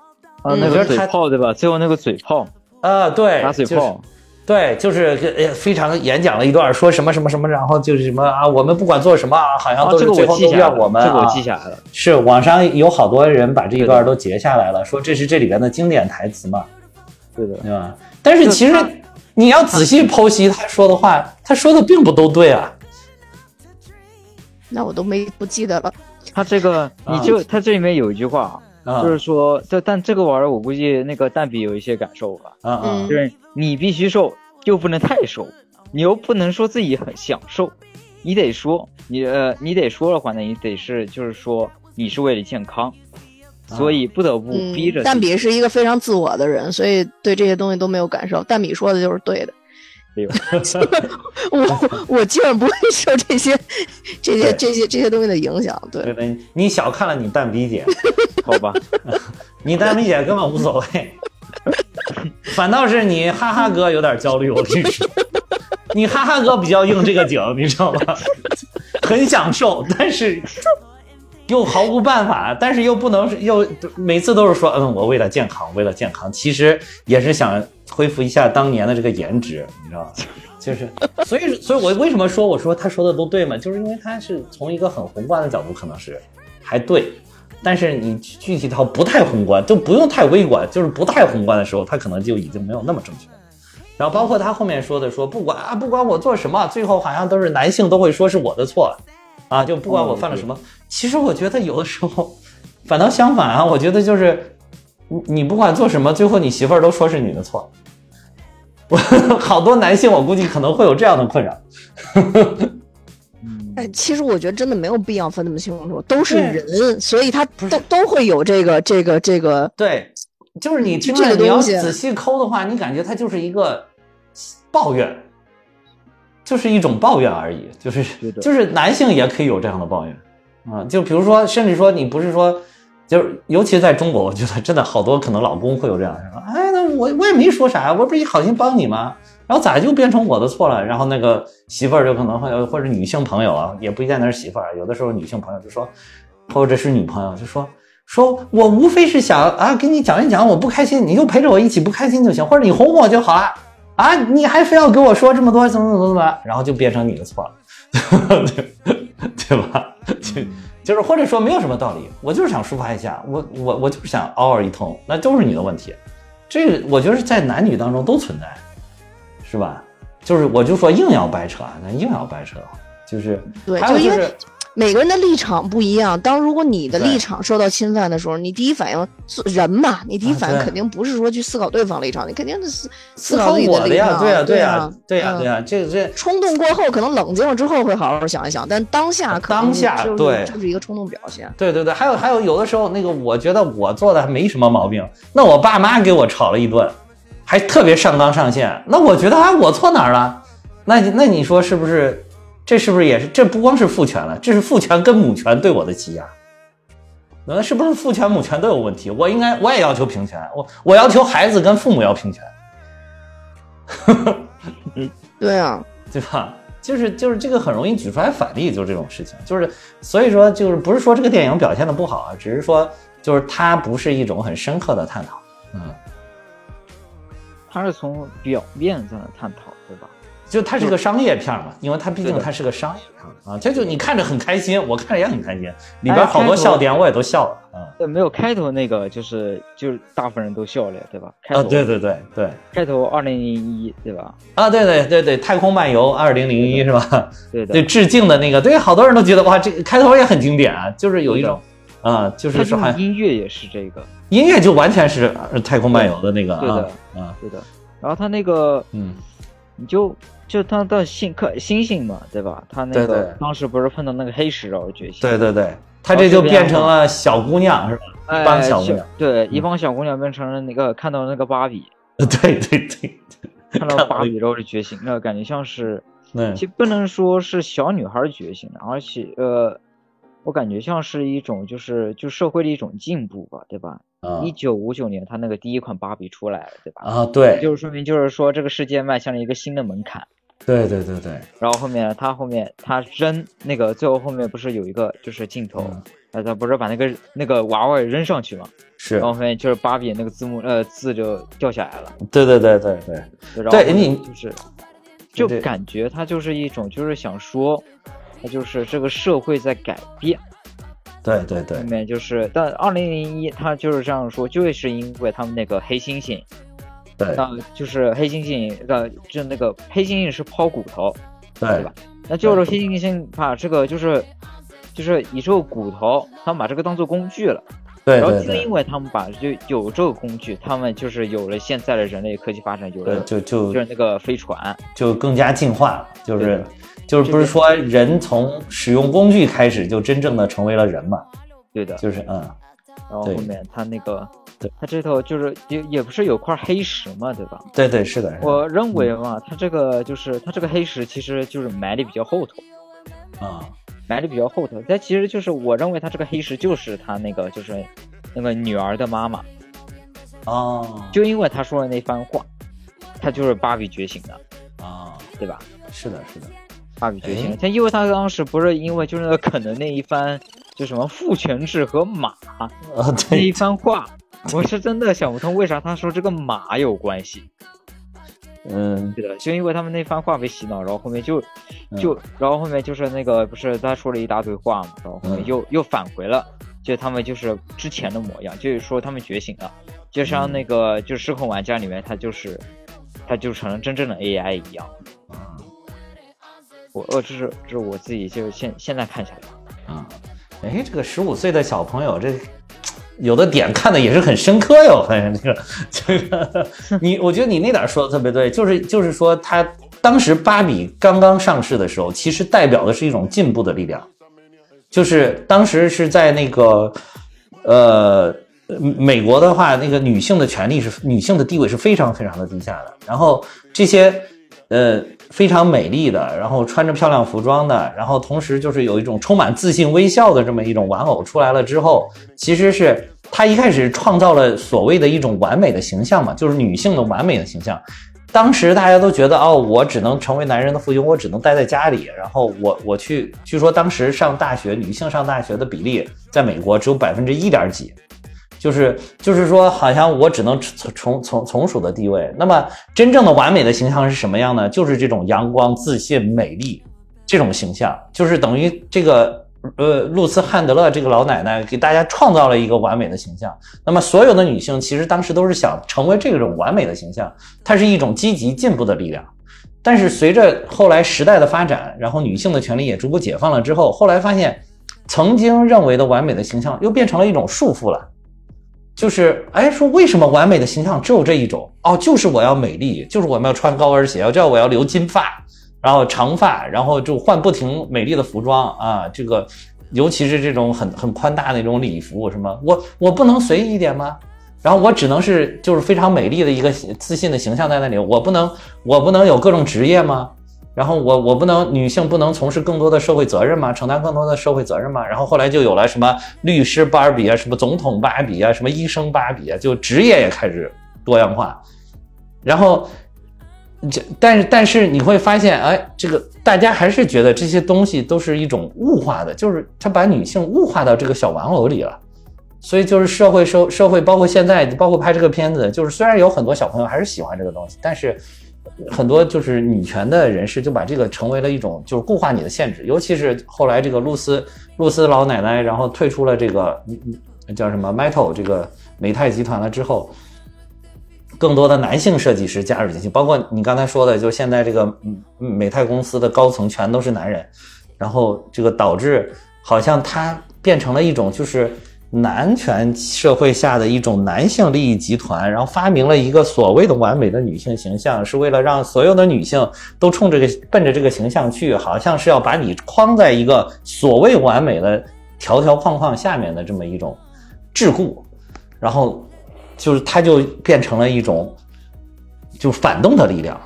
Speaker 3: 嗯
Speaker 5: 那
Speaker 4: 我觉
Speaker 5: 个
Speaker 4: 得
Speaker 5: 嘴
Speaker 4: 他
Speaker 5: 炮对吧？最后那个嘴炮，
Speaker 4: 啊，对，
Speaker 5: 打嘴
Speaker 4: 就是
Speaker 5: 炮，
Speaker 4: 对，就是呃非常演讲了一段，说什么什么什么，然后就是什么啊，我们不管做什么啊，好像
Speaker 5: 啊，
Speaker 4: 都
Speaker 5: 这
Speaker 4: 是
Speaker 5: 个
Speaker 4: 最
Speaker 5: 我
Speaker 4: 后
Speaker 5: 记
Speaker 4: 都
Speaker 5: 下来了，
Speaker 4: 怨我们、啊
Speaker 5: 这个我记下来了。
Speaker 4: 是网上有好多人把这一
Speaker 5: 对
Speaker 4: 段
Speaker 5: 的
Speaker 4: 都截下来了，说这是这里边的经典台词嘛，
Speaker 5: 对的，
Speaker 4: 对吧？但是
Speaker 5: 就
Speaker 4: 其实
Speaker 5: 他
Speaker 4: 你要仔细剖析他说的话，他说的并不都对啊。
Speaker 3: 那我都没不记得了，
Speaker 5: 他这个
Speaker 4: 嗯
Speaker 5: 你就他这里面有一句话，
Speaker 4: 啊
Speaker 5: 就是说，这但这个玩意儿我估计那个蛋比有一些感受吧，
Speaker 4: 啊啊
Speaker 3: 嗯
Speaker 5: 就是你必须瘦，又不能太瘦，你又不能说自己很享受，你得说你呃你得说的话呢，你得是就是说你是为了健康，
Speaker 4: 啊
Speaker 5: 所以不得不
Speaker 3: 嗯
Speaker 5: 逼着，
Speaker 3: 蛋
Speaker 5: 自己。
Speaker 3: 比是一个非常自我的人，所以对这些东西都没有感受。蛋比说的就是对的，
Speaker 5: 对吧
Speaker 3: <laughs> 我我基本不会受这些这些
Speaker 4: 对
Speaker 3: 这些这些东西的影响，对。
Speaker 4: 对对，你小看了你蛋比姐，
Speaker 5: 好吧，
Speaker 4: <laughs> 你蛋比姐根本无所谓， <laughs> 反倒是你哈哈哥有点焦虑，我跟你说，你哈哈哥比较应这个景，你知道吗？ <laughs> 很享受，但是又毫无办法，但是又不能又每次都是说，嗯，我为了健康，为了健康，其实也是想恢复一下当年的这个颜值，你知道吗？就是，所以，所以我为什么说我说他说的都对嘛？就是因为他是从一个很宏观的角度，可能是还对，但是你具体到不太宏观，就不用太微观，就是不太宏观的时候，他可能就已经没有那么正确。然后包括他后面说的说，不管啊，不管我做什么，最后好像都是男性都会说是我的错，啊，就不管我犯了什么。其实我觉得有的时候，反倒相反啊，我觉得就是你你不管做什么，最后你媳妇儿都说是你的错。我 <laughs> 好多男性，我估计可能会有这样的困扰。
Speaker 3: 哎，其实我觉得真的没有必要分那么清楚，都是
Speaker 4: 对
Speaker 3: 人，所以他都都会有这个这个这个，
Speaker 4: 对，就是你听
Speaker 3: 嗯这
Speaker 4: 了
Speaker 3: 个
Speaker 4: 你要
Speaker 3: 东西
Speaker 4: 仔细抠的话，你感觉它就是一个抱怨，就是一种抱怨而已，就是
Speaker 5: 是的
Speaker 4: 就是男性也可以有这样的抱怨啊、就比如说，甚至说你不是说。就是，尤其在中国，我觉得真的好多可能老公会有这样的说，哎，那我我也没说啥，我不是好心帮你吗？然后咋就变成我的错了？然后那个媳妇儿就可能会，或者女性朋友啊，也不一定是媳妇儿，有的时候女性朋友就说，或者是女朋友就说，说我无非是想啊，跟你讲一讲我不开心，你就陪着我一起不开心就行，或者你哄我就好了啊，你还非要给我说这么多，怎么怎么怎么，然后就变成你的错了，对对吧？就就是或者说没有什么道理，我就是想抒发一下，我我我就是想嗷嗷一通，那都是你的问题，这个我觉得是在男女当中都存在，是吧？就是我就说硬要掰扯，那硬要掰扯，就是
Speaker 3: 对
Speaker 4: 还有
Speaker 3: 就因
Speaker 4: 就
Speaker 3: 为
Speaker 4: 是
Speaker 3: 每个人的立场不一样。当如果你的
Speaker 4: 对
Speaker 3: 立场受到侵犯的时候，你第一反应是人嘛，你第一
Speaker 4: 啊
Speaker 3: 反应
Speaker 4: 对
Speaker 3: 肯定不是说去思考对方立场，你肯定是思
Speaker 4: 思
Speaker 3: 思
Speaker 4: 考
Speaker 3: 考自己
Speaker 4: 我
Speaker 3: 立
Speaker 4: 呀，
Speaker 3: 场。
Speaker 4: 对呀，
Speaker 3: 对
Speaker 4: 呀，对呀，
Speaker 3: 嗯
Speaker 4: 对呀，这这
Speaker 3: 冲动过后，可能冷静了之后会好好想一想，但当下可能
Speaker 4: 啊当下
Speaker 3: 就是
Speaker 4: 对
Speaker 3: 就是一个冲动表现。
Speaker 4: 对对对，还有还有，有的时候那个，我觉得我做的没什么毛病，那我爸妈给我吵了一顿，还特别上纲上线，那我觉得啊，我错哪儿了？那你那你说是不是？这是不是也是？这不光是父权了，这是父权跟母权对我的欺压。那是不是父权母权都有问题？我应该我也要求平权，我我要求孩子跟父母要平权。
Speaker 3: 对啊，
Speaker 4: 对吧？就是就是这个很容易举出来反例，就是这种事情，就是所以说就是不是说这个电影表现的不好啊，只是说就是它不是一种很深刻的探讨，嗯，
Speaker 5: 它是从表面在那探讨，对吧？
Speaker 4: 就它是个商业片儿嘛，因为它毕竟
Speaker 5: 是的
Speaker 4: 它是个商业片儿啊，这就你看着很开心，我看着也很开心，里
Speaker 5: 哎
Speaker 4: 边好多笑点我也都笑了啊
Speaker 5: 呃，没有开头那个就是就是大部分人都笑了，对吧？开头、
Speaker 4: 啊，对对对对
Speaker 5: 开头二零零一，对吧？
Speaker 4: 啊，对对对对，《太空漫游》二零零一是吧？
Speaker 5: 对的，
Speaker 4: 对，致敬的那个，对，好多人都觉得哇，这个开头也很经典啊，就是有一
Speaker 5: 是的
Speaker 4: 种啊，就是
Speaker 5: 它
Speaker 4: 说好
Speaker 5: 这
Speaker 4: 像
Speaker 5: 种音乐也是这个，
Speaker 4: 音乐就完全是呃《太空漫游》的那个
Speaker 5: 对
Speaker 4: 啊
Speaker 5: 的
Speaker 4: 啊，
Speaker 5: 对的。然后它那个
Speaker 4: 嗯，
Speaker 5: 你就就他的星克星星嘛，对吧？他那个
Speaker 4: 对对
Speaker 5: 当时不是碰到那个黑石然后觉醒，
Speaker 4: 对对对，他
Speaker 5: 哦
Speaker 4: 这
Speaker 5: 是
Speaker 4: 就
Speaker 5: 这
Speaker 4: 变
Speaker 5: 样
Speaker 4: 成
Speaker 5: 吗
Speaker 4: 了小姑娘是吧？ <laughs>
Speaker 5: 哎，
Speaker 4: 一帮小姑
Speaker 5: 就
Speaker 4: 娘，嗯
Speaker 5: 对，一帮小姑娘变成了那个看到那个
Speaker 4: <laughs>
Speaker 5: 芭比，
Speaker 4: 对对对，
Speaker 5: 看到芭比然后就觉醒，那个感觉像是，
Speaker 4: 嗯
Speaker 5: 其实不能说是小女孩觉醒的，而且呃，我感觉像是一种就是就社会的一种进步吧，对吧？
Speaker 4: 啊
Speaker 5: 一九五九年他那个第一款芭比出来了，对吧？
Speaker 4: 啊，对
Speaker 5: 就是说明就是说这个世界迈向了一个新的门槛。
Speaker 4: 对对对对，
Speaker 5: 然后后面他后面他扔那个最后后面不是有一个就是镜头
Speaker 4: 嗯，
Speaker 5: 呃、他不是把那个那个娃娃扔上去嘛，
Speaker 4: 是
Speaker 5: 然，后后面就是芭比那个字幕呃字就掉下来了，
Speaker 4: 对对对对对，
Speaker 5: 对然后
Speaker 4: 对你
Speaker 5: 就是就
Speaker 4: 对
Speaker 5: 感觉他就是一种就是想说，他就是这个社会在改变，
Speaker 4: 对对对
Speaker 5: 后，面就是但二零零一他就是这样说，就是因为他们那个黑猩猩，
Speaker 4: 对
Speaker 5: 那就是黑猩猩呃就那个黑猩猩是抛骨头，
Speaker 4: 对
Speaker 5: 吧那就是黑猩猩把这个就是就是宇宙骨头，他们把这个当做工具了。
Speaker 4: 对
Speaker 5: 然后
Speaker 4: 对
Speaker 5: 就因
Speaker 4: 对，
Speaker 5: 为他们把就有这个工具，他们就是有了现在的人类科技发展，有
Speaker 4: 对
Speaker 5: 了
Speaker 4: 就
Speaker 5: 就
Speaker 4: 就是
Speaker 5: 那个飞船，
Speaker 4: 就更加进化了，就是
Speaker 5: 对
Speaker 4: 就是不是
Speaker 5: 这个
Speaker 4: 说人从使用工具开始就真正的成为了人嘛？
Speaker 5: 对的。
Speaker 4: 就是嗯，
Speaker 5: 然后后
Speaker 4: 对
Speaker 5: 面他那个
Speaker 4: 对，
Speaker 5: 他这头就是也也不是有块黑石嘛，对吧？
Speaker 4: 对对是的，是的
Speaker 5: 我认为嘛，他这个就是他这个黑石其实就是埋的比较后头，
Speaker 4: 啊
Speaker 5: 埋的比较后头。但其实就是我认为他这个黑石就是他那个就是那个女儿的妈妈。
Speaker 4: 哦
Speaker 5: 就因为他说的那番话，他就是芭比觉醒的，
Speaker 4: 啊，
Speaker 5: 对吧？
Speaker 4: 是的是的，
Speaker 5: 芭比觉醒
Speaker 4: 哎
Speaker 5: 了，他因为他当时不是因为就是那个可能那一番就什么父权制和马
Speaker 4: 啊
Speaker 5: 那
Speaker 4: 对
Speaker 5: 一番话，我是真的想不通为啥他说这个马有关系。
Speaker 4: 嗯
Speaker 5: 对的，就因为他们那番话被洗脑，然后后面就
Speaker 4: 嗯
Speaker 5: 就、然后后面就是那个不是他说了一大堆话嘛，然后后面
Speaker 4: 嗯
Speaker 5: 又、又返回了，就他们就是之前的模样，就是说他们觉醒了，就像
Speaker 4: 嗯
Speaker 5: 那个、就失控玩家里面他就是他就成了真正的 AI 一样。
Speaker 4: 啊
Speaker 5: 我呃，这是这是我自己就是现现在看下来，
Speaker 4: 啊，哎这个十五岁的小朋友这。有的点看的也是很深刻哟，反正这个这个，你我觉得你那点儿说的特别对，就是就是说他当时芭比刚刚上市的时候，其实代表的是一种进步的力量，就是当时是在那个呃美国的话，那个女性的权利是女性的地位是非常非常的低下的，然后这些呃非常美丽的，然后穿着漂亮服装的，然后同时就是有一种充满自信微笑的这么一种玩偶出来了之后，其实是她一开始创造了所谓的一种完美的形象嘛，就是女性的完美的形象。当时大家都觉得哦，我只能成为男人的附庸，我只能待在家里。然后我我去，据说当时上大学女性上大学的比例在美国只有百分之一点几，就是就是说，好像我只能从从从从属的地位。那么真正的完美的形象是什么样呢？就是这种阳光、自信、美丽这种形象，就是等于这个呃露丝汉德勒这个老奶奶给大家创造了一个完美的形象。那么所有的女性其实当时都是想成为这种完美的形象，它是一种积极进步的力量。但是随着后来时代的发展，然后女性的权利也逐步解放了之后，后来发现，曾经认为的完美的形象又变成了一种束缚了。就是哎，说为什么完美的形象只有这一种？哦，就是我要美丽，就是我们要穿高跟鞋，这样我要留金发，然后长发，然后就换不停美丽的服装啊，这个尤其是这种很很宽大的那种礼服，什么我我不能随意一点吗？然后我只能是就是非常美丽的一个自信的形象在那里，我不能我不能有各种职业吗？然后我我不能女性不能从事更多的社会责任吗？承担更多的社会责任吗？然后后来就有了什么律师芭比啊，什么总统芭比啊，什么医生芭比啊，就职业也开始多样化。然后这但是但是你会发现，哎，这个大家还是觉得这些东西都是一种物化的，就是他把女性物化到这个小玩偶里了。所以就是社会社社会，包括现在，包括拍这个片子，就是虽然有很多小朋友还是喜欢这个东西，但是很多就是女权的人士就把这个成为了一种就是固化你的限制，尤其是后来这个露丝露丝老奶奶，然后退出了这个嗯嗯叫什么 Metal 这个美泰集团了之后，更多的男性设计师加入进去，包括你刚才说的，就是现在这个嗯美泰公司的高层全都是男人，然后这个导致好像它变成了一种就是男权社会下的一种男性利益集团，然后发明了一个所谓的完美的女性形象，是为了让所有的女性都冲这个奔着这个形象去，好像是要把你框在一个所谓完美的条条框框下面的这么一种桎梏，然后就是它就变成了一种就反动的力量。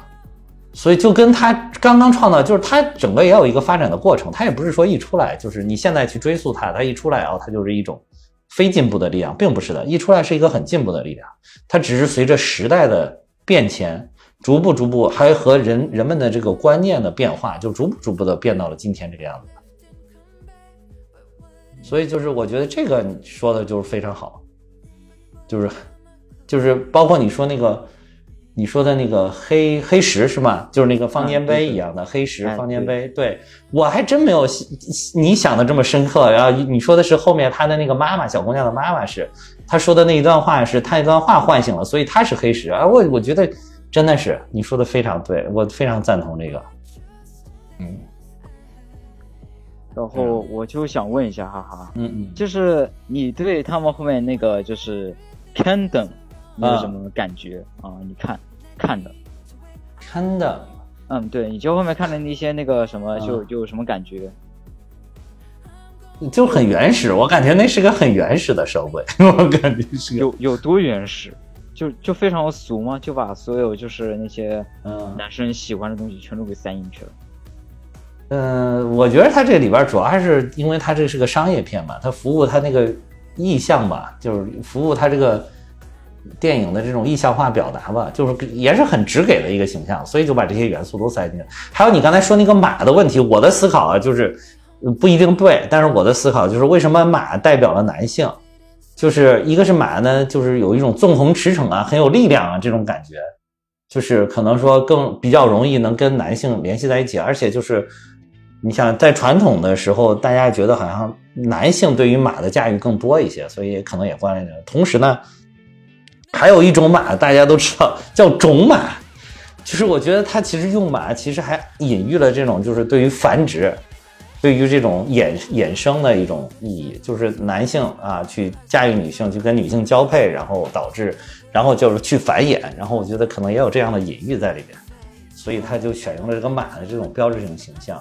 Speaker 4: 所以就跟他刚刚创造，就是他整个也有一个发展的过程，他也不是说一出来就是你现在去追溯它，它一出来啊，它就是一种非进步的力量，并不是的，一出来是一个很进步的力量，它只是随着时代的变迁，逐步逐步还和人人们的这个观念的变化，就逐步逐步的变到了今天这个样子。所以就是我觉得这个你说的就是非常好，就是就是包括你说那个你说的那个黑黑石是吗？就是那个方尖碑一样的、黑石
Speaker 5: 哎
Speaker 4: 方尖碑，对我还真没有你想的这么深刻。然后你说的是后面他的那个妈妈，小姑娘的妈妈是他说的那一段话是他那段话唤醒了，所以他是黑石啊。我我觉得真的是你说的非常对，我非常赞同这个。嗯
Speaker 5: 然后我就想问一下，哈哈，
Speaker 4: 嗯嗯。
Speaker 5: 就是你对他们后面那个就是 Candom 你
Speaker 4: 嗯
Speaker 5: 有什么感觉啊、你看看的，
Speaker 4: 真的，
Speaker 5: 嗯，对，你就后面看的那些那个什么，
Speaker 4: 啊
Speaker 5: 就就有什么感觉？
Speaker 4: 就很原始，我感觉那是个很原始的社会， <laughs> 我感觉是个，
Speaker 5: 有有多原始？就就非常俗吗？就把所有就是那些
Speaker 4: 嗯
Speaker 5: 男生喜欢的东西全都给塞进去了。
Speaker 4: 嗯、呃我觉得它这里边主要还是因为它这是个商业片嘛，它服务它那个意向吧，就是服务它这个电影的这种意象化表达吧，就是也是很直给的一个形象，所以就把这些元素都塞进去。还有你刚才说那个马的问题，我的思考啊就是呃不一定对，但是我的思考就是为什么马代表了男性？就是一个是马呢，就是有一种纵横驰骋啊，很有力量啊这种感觉，就是可能说更比较容易能跟男性联系在一起，而且就是你想在传统的时候，大家觉得好像男性对于马的驾驭更多一些，所以可能也关联着。同时呢，还有一种马大家都知道叫种马，就是我觉得它其实用马其实还隐喻了这种就是对于繁殖。对于这种衍衍生的一种意义，就是男性啊去驾驭女性，去跟女性交配，然后导致，然后就是去繁衍，然后我觉得可能也有这样的隐喻在里边，所以他就选用了这个马的这种标志性形象。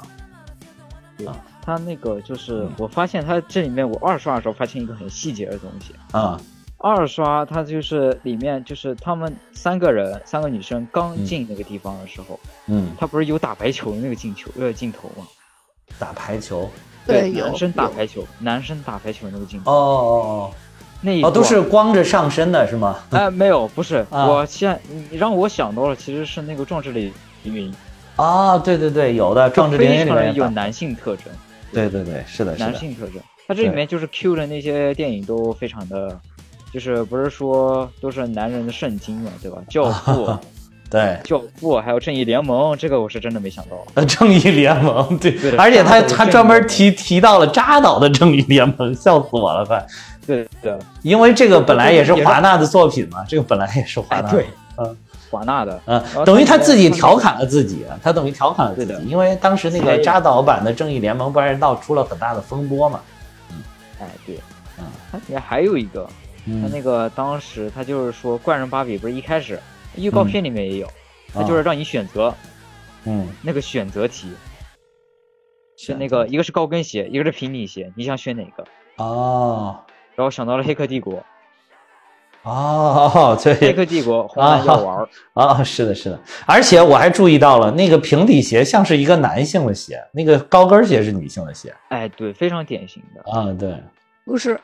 Speaker 5: 他那个就是
Speaker 4: 嗯，
Speaker 5: 我发现他这里面我二刷的时候发现一个很细节的东西，
Speaker 4: 啊，
Speaker 5: 二刷他就是里面就是他们三个人三个女生刚进那个地方的时候，
Speaker 4: 嗯，
Speaker 5: 他不是有打排球的那个进球呃镜头吗？
Speaker 4: 打排球，
Speaker 3: 对，有
Speaker 5: 男生打
Speaker 3: 有
Speaker 5: 排球，男生打排球那个镜头，
Speaker 4: 哦哦
Speaker 5: 那一
Speaker 4: 哦，哦，都
Speaker 5: 段
Speaker 4: 是光着上身的是吗？
Speaker 5: <laughs> 哎没有不是，
Speaker 4: 啊
Speaker 5: 我现你你让我想到了其实是那个《壮志凌云》，
Speaker 4: 啊，对对对，有的《壮志凌云》
Speaker 5: 非
Speaker 4: 里
Speaker 5: 常
Speaker 4: 面
Speaker 5: 的
Speaker 4: 也打
Speaker 5: 有男性特征，
Speaker 4: 对对对，是的，是
Speaker 5: 男
Speaker 4: 的，
Speaker 5: 性特征。它这里面就是 Q 的那些电影都非常的，就是不是说都是男人的圣经嘛，对吧？
Speaker 4: <laughs>
Speaker 5: 教父、
Speaker 4: 对。
Speaker 5: 教父还有正义联盟，这个我是真的没想到。
Speaker 4: 呃，正义联盟对，
Speaker 5: 对的
Speaker 4: 而且他
Speaker 5: 扎导的
Speaker 4: 他
Speaker 5: 正义
Speaker 4: 专门
Speaker 5: 联
Speaker 4: 提提到了扎导的正义联盟，笑死我了，快！
Speaker 5: 对的，
Speaker 4: 因为这个本来也是华纳的作品嘛，这个本来也是华
Speaker 5: 哎
Speaker 4: 纳。
Speaker 5: 对，
Speaker 4: 嗯
Speaker 5: 华纳的，
Speaker 4: 嗯
Speaker 5: 然后，
Speaker 4: 等于他
Speaker 5: 他
Speaker 4: 自己
Speaker 5: 他
Speaker 4: 调侃了自己，啊他等于调侃了自
Speaker 5: 对的
Speaker 4: 己，因为当时那个
Speaker 5: 哎
Speaker 4: 扎导版的《正义联盟》不然闹出了很大的风波嘛。
Speaker 5: 哎对
Speaker 4: 嗯，
Speaker 5: 它里面还有一个，他
Speaker 4: 嗯
Speaker 5: 那个当时他就是说怪人芭比不是一开始预告片里面也有，他
Speaker 4: 哦
Speaker 5: 就是让你选择
Speaker 4: 嗯，
Speaker 5: 那个选择题，是
Speaker 4: 选
Speaker 5: 那个一个是高跟鞋，一个是平底鞋，你想选哪个？
Speaker 4: 哦
Speaker 5: 然后想到了《黑客帝国》，《
Speaker 4: 哦， <laughs>
Speaker 5: 黑
Speaker 4: 对
Speaker 5: 客帝国》红蓝药丸儿，
Speaker 4: 哦，是的，是的，而且我还注意到了那个平底鞋像是一个男性的鞋，那个高跟鞋是女性的鞋
Speaker 5: 哎，对，非常典型的。
Speaker 4: 啊，对，
Speaker 3: 不是，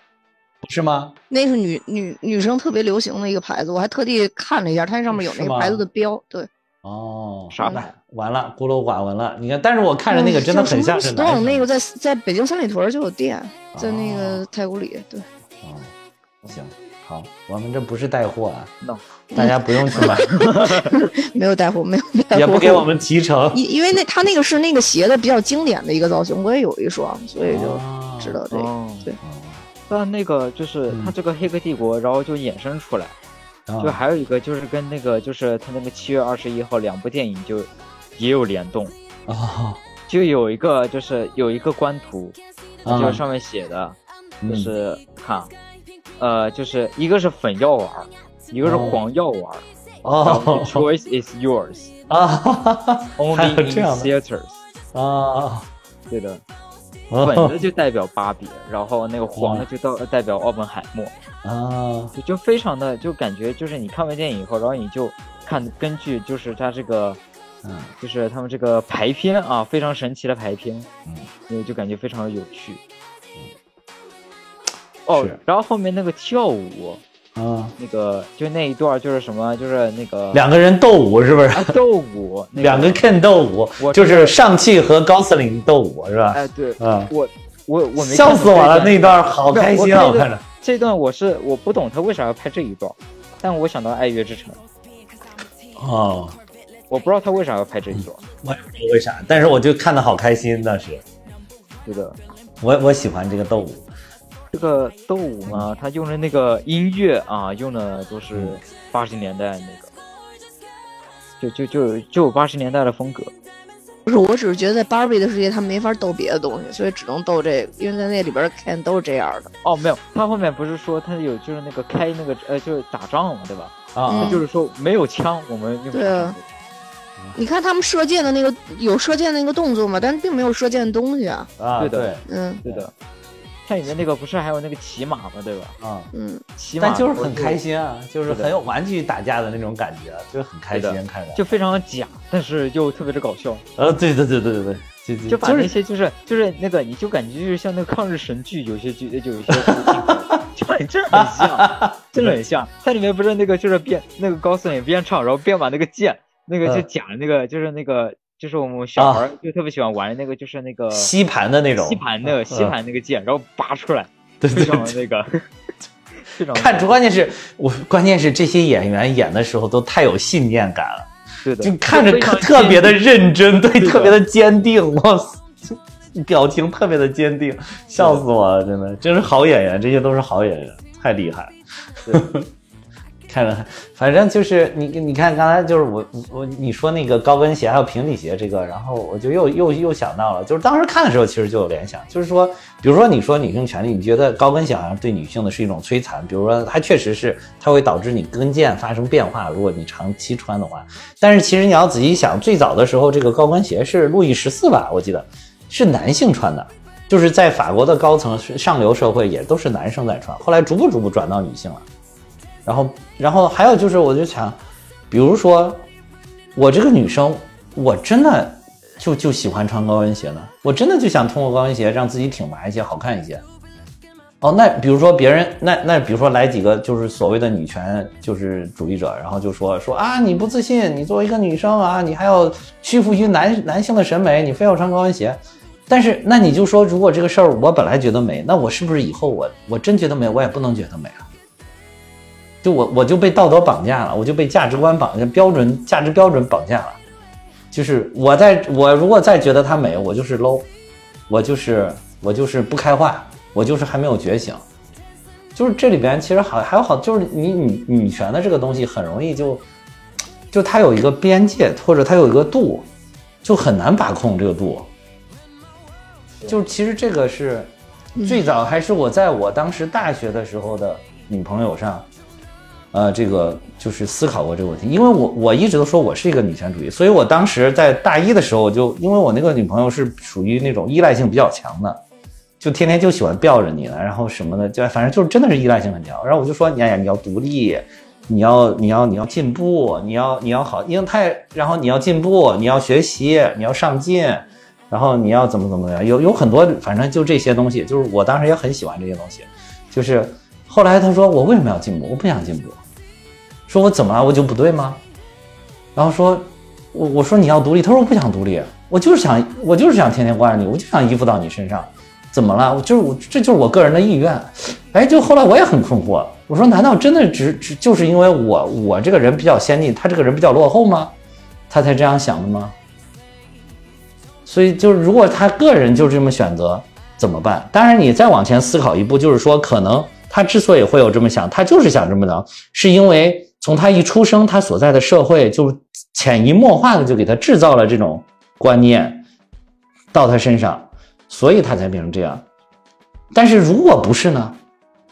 Speaker 4: 是吗？
Speaker 3: 那是女女女生特别流行的一个牌子，我还特地看了一下，它那上面有
Speaker 4: 是
Speaker 3: 那个
Speaker 4: 吗
Speaker 3: 牌子的标，对，
Speaker 4: 哦，
Speaker 5: 啥
Speaker 4: 完了完了，孤陋寡闻了。你看，但是我看着那个真的
Speaker 3: 嗯叫什
Speaker 4: 很
Speaker 3: 么
Speaker 4: 像是
Speaker 3: Stone，
Speaker 4: 男生
Speaker 3: 那
Speaker 4: 的
Speaker 3: 个在在北京三里屯就有店，在那
Speaker 4: 哦
Speaker 3: 个太古里，对，
Speaker 4: 哦行，好，我们这不是带货啊
Speaker 5: No
Speaker 4: 大家不用去买，
Speaker 3: 没有带货，没有带货，
Speaker 4: 也不给我们提成。
Speaker 3: 因因为那他那个是那个鞋的比较经典的一个造型，我也有一双，所以就知道这个。
Speaker 5: 哦，
Speaker 3: 对
Speaker 5: 但那个就是
Speaker 4: 嗯
Speaker 5: 他这个黑客帝国，然后就衍生出来，
Speaker 4: 啊
Speaker 5: 就还有一个就是跟那个就是他那个七月二十一号两部电影就也有联动，
Speaker 4: 啊
Speaker 5: 就有一个就是有一个官图，它就
Speaker 4: 啊
Speaker 5: 是上面写的，
Speaker 4: 嗯
Speaker 5: 就是看，呃，就是一个是粉药丸儿，一个是
Speaker 4: 哦
Speaker 5: 黄药丸儿，然后
Speaker 4: 哦
Speaker 5: the
Speaker 4: <laughs>
Speaker 5: choice is yours
Speaker 4: 啊哈哈哈 <laughs> 还
Speaker 5: only
Speaker 4: 有
Speaker 5: in
Speaker 4: 这样的
Speaker 5: theaters，
Speaker 4: 啊，<laughs>
Speaker 5: 对的，粉
Speaker 4: 哦
Speaker 5: 的就代表芭比，然后那个黄的就代代表奥本海默。
Speaker 4: 啊
Speaker 5: 就非常的就感觉就是你看完电影以后，然后你就看根据就是它这个
Speaker 4: 嗯
Speaker 5: 就是他们这个排片啊，非常神奇的排片，
Speaker 4: 嗯，
Speaker 5: 你就感觉非常的有趣。哦
Speaker 4: 是，
Speaker 5: 然后后面那个跳舞，
Speaker 4: 啊，
Speaker 5: 那个就那一段就是什么，就是那个
Speaker 4: 两个人斗舞是不是？
Speaker 5: 啊斗舞，那
Speaker 4: 两个 Ken 斗舞
Speaker 5: 我，
Speaker 4: 就是上汽和高司令斗舞是吧？
Speaker 5: 哎对，
Speaker 4: 啊，
Speaker 5: 我我我没
Speaker 4: 笑死我了，那
Speaker 5: 一
Speaker 4: 一段好开心啊！我看着，
Speaker 5: 这段我是我不懂他为啥要拍这一段，但我想到《爱乐之城》，
Speaker 4: 哦，
Speaker 5: 我不知道他为啥要拍这一段，
Speaker 4: 我也不知道为啥，但是我就看的好开心，当时
Speaker 5: 对的。
Speaker 4: 我我喜欢这个斗舞，
Speaker 5: 这个斗舞嘛，他用的那个音乐啊，用的都是
Speaker 4: 嗯
Speaker 5: 八十年代那个，就就就就有八十年代的风格。
Speaker 3: 不是，我只是觉得在芭比的世界，他没法斗别的东西，所以只能斗这个，因为在那里边的 Ken 都是这样的。
Speaker 5: 哦，没有，他后面不是说他有就是那个开那个呃就是打仗嘛，对吧？
Speaker 4: 啊
Speaker 5: 他
Speaker 3: 嗯
Speaker 5: 就是说没有枪，我们用
Speaker 3: 对啊你看他们射箭的那个有射箭的那个动作嘛，但并没有射箭的东西啊。
Speaker 4: 啊，
Speaker 5: 对的
Speaker 4: 对
Speaker 3: 嗯
Speaker 5: 对的。它里面那个不是还有那个骑马嘛，对吧？
Speaker 4: 啊，
Speaker 3: 嗯，
Speaker 5: 骑马
Speaker 4: 但就是很
Speaker 5: 不
Speaker 4: 开，心啊，就是
Speaker 5: 是的
Speaker 4: 很有玩具打架的那种感觉，啊就是很开
Speaker 5: 是的
Speaker 4: 心看着。
Speaker 5: 就非常假，但是又特别的搞笑，
Speaker 4: 呃，对对对对对对，就
Speaker 5: 就把
Speaker 4: 就是
Speaker 5: 那些就是就是那个你就感觉就是像那个抗日神剧，有些剧
Speaker 4: <laughs>
Speaker 5: 就有一些镜头就很真的很像，真的很像。它里面不是那个就是边那个高僧也边唱，然后边把那个剑那个就
Speaker 4: 嗯啊
Speaker 5: 假那个就是那个就是我们小孩儿就特别喜欢玩的那个就是那个
Speaker 4: 吸盘的那种，啊
Speaker 5: 吸盘那个吸盘那个剑，然后拔出来，
Speaker 4: 嗯对
Speaker 5: 非
Speaker 4: 对
Speaker 5: 常的
Speaker 4: 对。
Speaker 5: 那个
Speaker 4: <laughs>
Speaker 5: 非常
Speaker 4: 看出，关键是我，关键是这些演员演的时候都太有信念感了，
Speaker 5: 对的，
Speaker 4: 就看着
Speaker 5: 非常
Speaker 4: 特别的认真，对，
Speaker 5: 的
Speaker 4: 特别的坚定，哇塞，表情特别的坚定，笑死我了，真的，真是好演员，这些都是好演员，太厉害了。
Speaker 5: 坚定
Speaker 4: <laughs> 看着，反正就是你，你看刚才就是我我你说那个高跟鞋还有平底鞋这个，然后我就又又又想到了，就是当时看的时候其实就有联想，就是说，比如说你说女性权利，你觉得高跟鞋好像对女性的是一种摧残，比如说它确实是它会导致你跟腱发生变化，如果你长期穿的话，但是其实你要仔细想，最早的时候这个高跟鞋是路易十四吧，我记得是男性穿的，就是在法国的高层上流社会也都是男生在穿，后来逐步逐步转到女性了。然后，然后还有就是，我就想，比如说，我这个女生，我真的就就喜欢穿高跟鞋呢，我真的就想通过高跟鞋让自己挺拔一些，好看一些。哦，那比如说别人，那那比如说来几个就是所谓的女权就是主义者，然后就说说啊，你不自信，你作为一个女生啊，你还要屈服于男男性的审美，你非要穿高跟鞋。但是那你就说，如果这个事儿我本来觉得美，那我是不是以后我我真觉得美，我也不能觉得美啊？就我我就被道德绑架了，我就被价值观绑架标准价值标准绑架了。就是我在我如果再觉得它美，我就是 low，我就是我就是不开化，我就是还没有觉醒。就是这里边其实好还有好，就是你女女权的这个东西很容易就就它有一个边界，或者它有一个度，就很难把控这个度。就是其实这个是最早还是我在我当时大学的时候的女朋友上，呃，这个就是思考过这个问题，因为我我一直都说我是一个女权主义，所以我当时在大一的时候就，因为我那个女朋友是属于那种依赖性比较强的，就天天就喜欢吊着你了，然后什么的，就反正就是真的是依赖性很强。然后我就说，你哎呀，你要独立，你要你要你要进步，你要你要好，因为他也，然后你要进步，你要学习，你要上进，然后你要怎么怎么样，有有很多，反正就这些东西，就是我当时也很喜欢这些东西，就是后来他说我为什么要进步？我不想进步，说我怎么了？我就不对吗？然后说，我我说你要独立，他说我不想独立，我就是想我就是想天天惯着你，我就想依附到你身上。怎么了？我就是我，这就是我个人的意愿。哎，就后来我也很困惑，我说难道真的只只就是因为我我这个人比较先进，他这个人比较落后吗？他才这样想的吗？所以就是如果他个人就是这么选择，怎么办？当然，你再往前思考一步，就是说可能他之所以会有这么想，他就是想这么着，是因为从他一出生，他所在的社会就潜移默化的就给他制造了这种观念到他身上，所以他才变成这样。但是如果不是呢？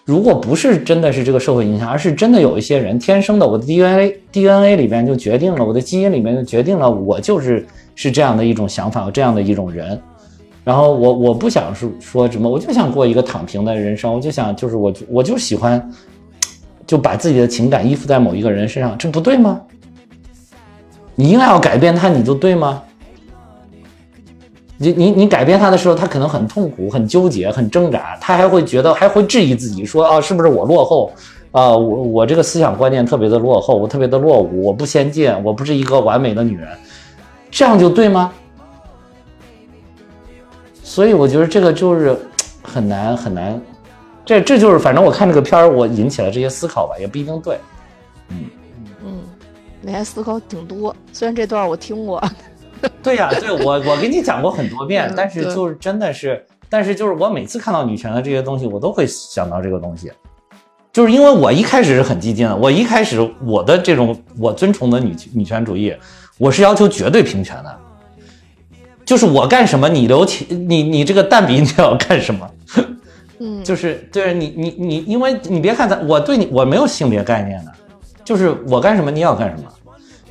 Speaker 4: 如果不是真的是这个社会影响，而是真的有一些人天生的，我的 DNA DNA 里边就决定了，我的基因里面就决定了，我就是是这样的一种想法，我这样的一种人。然后我我不想说说什么，我就想过一个躺平的人生，我就想就是我我就喜欢，就把自己的情感依附在某一个人身上，这不对吗？你硬要改变他，你就对吗？你你你改变他的时候，他可能很痛苦、很纠结、很挣扎，他还会觉得还会质疑自己，说啊，是不是我落后？啊、我我这个思想观念特别的落后，我特别的落伍，我不先进，我不是一个完美的女人，这样就对吗？所以我觉得这个就是很难很难，这这就是反正我看这个片儿，我引起了这些思考吧，也不一定对。
Speaker 3: 嗯，你还思考挺多。虽然这段我听过，
Speaker 4: 对呀、对我 <laughs> 我跟你讲过很多遍
Speaker 3: 嗯，
Speaker 4: 但是
Speaker 3: 对
Speaker 4: 就是真的是，但是就是我每次看到女权的这些东西，我都会想到这个东西，就是因为我一开始是很激进的，我一开始我的这种我尊崇的女女权主义，我是要求绝对平权的，就是我干什么你留情，你你这个蛋比你就要干什么，
Speaker 3: <laughs> 嗯，
Speaker 4: 就是对你你你，因为你别看咱我对你我没有性别概念的，就是我干什么你也要干什么，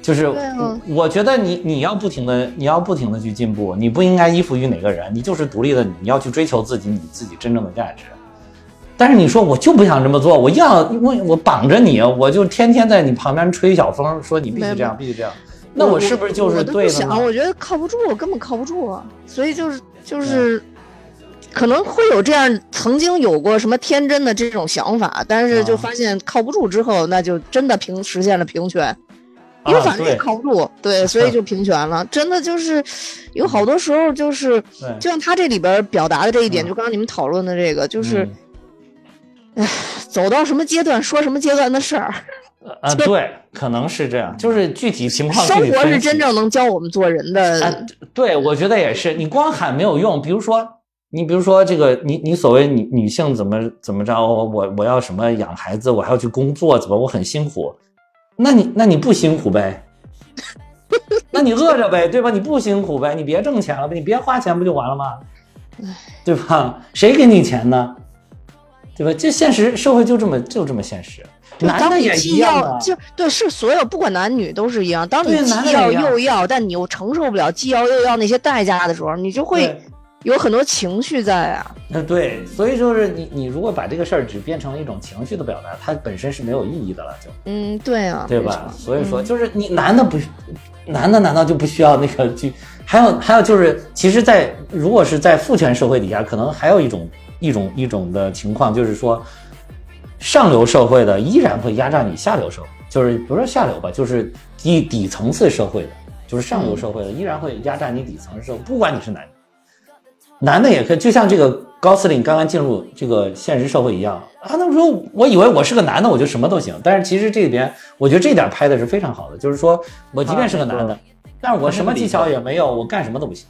Speaker 4: 就是
Speaker 3: 对啊
Speaker 4: 我觉得你你要不停的你要不停的去进步，你不应该依附于哪个人，你就是独立的你，你要去追求自己你自己真正的价值。但是你说我就不想这么做，我硬要我我绑着你，我就天天在你旁边吹小风，说你必须这样，必须这样，那我是不是就是
Speaker 3: 我都不
Speaker 4: 对的呢
Speaker 3: 想，？我觉得靠不住，我根本靠不住啊。所以就是就是，可能会有这样，曾经有过什么天真的这种想法，但是就
Speaker 4: 啊
Speaker 3: 发现靠不住之后，那就真的平实现了平权。因为
Speaker 4: 啊
Speaker 3: 反正也
Speaker 4: 对
Speaker 3: 靠不住，对，所以就平权了。真的就是，有好多时候就是，
Speaker 4: 对
Speaker 3: 就像他这里边表达的这一点，
Speaker 4: 嗯
Speaker 3: 就刚刚你们讨论的这个，就是
Speaker 4: 嗯
Speaker 3: 走到什么阶段说什么阶段的事儿。
Speaker 4: 啊，对，可能是这样，就是具体情况具
Speaker 3: 生
Speaker 4: 体
Speaker 3: 活
Speaker 4: 分
Speaker 3: 是
Speaker 4: 析
Speaker 3: 真正能教我们做人
Speaker 4: 啊
Speaker 3: 的，，
Speaker 4: 对，我觉得也是。你光喊没有用，比如说，你比如说这个，你你所谓女女性怎么怎么着，我我要什么养孩子，我还要去工作，怎么我很辛苦？那你那你不辛苦呗？那你饿着呗，对吧？你不辛苦呗，你别挣钱了呗，你别花钱不就完了吗？对吧？谁给你钱呢？对吧？这现实社会就这么就这么现实，
Speaker 3: 就
Speaker 4: 男的
Speaker 3: 当你
Speaker 4: 也一
Speaker 3: 既
Speaker 4: 样
Speaker 3: 要
Speaker 4: 啊。
Speaker 3: 就对，是所有不管男女都是一样。当你
Speaker 4: 对啊男
Speaker 3: 既
Speaker 4: 的也
Speaker 3: 要
Speaker 4: 一样
Speaker 3: 又要，但你又承受不了既要又要那些代价的时候，你就会
Speaker 4: 对
Speaker 3: 有很多情绪在啊。
Speaker 4: 那对，所以就是你你如果把这个事儿只变成一种情绪的表达，它本身是没有意义的了，就
Speaker 3: 嗯，对啊，
Speaker 4: 对
Speaker 3: 没
Speaker 4: 吧
Speaker 3: 错？
Speaker 4: 所以说就是你男的不，男的难道就不需要那个去？还有还有就是，其实在，如果是在父权社会底下，可能还有一种一种一种的情况，就是说，上流社会的依然会压榨你下流社会，就是不是下流吧，就是底底层次社会的，就是上流社会的依然会压榨你底层社会，不管你是男的。男的也可以，就像这个高司令刚刚进入这个现实社会一样啊。那时候我以为我是个男的，我就什么都行，但是其实这里边我觉得这一点拍的是非常好的，就是说我即便是个男的，但是我什么技巧也没有，我干什么都不行。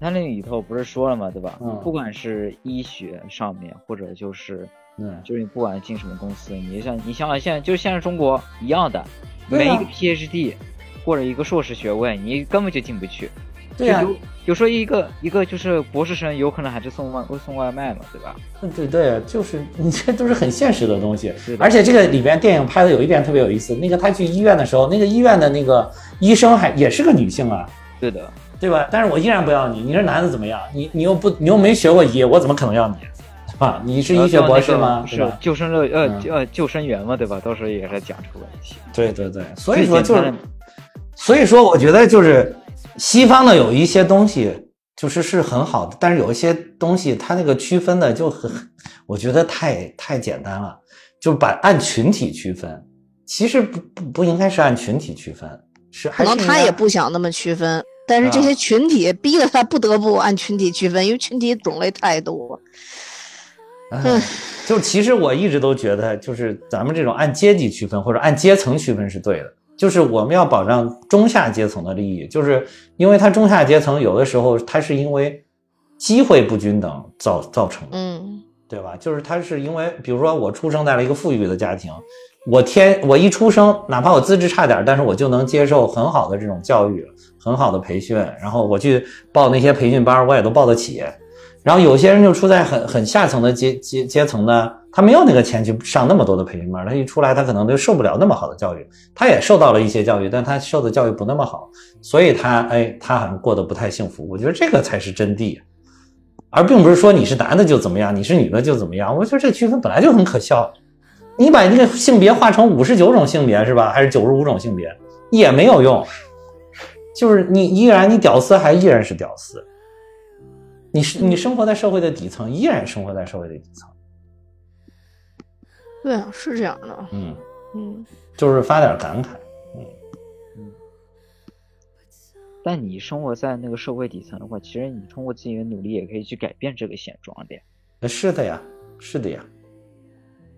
Speaker 5: 他那里头不是说了嘛，对吧？
Speaker 4: 嗯
Speaker 5: 不管是医学上面，或者就是
Speaker 4: 嗯，
Speaker 5: 就是你不管进什么公司，你像你想想现在就现在中国一样的，
Speaker 4: 对
Speaker 5: 没
Speaker 4: 啊
Speaker 5: 一个 PhD 或者一个硕士学位，你根本就进不去。
Speaker 4: 对啊呀、
Speaker 5: 就有有时候一个一个就是博士生，有可能还是送外送外卖嘛，对吧？
Speaker 4: 对对，就是 <laughs> 你这都是很现实的东西
Speaker 5: 是，的
Speaker 4: 而且这个里边电影拍的有一点特别有意思，那个他去医院的时候，那个医院的那个医生还也是个女性啊，
Speaker 5: 对的，
Speaker 4: 对吧？但是我依然不要你，你是男的怎么样？你你又不你又没学过医，我怎么可能要你？对吧？你是医学博士吗？对
Speaker 5: 是
Speaker 4: 吧？
Speaker 5: 救生乐呃
Speaker 4: 嗯
Speaker 5: 呃救生员嘛，对吧？到时候也是讲出问题。
Speaker 4: 对对对，所以说就
Speaker 5: 最
Speaker 4: 是
Speaker 5: 简单的，
Speaker 4: 所以说我觉得就是西方的有一些东西就是是很好的，但是有一些东西它那个区分的就很，我觉得太太简单了，就把按群体区分，其实不不不应该是按群体区分，是还
Speaker 3: 可
Speaker 4: 是
Speaker 3: 能
Speaker 4: 应
Speaker 3: 他
Speaker 4: 该
Speaker 3: 也不想那么区分，但是这
Speaker 4: 啊
Speaker 3: 些群体逼得他不得不按群体区分，因为群体种类太多。
Speaker 4: 哎就其实我一直都觉得，就是咱们这种按阶级区分或者按阶层区分是对的，就是我们要保障中下阶层的利益，就是因为它中下阶层有的时候它是因为机会不均等造造成的，
Speaker 3: 嗯
Speaker 4: 对吧？就是它是因为，比如说我出生在了一个富裕的家庭，我天，我一出生，哪怕我资质差点儿，但是我就能接受很好的这种教育，很好的培训，然后我去报那些培训班儿，我也都报得起。然后有些人就处在很很下层的阶阶阶层呢，他没有那个钱去上那么多的培训班儿，他一出来他可能就受不了那么好的教育，他也受到了一些教育，但他受的教育不那么好，所以他哎，他好像过得不太幸福。我觉得这个才是真谛，啊而并不是说你是男的就怎么样，你是女的就怎么样。我觉得这区分本来就很可笑，你把这个性别划成五十九种性别是吧，还是九十五种性别也没有用，就是你依然你屌丝还依然是屌丝，你是你生活在社会的底层，依然生活在社会的底层。
Speaker 3: 对啊，是这样的。
Speaker 4: 嗯，
Speaker 3: 嗯，
Speaker 4: 就是发点感慨。
Speaker 5: 但你生活在那个社会底层的话，其实你通过自己的努力也可以去改变这个现状的呀。
Speaker 4: 呃是的呀，是的呀，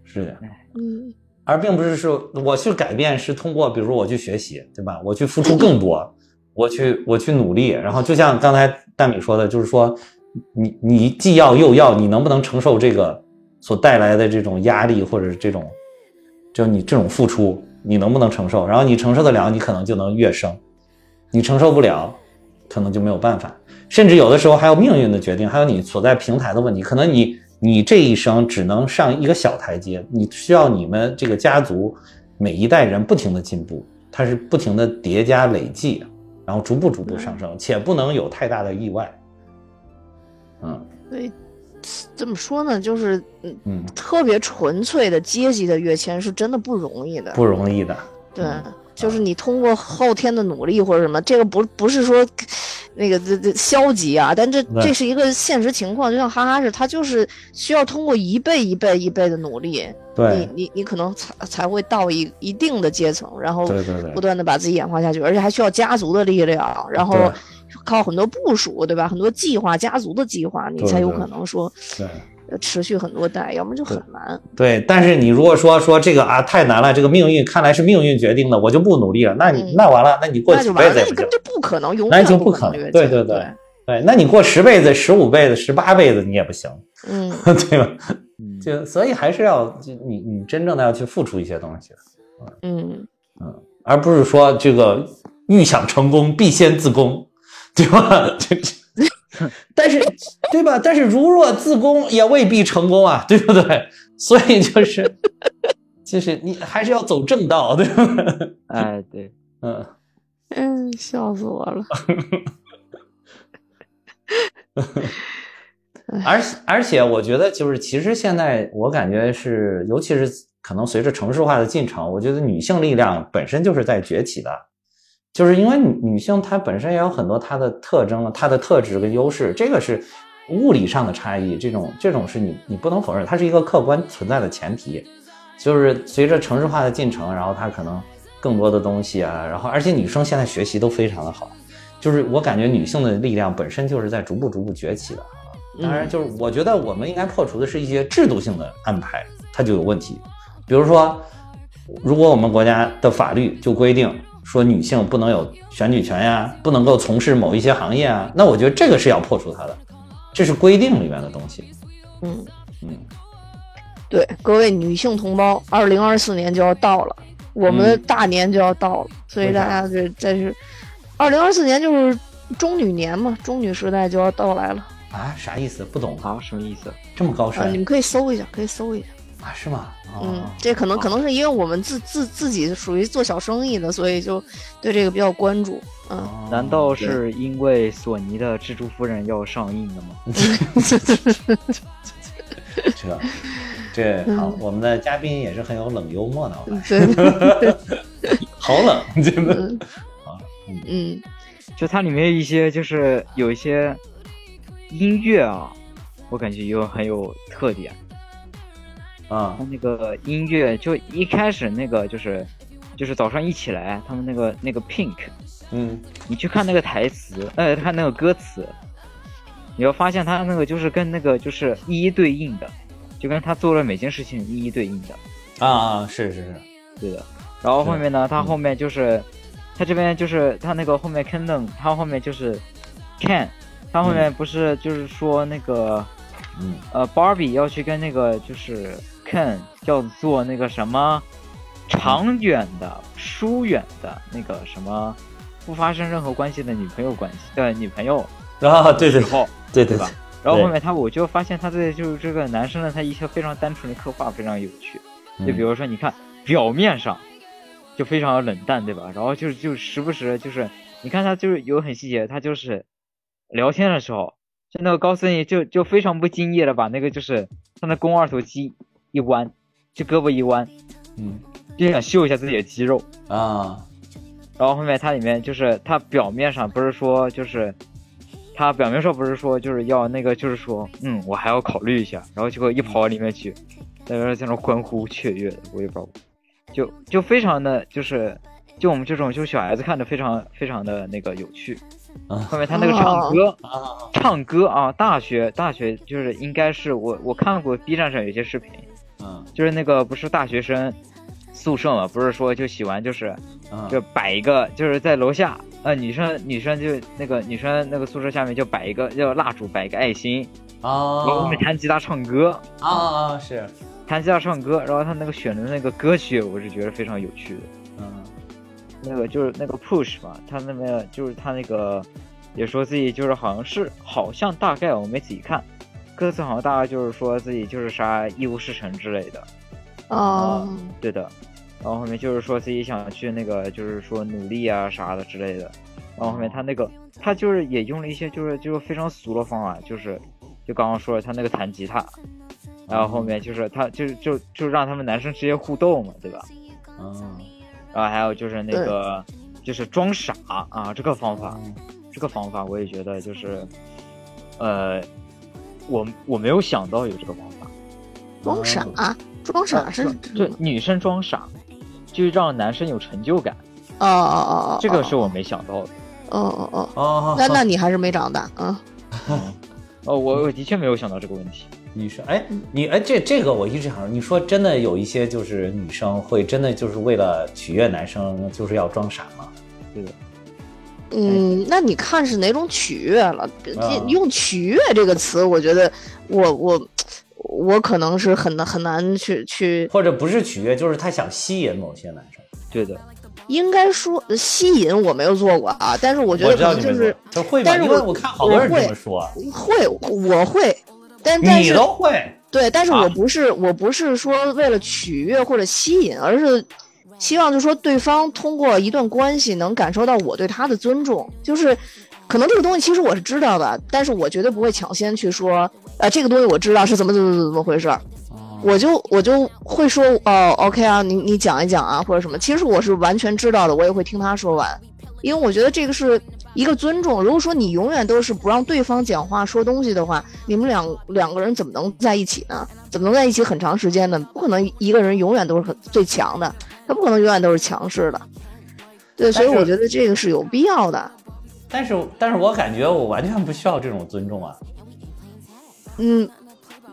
Speaker 4: 是的呀。
Speaker 3: 嗯，
Speaker 4: 而并不是说我去改变，是通过比如说我去学习，对吧？我去付出更多，我去我去努力。然后就像刚才蛋米说的，就是说你你既要又要，你能不能承受这个所带来的这种压力，或者是这种就你这种付出，你能不能承受？然后你承受得了，你可能就能跃升；你承受不了，可能就没有办法。甚至有的时候还有命运的决定，还有你所在平台的问题。可能你你这一生只能上一个小台阶，你需要你们这个家族每一代人不停的进步，它是不停的叠加累计，然后逐步逐
Speaker 3: 嗯
Speaker 4: 步上升，且不能有太大的意外。嗯
Speaker 3: 所以怎么说呢？就是嗯，
Speaker 4: 嗯，
Speaker 3: 特别纯粹的阶级的跃迁是真的不容易的。
Speaker 4: 不容易的。
Speaker 3: 对
Speaker 4: 嗯，
Speaker 3: 就是你通过后天的努力或者什么，这个不不是说那个这这消极啊，但这
Speaker 4: 对
Speaker 3: 这是一个现实情况。就像哈哈是，他就是需要通过一倍一倍一倍的努力，你
Speaker 4: 对
Speaker 3: 你你可能才才会到一一定的阶层，然后
Speaker 4: 对对对
Speaker 3: 不断的把自己演化下去，而且还需要家族的力量，然后
Speaker 4: 对
Speaker 3: 靠很多部署，对吧？很多计划，家族的计划，你
Speaker 4: 对
Speaker 3: 才有
Speaker 4: 对
Speaker 3: 可能说
Speaker 4: 对。
Speaker 3: 呃持续很多代，要么就很难。
Speaker 4: 对，但是你如果说说这个啊太难了，这个命运看来是命运决定的，我就不努力了，那你、
Speaker 3: 嗯
Speaker 4: 那完了，那你过
Speaker 3: 那
Speaker 4: 几
Speaker 3: 就完
Speaker 4: 辈
Speaker 3: 了，
Speaker 4: 子
Speaker 3: 那
Speaker 4: 也
Speaker 3: 就
Speaker 4: 不
Speaker 3: 根本。
Speaker 4: 行
Speaker 3: 就不可能，永
Speaker 4: 那
Speaker 3: 远
Speaker 4: 就
Speaker 3: 不
Speaker 4: 可
Speaker 3: 能
Speaker 4: 能
Speaker 3: 跃。
Speaker 4: 对
Speaker 3: 迁
Speaker 4: 对
Speaker 3: 对
Speaker 4: 对，对，那你过十辈子、十五辈子、十八辈子你也不行， <laughs>
Speaker 3: 嗯。
Speaker 4: 对吧？
Speaker 5: 嗯，
Speaker 4: 就所以还是要就你你真正的要去付出一些东西，
Speaker 3: 嗯，
Speaker 4: 而不是说这个欲想成功必先自宫，对吧？ <laughs> 这
Speaker 3: <laughs>
Speaker 4: 这但是对吧？但是如若自宫也未必成功啊，对不对？所以就是就是你还是要走正道，对吧？
Speaker 5: 哎，对，
Speaker 4: 嗯。
Speaker 3: 嗯，笑死我 <laughs> 了。
Speaker 4: 而而且我觉得就是，其实现在我感觉是，尤其是可能随着城市化的进程，我觉得女性力量本身就是在崛起的，就是因为女女性她本身也有很多她的特征、她的特质跟优势，这个是物理上的差异，这种这种是你你不能否认，它是一个客观存在的前提。就是随着城市化的进程，然后她可能更多的东西啊，然后而且女生现在学习都非常的好，就是我感觉女性的力量本身就是在逐步逐步崛起的。当然，就是我觉得我们应该破除的是一些制度性的安排，它就有问题。比如说，如果我们国家的法律就规定说女性不能有选举权呀，不能够从事某一些行业啊，那我觉得这个是要破除它的，这是规定里面的东西。
Speaker 3: 嗯，
Speaker 4: 嗯，
Speaker 3: 对，各位女性同胞，二零二四年就要到了，我们大年就要到了，所以
Speaker 4: 为啥
Speaker 3: 大家这这是二零二四年就是中女年嘛，中女时代就要到来了
Speaker 4: 啊，啥意思？不懂啊，
Speaker 5: 啊，什么意思？
Speaker 4: 这么高
Speaker 3: 啊！你
Speaker 4: 深
Speaker 3: 们可以搜一下，可以搜一下。
Speaker 4: 啊？是吗？哦
Speaker 3: 嗯，这可能可能是因为我们自自自己属于做小生意的，所以就对这个比较关 <laughs> 注。嗯，
Speaker 4: 哦
Speaker 5: 难道是因为索尼的《蜘蛛夫人》要上映了吗？
Speaker 4: 这
Speaker 3: 嗯
Speaker 4: 这好？我们的嘉宾也是很有冷幽默的，我感觉
Speaker 3: 对，
Speaker 4: 好冷，真的。
Speaker 3: 嗯
Speaker 5: 就它里面一些就是有一些音乐啊，我感觉有很有特点。
Speaker 3: 嗯
Speaker 4: 啊
Speaker 5: 它那个音乐就一开始那个就是就是早上一起来，他们那个那个 Pink，
Speaker 4: 嗯，
Speaker 5: 你去看那个台词，呃，看那个歌词，你要发现他那个就是跟那个就是一一对应的，就跟他做了每件事情一一对应的，
Speaker 4: 啊啊，是是是，
Speaker 5: 对的。然后
Speaker 4: 是
Speaker 5: 后面呢，他
Speaker 4: 嗯
Speaker 5: 后面就是，他这边就是他那个后面 Kenan，他后面就是 Ken，他后面不是就是说那个、
Speaker 4: 嗯
Speaker 5: 呃 Barbie 要去跟那个就是 Ken 要做那个什么长远的、疏远的那个什么不发生任何关系的女朋友关系的女朋友
Speaker 4: 啊，对对
Speaker 5: 之后，
Speaker 4: 对对
Speaker 5: 吧
Speaker 4: 吧？
Speaker 5: 然后
Speaker 4: 对
Speaker 5: 后面他我就发现他对就是这个男生呢，他一些非常单纯的刻画非常有趣。就
Speaker 4: 嗯
Speaker 5: 比如说，你看表面上就非常冷淡，对吧？然后就是就时不时就是，你看他就是有很细节，他就是聊天的时候，就那个高司令就就非常不经意的把那个就是他那肱二头肌一弯，就胳膊一弯，
Speaker 4: 嗯
Speaker 5: 就想秀一下自己的肌肉。
Speaker 4: 啊，
Speaker 5: 然后后面它里面就是它表面上不是说就是，它表面上不是说就是要那个就是说，嗯，我还要考虑一下，然后结果一跑到里面去，在那在那欢呼雀跃的，我也不知道，就就非常的就是，就我们这种就小孩子看着非常非常的那个有趣。
Speaker 4: 啊
Speaker 5: 后面他那个唱歌，
Speaker 4: 啊
Speaker 5: 唱歌啊，大学大学就是应该是我我看过 B 站上有些视频，
Speaker 4: 嗯
Speaker 5: 就是那个不是大学生宿舍嘛，不是说就喜欢就是
Speaker 4: 嗯，
Speaker 5: 就摆一个，就是在楼下，呃，女生女生就那个女生那个宿舍下面就摆一个，就蜡烛摆一个爱心，然后
Speaker 4: 啊
Speaker 5: 后面弹吉他唱歌，
Speaker 4: 啊啊是，
Speaker 5: 弹吉他唱歌，然后他那个选的那个歌曲，我是觉得非常有趣的，
Speaker 4: 嗯
Speaker 5: 那个就是那个 push 嘛，他那边就是他那个也说自己就是好像是好像大概我没仔细看，歌词好像大概就是说自己就是啥一无是成之类的，
Speaker 3: 哦，
Speaker 5: 对的。然后后面就是说自己想去那个，就是说努力啊啥的之类的。然后后面他那个，他就是也用了一些就是就是非常俗的方法，就是就刚刚说了他那个弹吉他，然后后面就是他就是就就让他们男生直接互动嘛，对吧？
Speaker 4: 嗯
Speaker 5: 然后还有就是那个就是装傻啊这个方法，
Speaker 3: 嗯
Speaker 5: 这个方法我也觉得就是，呃，我我没有想到有这个方法。
Speaker 3: 装傻，
Speaker 4: 哦
Speaker 3: 装傻啊是
Speaker 5: 就女生装傻，就让男生有成就感，
Speaker 3: 哦哦哦，
Speaker 5: 这个是我没想到的。
Speaker 3: 哦哦哦，
Speaker 4: 哦，哎
Speaker 3: 那那你还是没长大啊？
Speaker 5: 哦，我我的确没有想到这个问题。
Speaker 4: 女生，哎，你哎，这这个我一直想说，你说真的有一些就是女生会真的就是为了取悦男生，就是要装傻吗？
Speaker 3: 嗯，那你看是哪种取悦了？
Speaker 4: 啊
Speaker 3: 用取悦这个词，我觉得我我我可能是很难很难去去，
Speaker 4: 或者不是取悦，就是他想吸引某些男生？
Speaker 5: 对的，
Speaker 3: 应该说吸引我没有做过啊，但是我觉
Speaker 4: 我
Speaker 3: 得可
Speaker 4: 知道
Speaker 3: 能
Speaker 4: 你
Speaker 3: 就
Speaker 4: 们
Speaker 3: 是
Speaker 4: 说他会吗？
Speaker 3: 但是
Speaker 4: 因为
Speaker 3: 我
Speaker 4: 我看好多人
Speaker 3: 我会
Speaker 4: 这么说，啊
Speaker 3: 会我会，但但
Speaker 4: 你
Speaker 3: 是
Speaker 4: 都会
Speaker 3: 对，但是
Speaker 4: 啊
Speaker 3: 我不是、我不是说为了取悦或者吸引，而是希望就是说对方通过一段关系能感受到我对他的尊重，就是。可能这个东西其实我是知道的，但是我绝对不会抢先去说，呃，这个东西我知道是怎么怎么怎么怎么回事儿，
Speaker 4: 啊
Speaker 3: 我就我就会说，哦，OK 啊，你你讲一讲啊，或者什么。其实我是完全知道的，我也会听他说完，因为我觉得这个是一个尊重。如果说你永远都是不让对方讲话说东西的话，你们两两个人怎么能在一起呢？怎么能在一起很长时间呢？不可能一个人永远都是很最强的，他不可能永远都是强势的。对，所以
Speaker 4: 但是
Speaker 3: 我觉得这个是有必要的。
Speaker 4: 但是但是我感觉我完全不需要这种尊重啊。
Speaker 3: 嗯，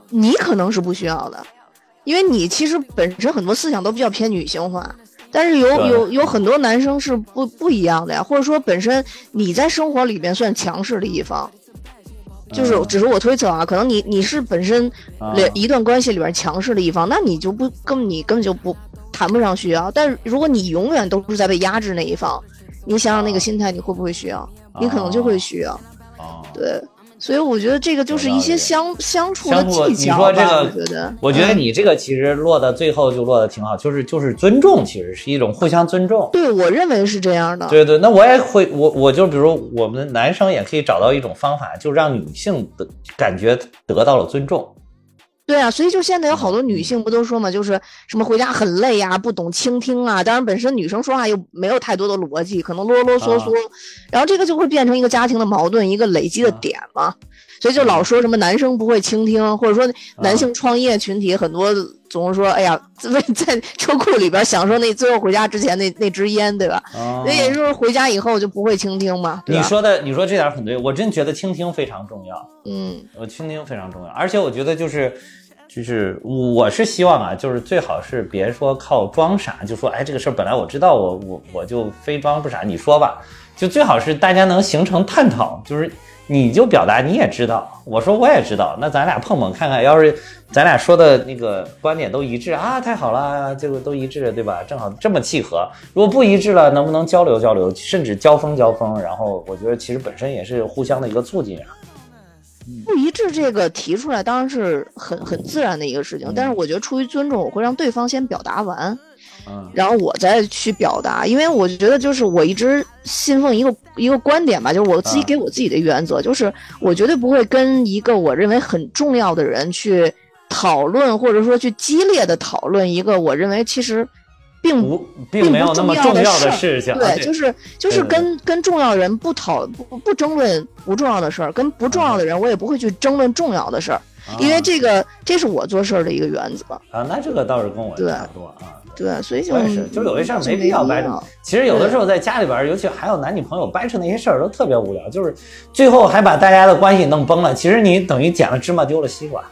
Speaker 3: 你可能是不需要的，因为你其实本身很多思想都比较偏女性化，但是有
Speaker 4: 对
Speaker 3: 有有很多男生是不不一样的呀，或者说本身你在生活里边算强势的一方，就是
Speaker 4: 嗯
Speaker 3: 只是我推测啊，可能你你是本身
Speaker 4: 啊
Speaker 3: 两一段关系里边强势的一方，那你就不根本你根本就不谈不上需要，但是如果你永远都是在被压制那一方，你想
Speaker 4: 啊
Speaker 3: 想那个心态，你会不会需要？你可能就会需要。
Speaker 4: 哦，
Speaker 3: 对，所以我觉得这个就是一些相相处的
Speaker 4: 相处
Speaker 3: 技巧吧，
Speaker 4: 你说这
Speaker 3: 我觉得，
Speaker 4: 我觉得
Speaker 3: 嗯
Speaker 4: 你这个其实落的最后就落的挺好，就是就是尊重，其实是一种互相尊重。
Speaker 3: 对我认为是这样的，
Speaker 4: 对对，那我也会，我我就比如我们男生也可以找到一种方法，就让女性的感觉得到了尊重。
Speaker 3: 对啊，所以就现在有好
Speaker 4: 嗯
Speaker 3: 多女性不都说嘛，就是什么回家很累呀、不懂倾听啊，当然本身女生说话又没有太多的逻
Speaker 4: 啊
Speaker 3: 辑，可能啰啰嗦嗦，然后这个就会变成一个家庭的矛盾，一个累积的
Speaker 4: 啊
Speaker 3: 点嘛。所以就老说什么男生不会倾听，或者说男
Speaker 4: 啊
Speaker 3: 性创业群体很多总是说，哎呀，为在 <laughs> 车库里边享受那最后回家之前那那支烟，对吧？
Speaker 4: 啊
Speaker 3: 那也就是说回家以后就不会倾听嘛，对啊
Speaker 4: 你
Speaker 3: 吧？
Speaker 4: 说的，你说这点很对，我真觉得倾听非常重要。
Speaker 3: 嗯
Speaker 4: 我倾听呃非常重要，而且我觉得就是就是我是希望啊，就是最好是别说靠装傻，就说哎这个事儿本来我知道，我我我就非装不傻，你说吧，就最好是大家能形成探讨，就是你就表达你也知道，我说我也知道，那咱俩碰碰看看，要是咱俩说的那个观点都一致啊，太好了，这个都一致对吧？正好这么契合，如果不一致了，能不能交流交流，甚至交锋交锋？然后我觉得其实本身也是互相的一个促进啊。
Speaker 3: 不一致这个提出来当然是很很自然的一个事情，但是我觉得出于尊重，我会让对方先表达完，
Speaker 4: 嗯
Speaker 3: 然后我再去表达，因为我觉得就是我一直信奉一个一个观点吧，就是我自己
Speaker 4: 啊
Speaker 3: 给我自己的原则，就是我绝对不会跟一个我认为很重要的人去讨论，或者说去激烈的讨论一个我认为其实并
Speaker 4: 不，并没有那么重要的事情。
Speaker 3: 对，就是是就是
Speaker 4: 对对
Speaker 3: 跟跟重要人不讨不不争论不重要的事儿，跟不重要
Speaker 4: 嗯
Speaker 3: 的人我也不会去争论重要的事儿，因为这个这是我做事儿的一个原则。
Speaker 4: 啊，那这个倒是跟我
Speaker 3: 对
Speaker 4: 差不多啊。
Speaker 3: 对，所以就嗯
Speaker 4: 我也是，就有些事儿
Speaker 3: 就
Speaker 4: 没
Speaker 3: 没
Speaker 4: 必要掰
Speaker 3: 白
Speaker 4: 扯。其实有的时候在家里边儿，尤其还有男女朋友掰扯那些事儿，都特别无聊，就是最后还把大家的关系弄崩了。其实你等于捡了芝麻丢了西瓜。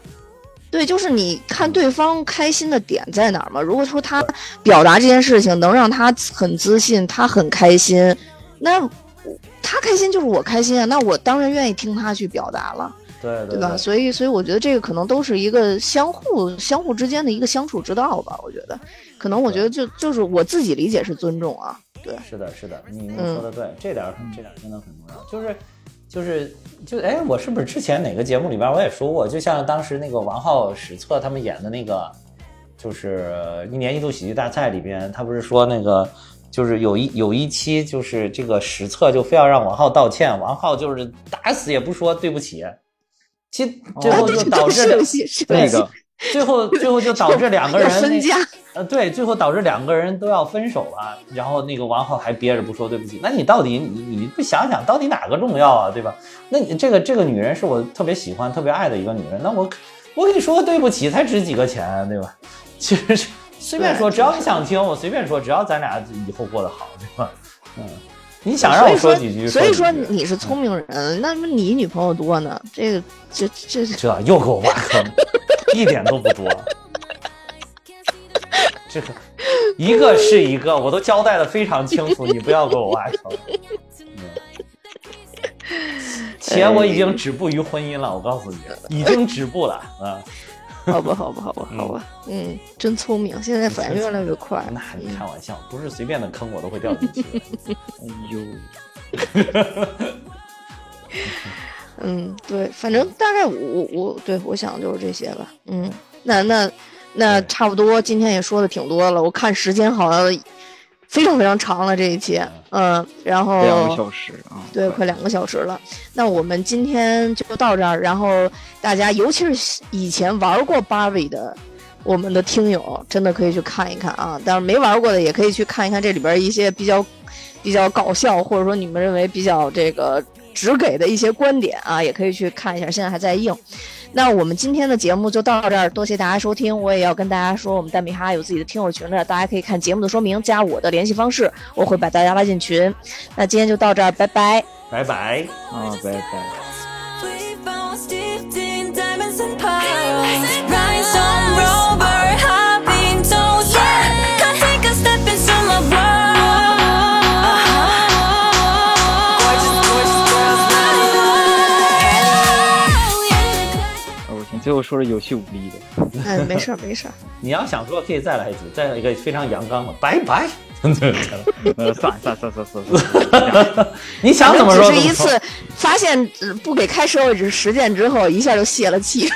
Speaker 3: 对，就是你看对方开心的点在哪儿嘛。如果说他表达这件事情能让他很自信，他很开心，那他开心就是我开心啊，那我当然愿意听他去表达了。
Speaker 4: 对对
Speaker 3: 对吧？所以，所以我觉得这个可能都是一个相互、相互之间的一个相处之道吧。我觉得，可能我觉得就就是我自己理解是尊重啊。对，
Speaker 4: 是的，是的，你你
Speaker 3: 嗯
Speaker 4: 说的对，这点儿很这点儿真的很重要，就是。就是就哎，我是不是之前哪个节目里边我也说过？就像当时那个王浩史册他们演的那个，就是一年一度喜剧大赛里边，他不是说那个就是有一有一期就是这个史册就非要让王浩道歉，王浩就是打死也不说对不起，其实最
Speaker 5: 然
Speaker 3: 啊，
Speaker 4: 后
Speaker 5: 后
Speaker 3: 对
Speaker 4: 就
Speaker 3: 对
Speaker 4: 导
Speaker 3: <laughs> 对，
Speaker 4: 致
Speaker 3: 是游戏，是
Speaker 5: 那
Speaker 3: 游戏
Speaker 5: 个
Speaker 4: 最后最后就导致两个人
Speaker 3: 要分
Speaker 4: 那
Speaker 3: 家，
Speaker 4: 呃，对，最后导致两个人都要分手了，然后那个王浩还憋着不说对不起，那你到底你你不想想到底哪个重要啊，对吧？那你这个这个女人是我特别喜欢、特别爱的一个女人，那我我跟你说个对不起才值几个钱，啊对吧？ <laughs> 其实是随便说，
Speaker 3: 对
Speaker 4: 只要你想听，我随便说，只要咱俩以后过得好，对吧？嗯，你想让我
Speaker 3: 所以
Speaker 4: 几句，
Speaker 3: 所以说
Speaker 4: 几句
Speaker 3: 你是聪明人，那么你女朋友多呢？这个，这这
Speaker 4: 这又给我挖坑，一点都不多。这个一个是一个，我都交代的非常清楚，你不要给我挖坑。嗯，且我已经止步于婚姻了，我告诉你，已经止步了啊。
Speaker 3: 好吧，好吧，好吧，好吧，嗯，真聪明，现在反应越来越快
Speaker 4: 那
Speaker 3: 了。
Speaker 4: 你开玩笑，不是随便的坑我都会掉进去的。
Speaker 5: 哎呦，
Speaker 3: 嗯，对，反正大概我我对我想就是这些吧。嗯，那那那
Speaker 4: 对
Speaker 3: 差不多，今天也说的挺多了，我看时间好像非常非常长了这一期，嗯，然后
Speaker 5: 两个小时啊，
Speaker 3: 哦对，快两个小时了。那我们今天就到这儿，然后大家尤其是以前玩过芭比的。我们的听友真的可以去看一看啊，但是没玩过的也可以去看一看这里边一些比较比较搞笑，或者说你们认为比较这个直给的一些观点啊，也可以去看一下，现在还在映。那我们今天的节目就到这儿，多谢大家收听。我也要跟大家说，我们蛋米哈有自己的听友群了，大家可以看节目的说明，加我的联系方式，我会把大家拉进群。那今天就到这儿，拜拜。
Speaker 4: 拜拜。
Speaker 5: 啊，拜拜。
Speaker 1: We found steeped in diamonds and pearls. Rhinestone rover, I've been told, yeah. Can't take a step into my world. Gorgeous, gorgeous girls, Oh, my love.
Speaker 5: 啊我天，最后说了有气无力的。
Speaker 3: 哎，没事儿，没事儿。
Speaker 4: 你要想说，可以再来一句，再来一个非常阳刚的，拜拜。 <laughs> 真的，
Speaker 5: 呃，算了算了算了算了算了，
Speaker 4: 你想怎么说
Speaker 3: 只
Speaker 4: 怎么
Speaker 3: 是一
Speaker 4: 说。
Speaker 3: 次发现呃不给开社会实实践之后，一下就泄了气。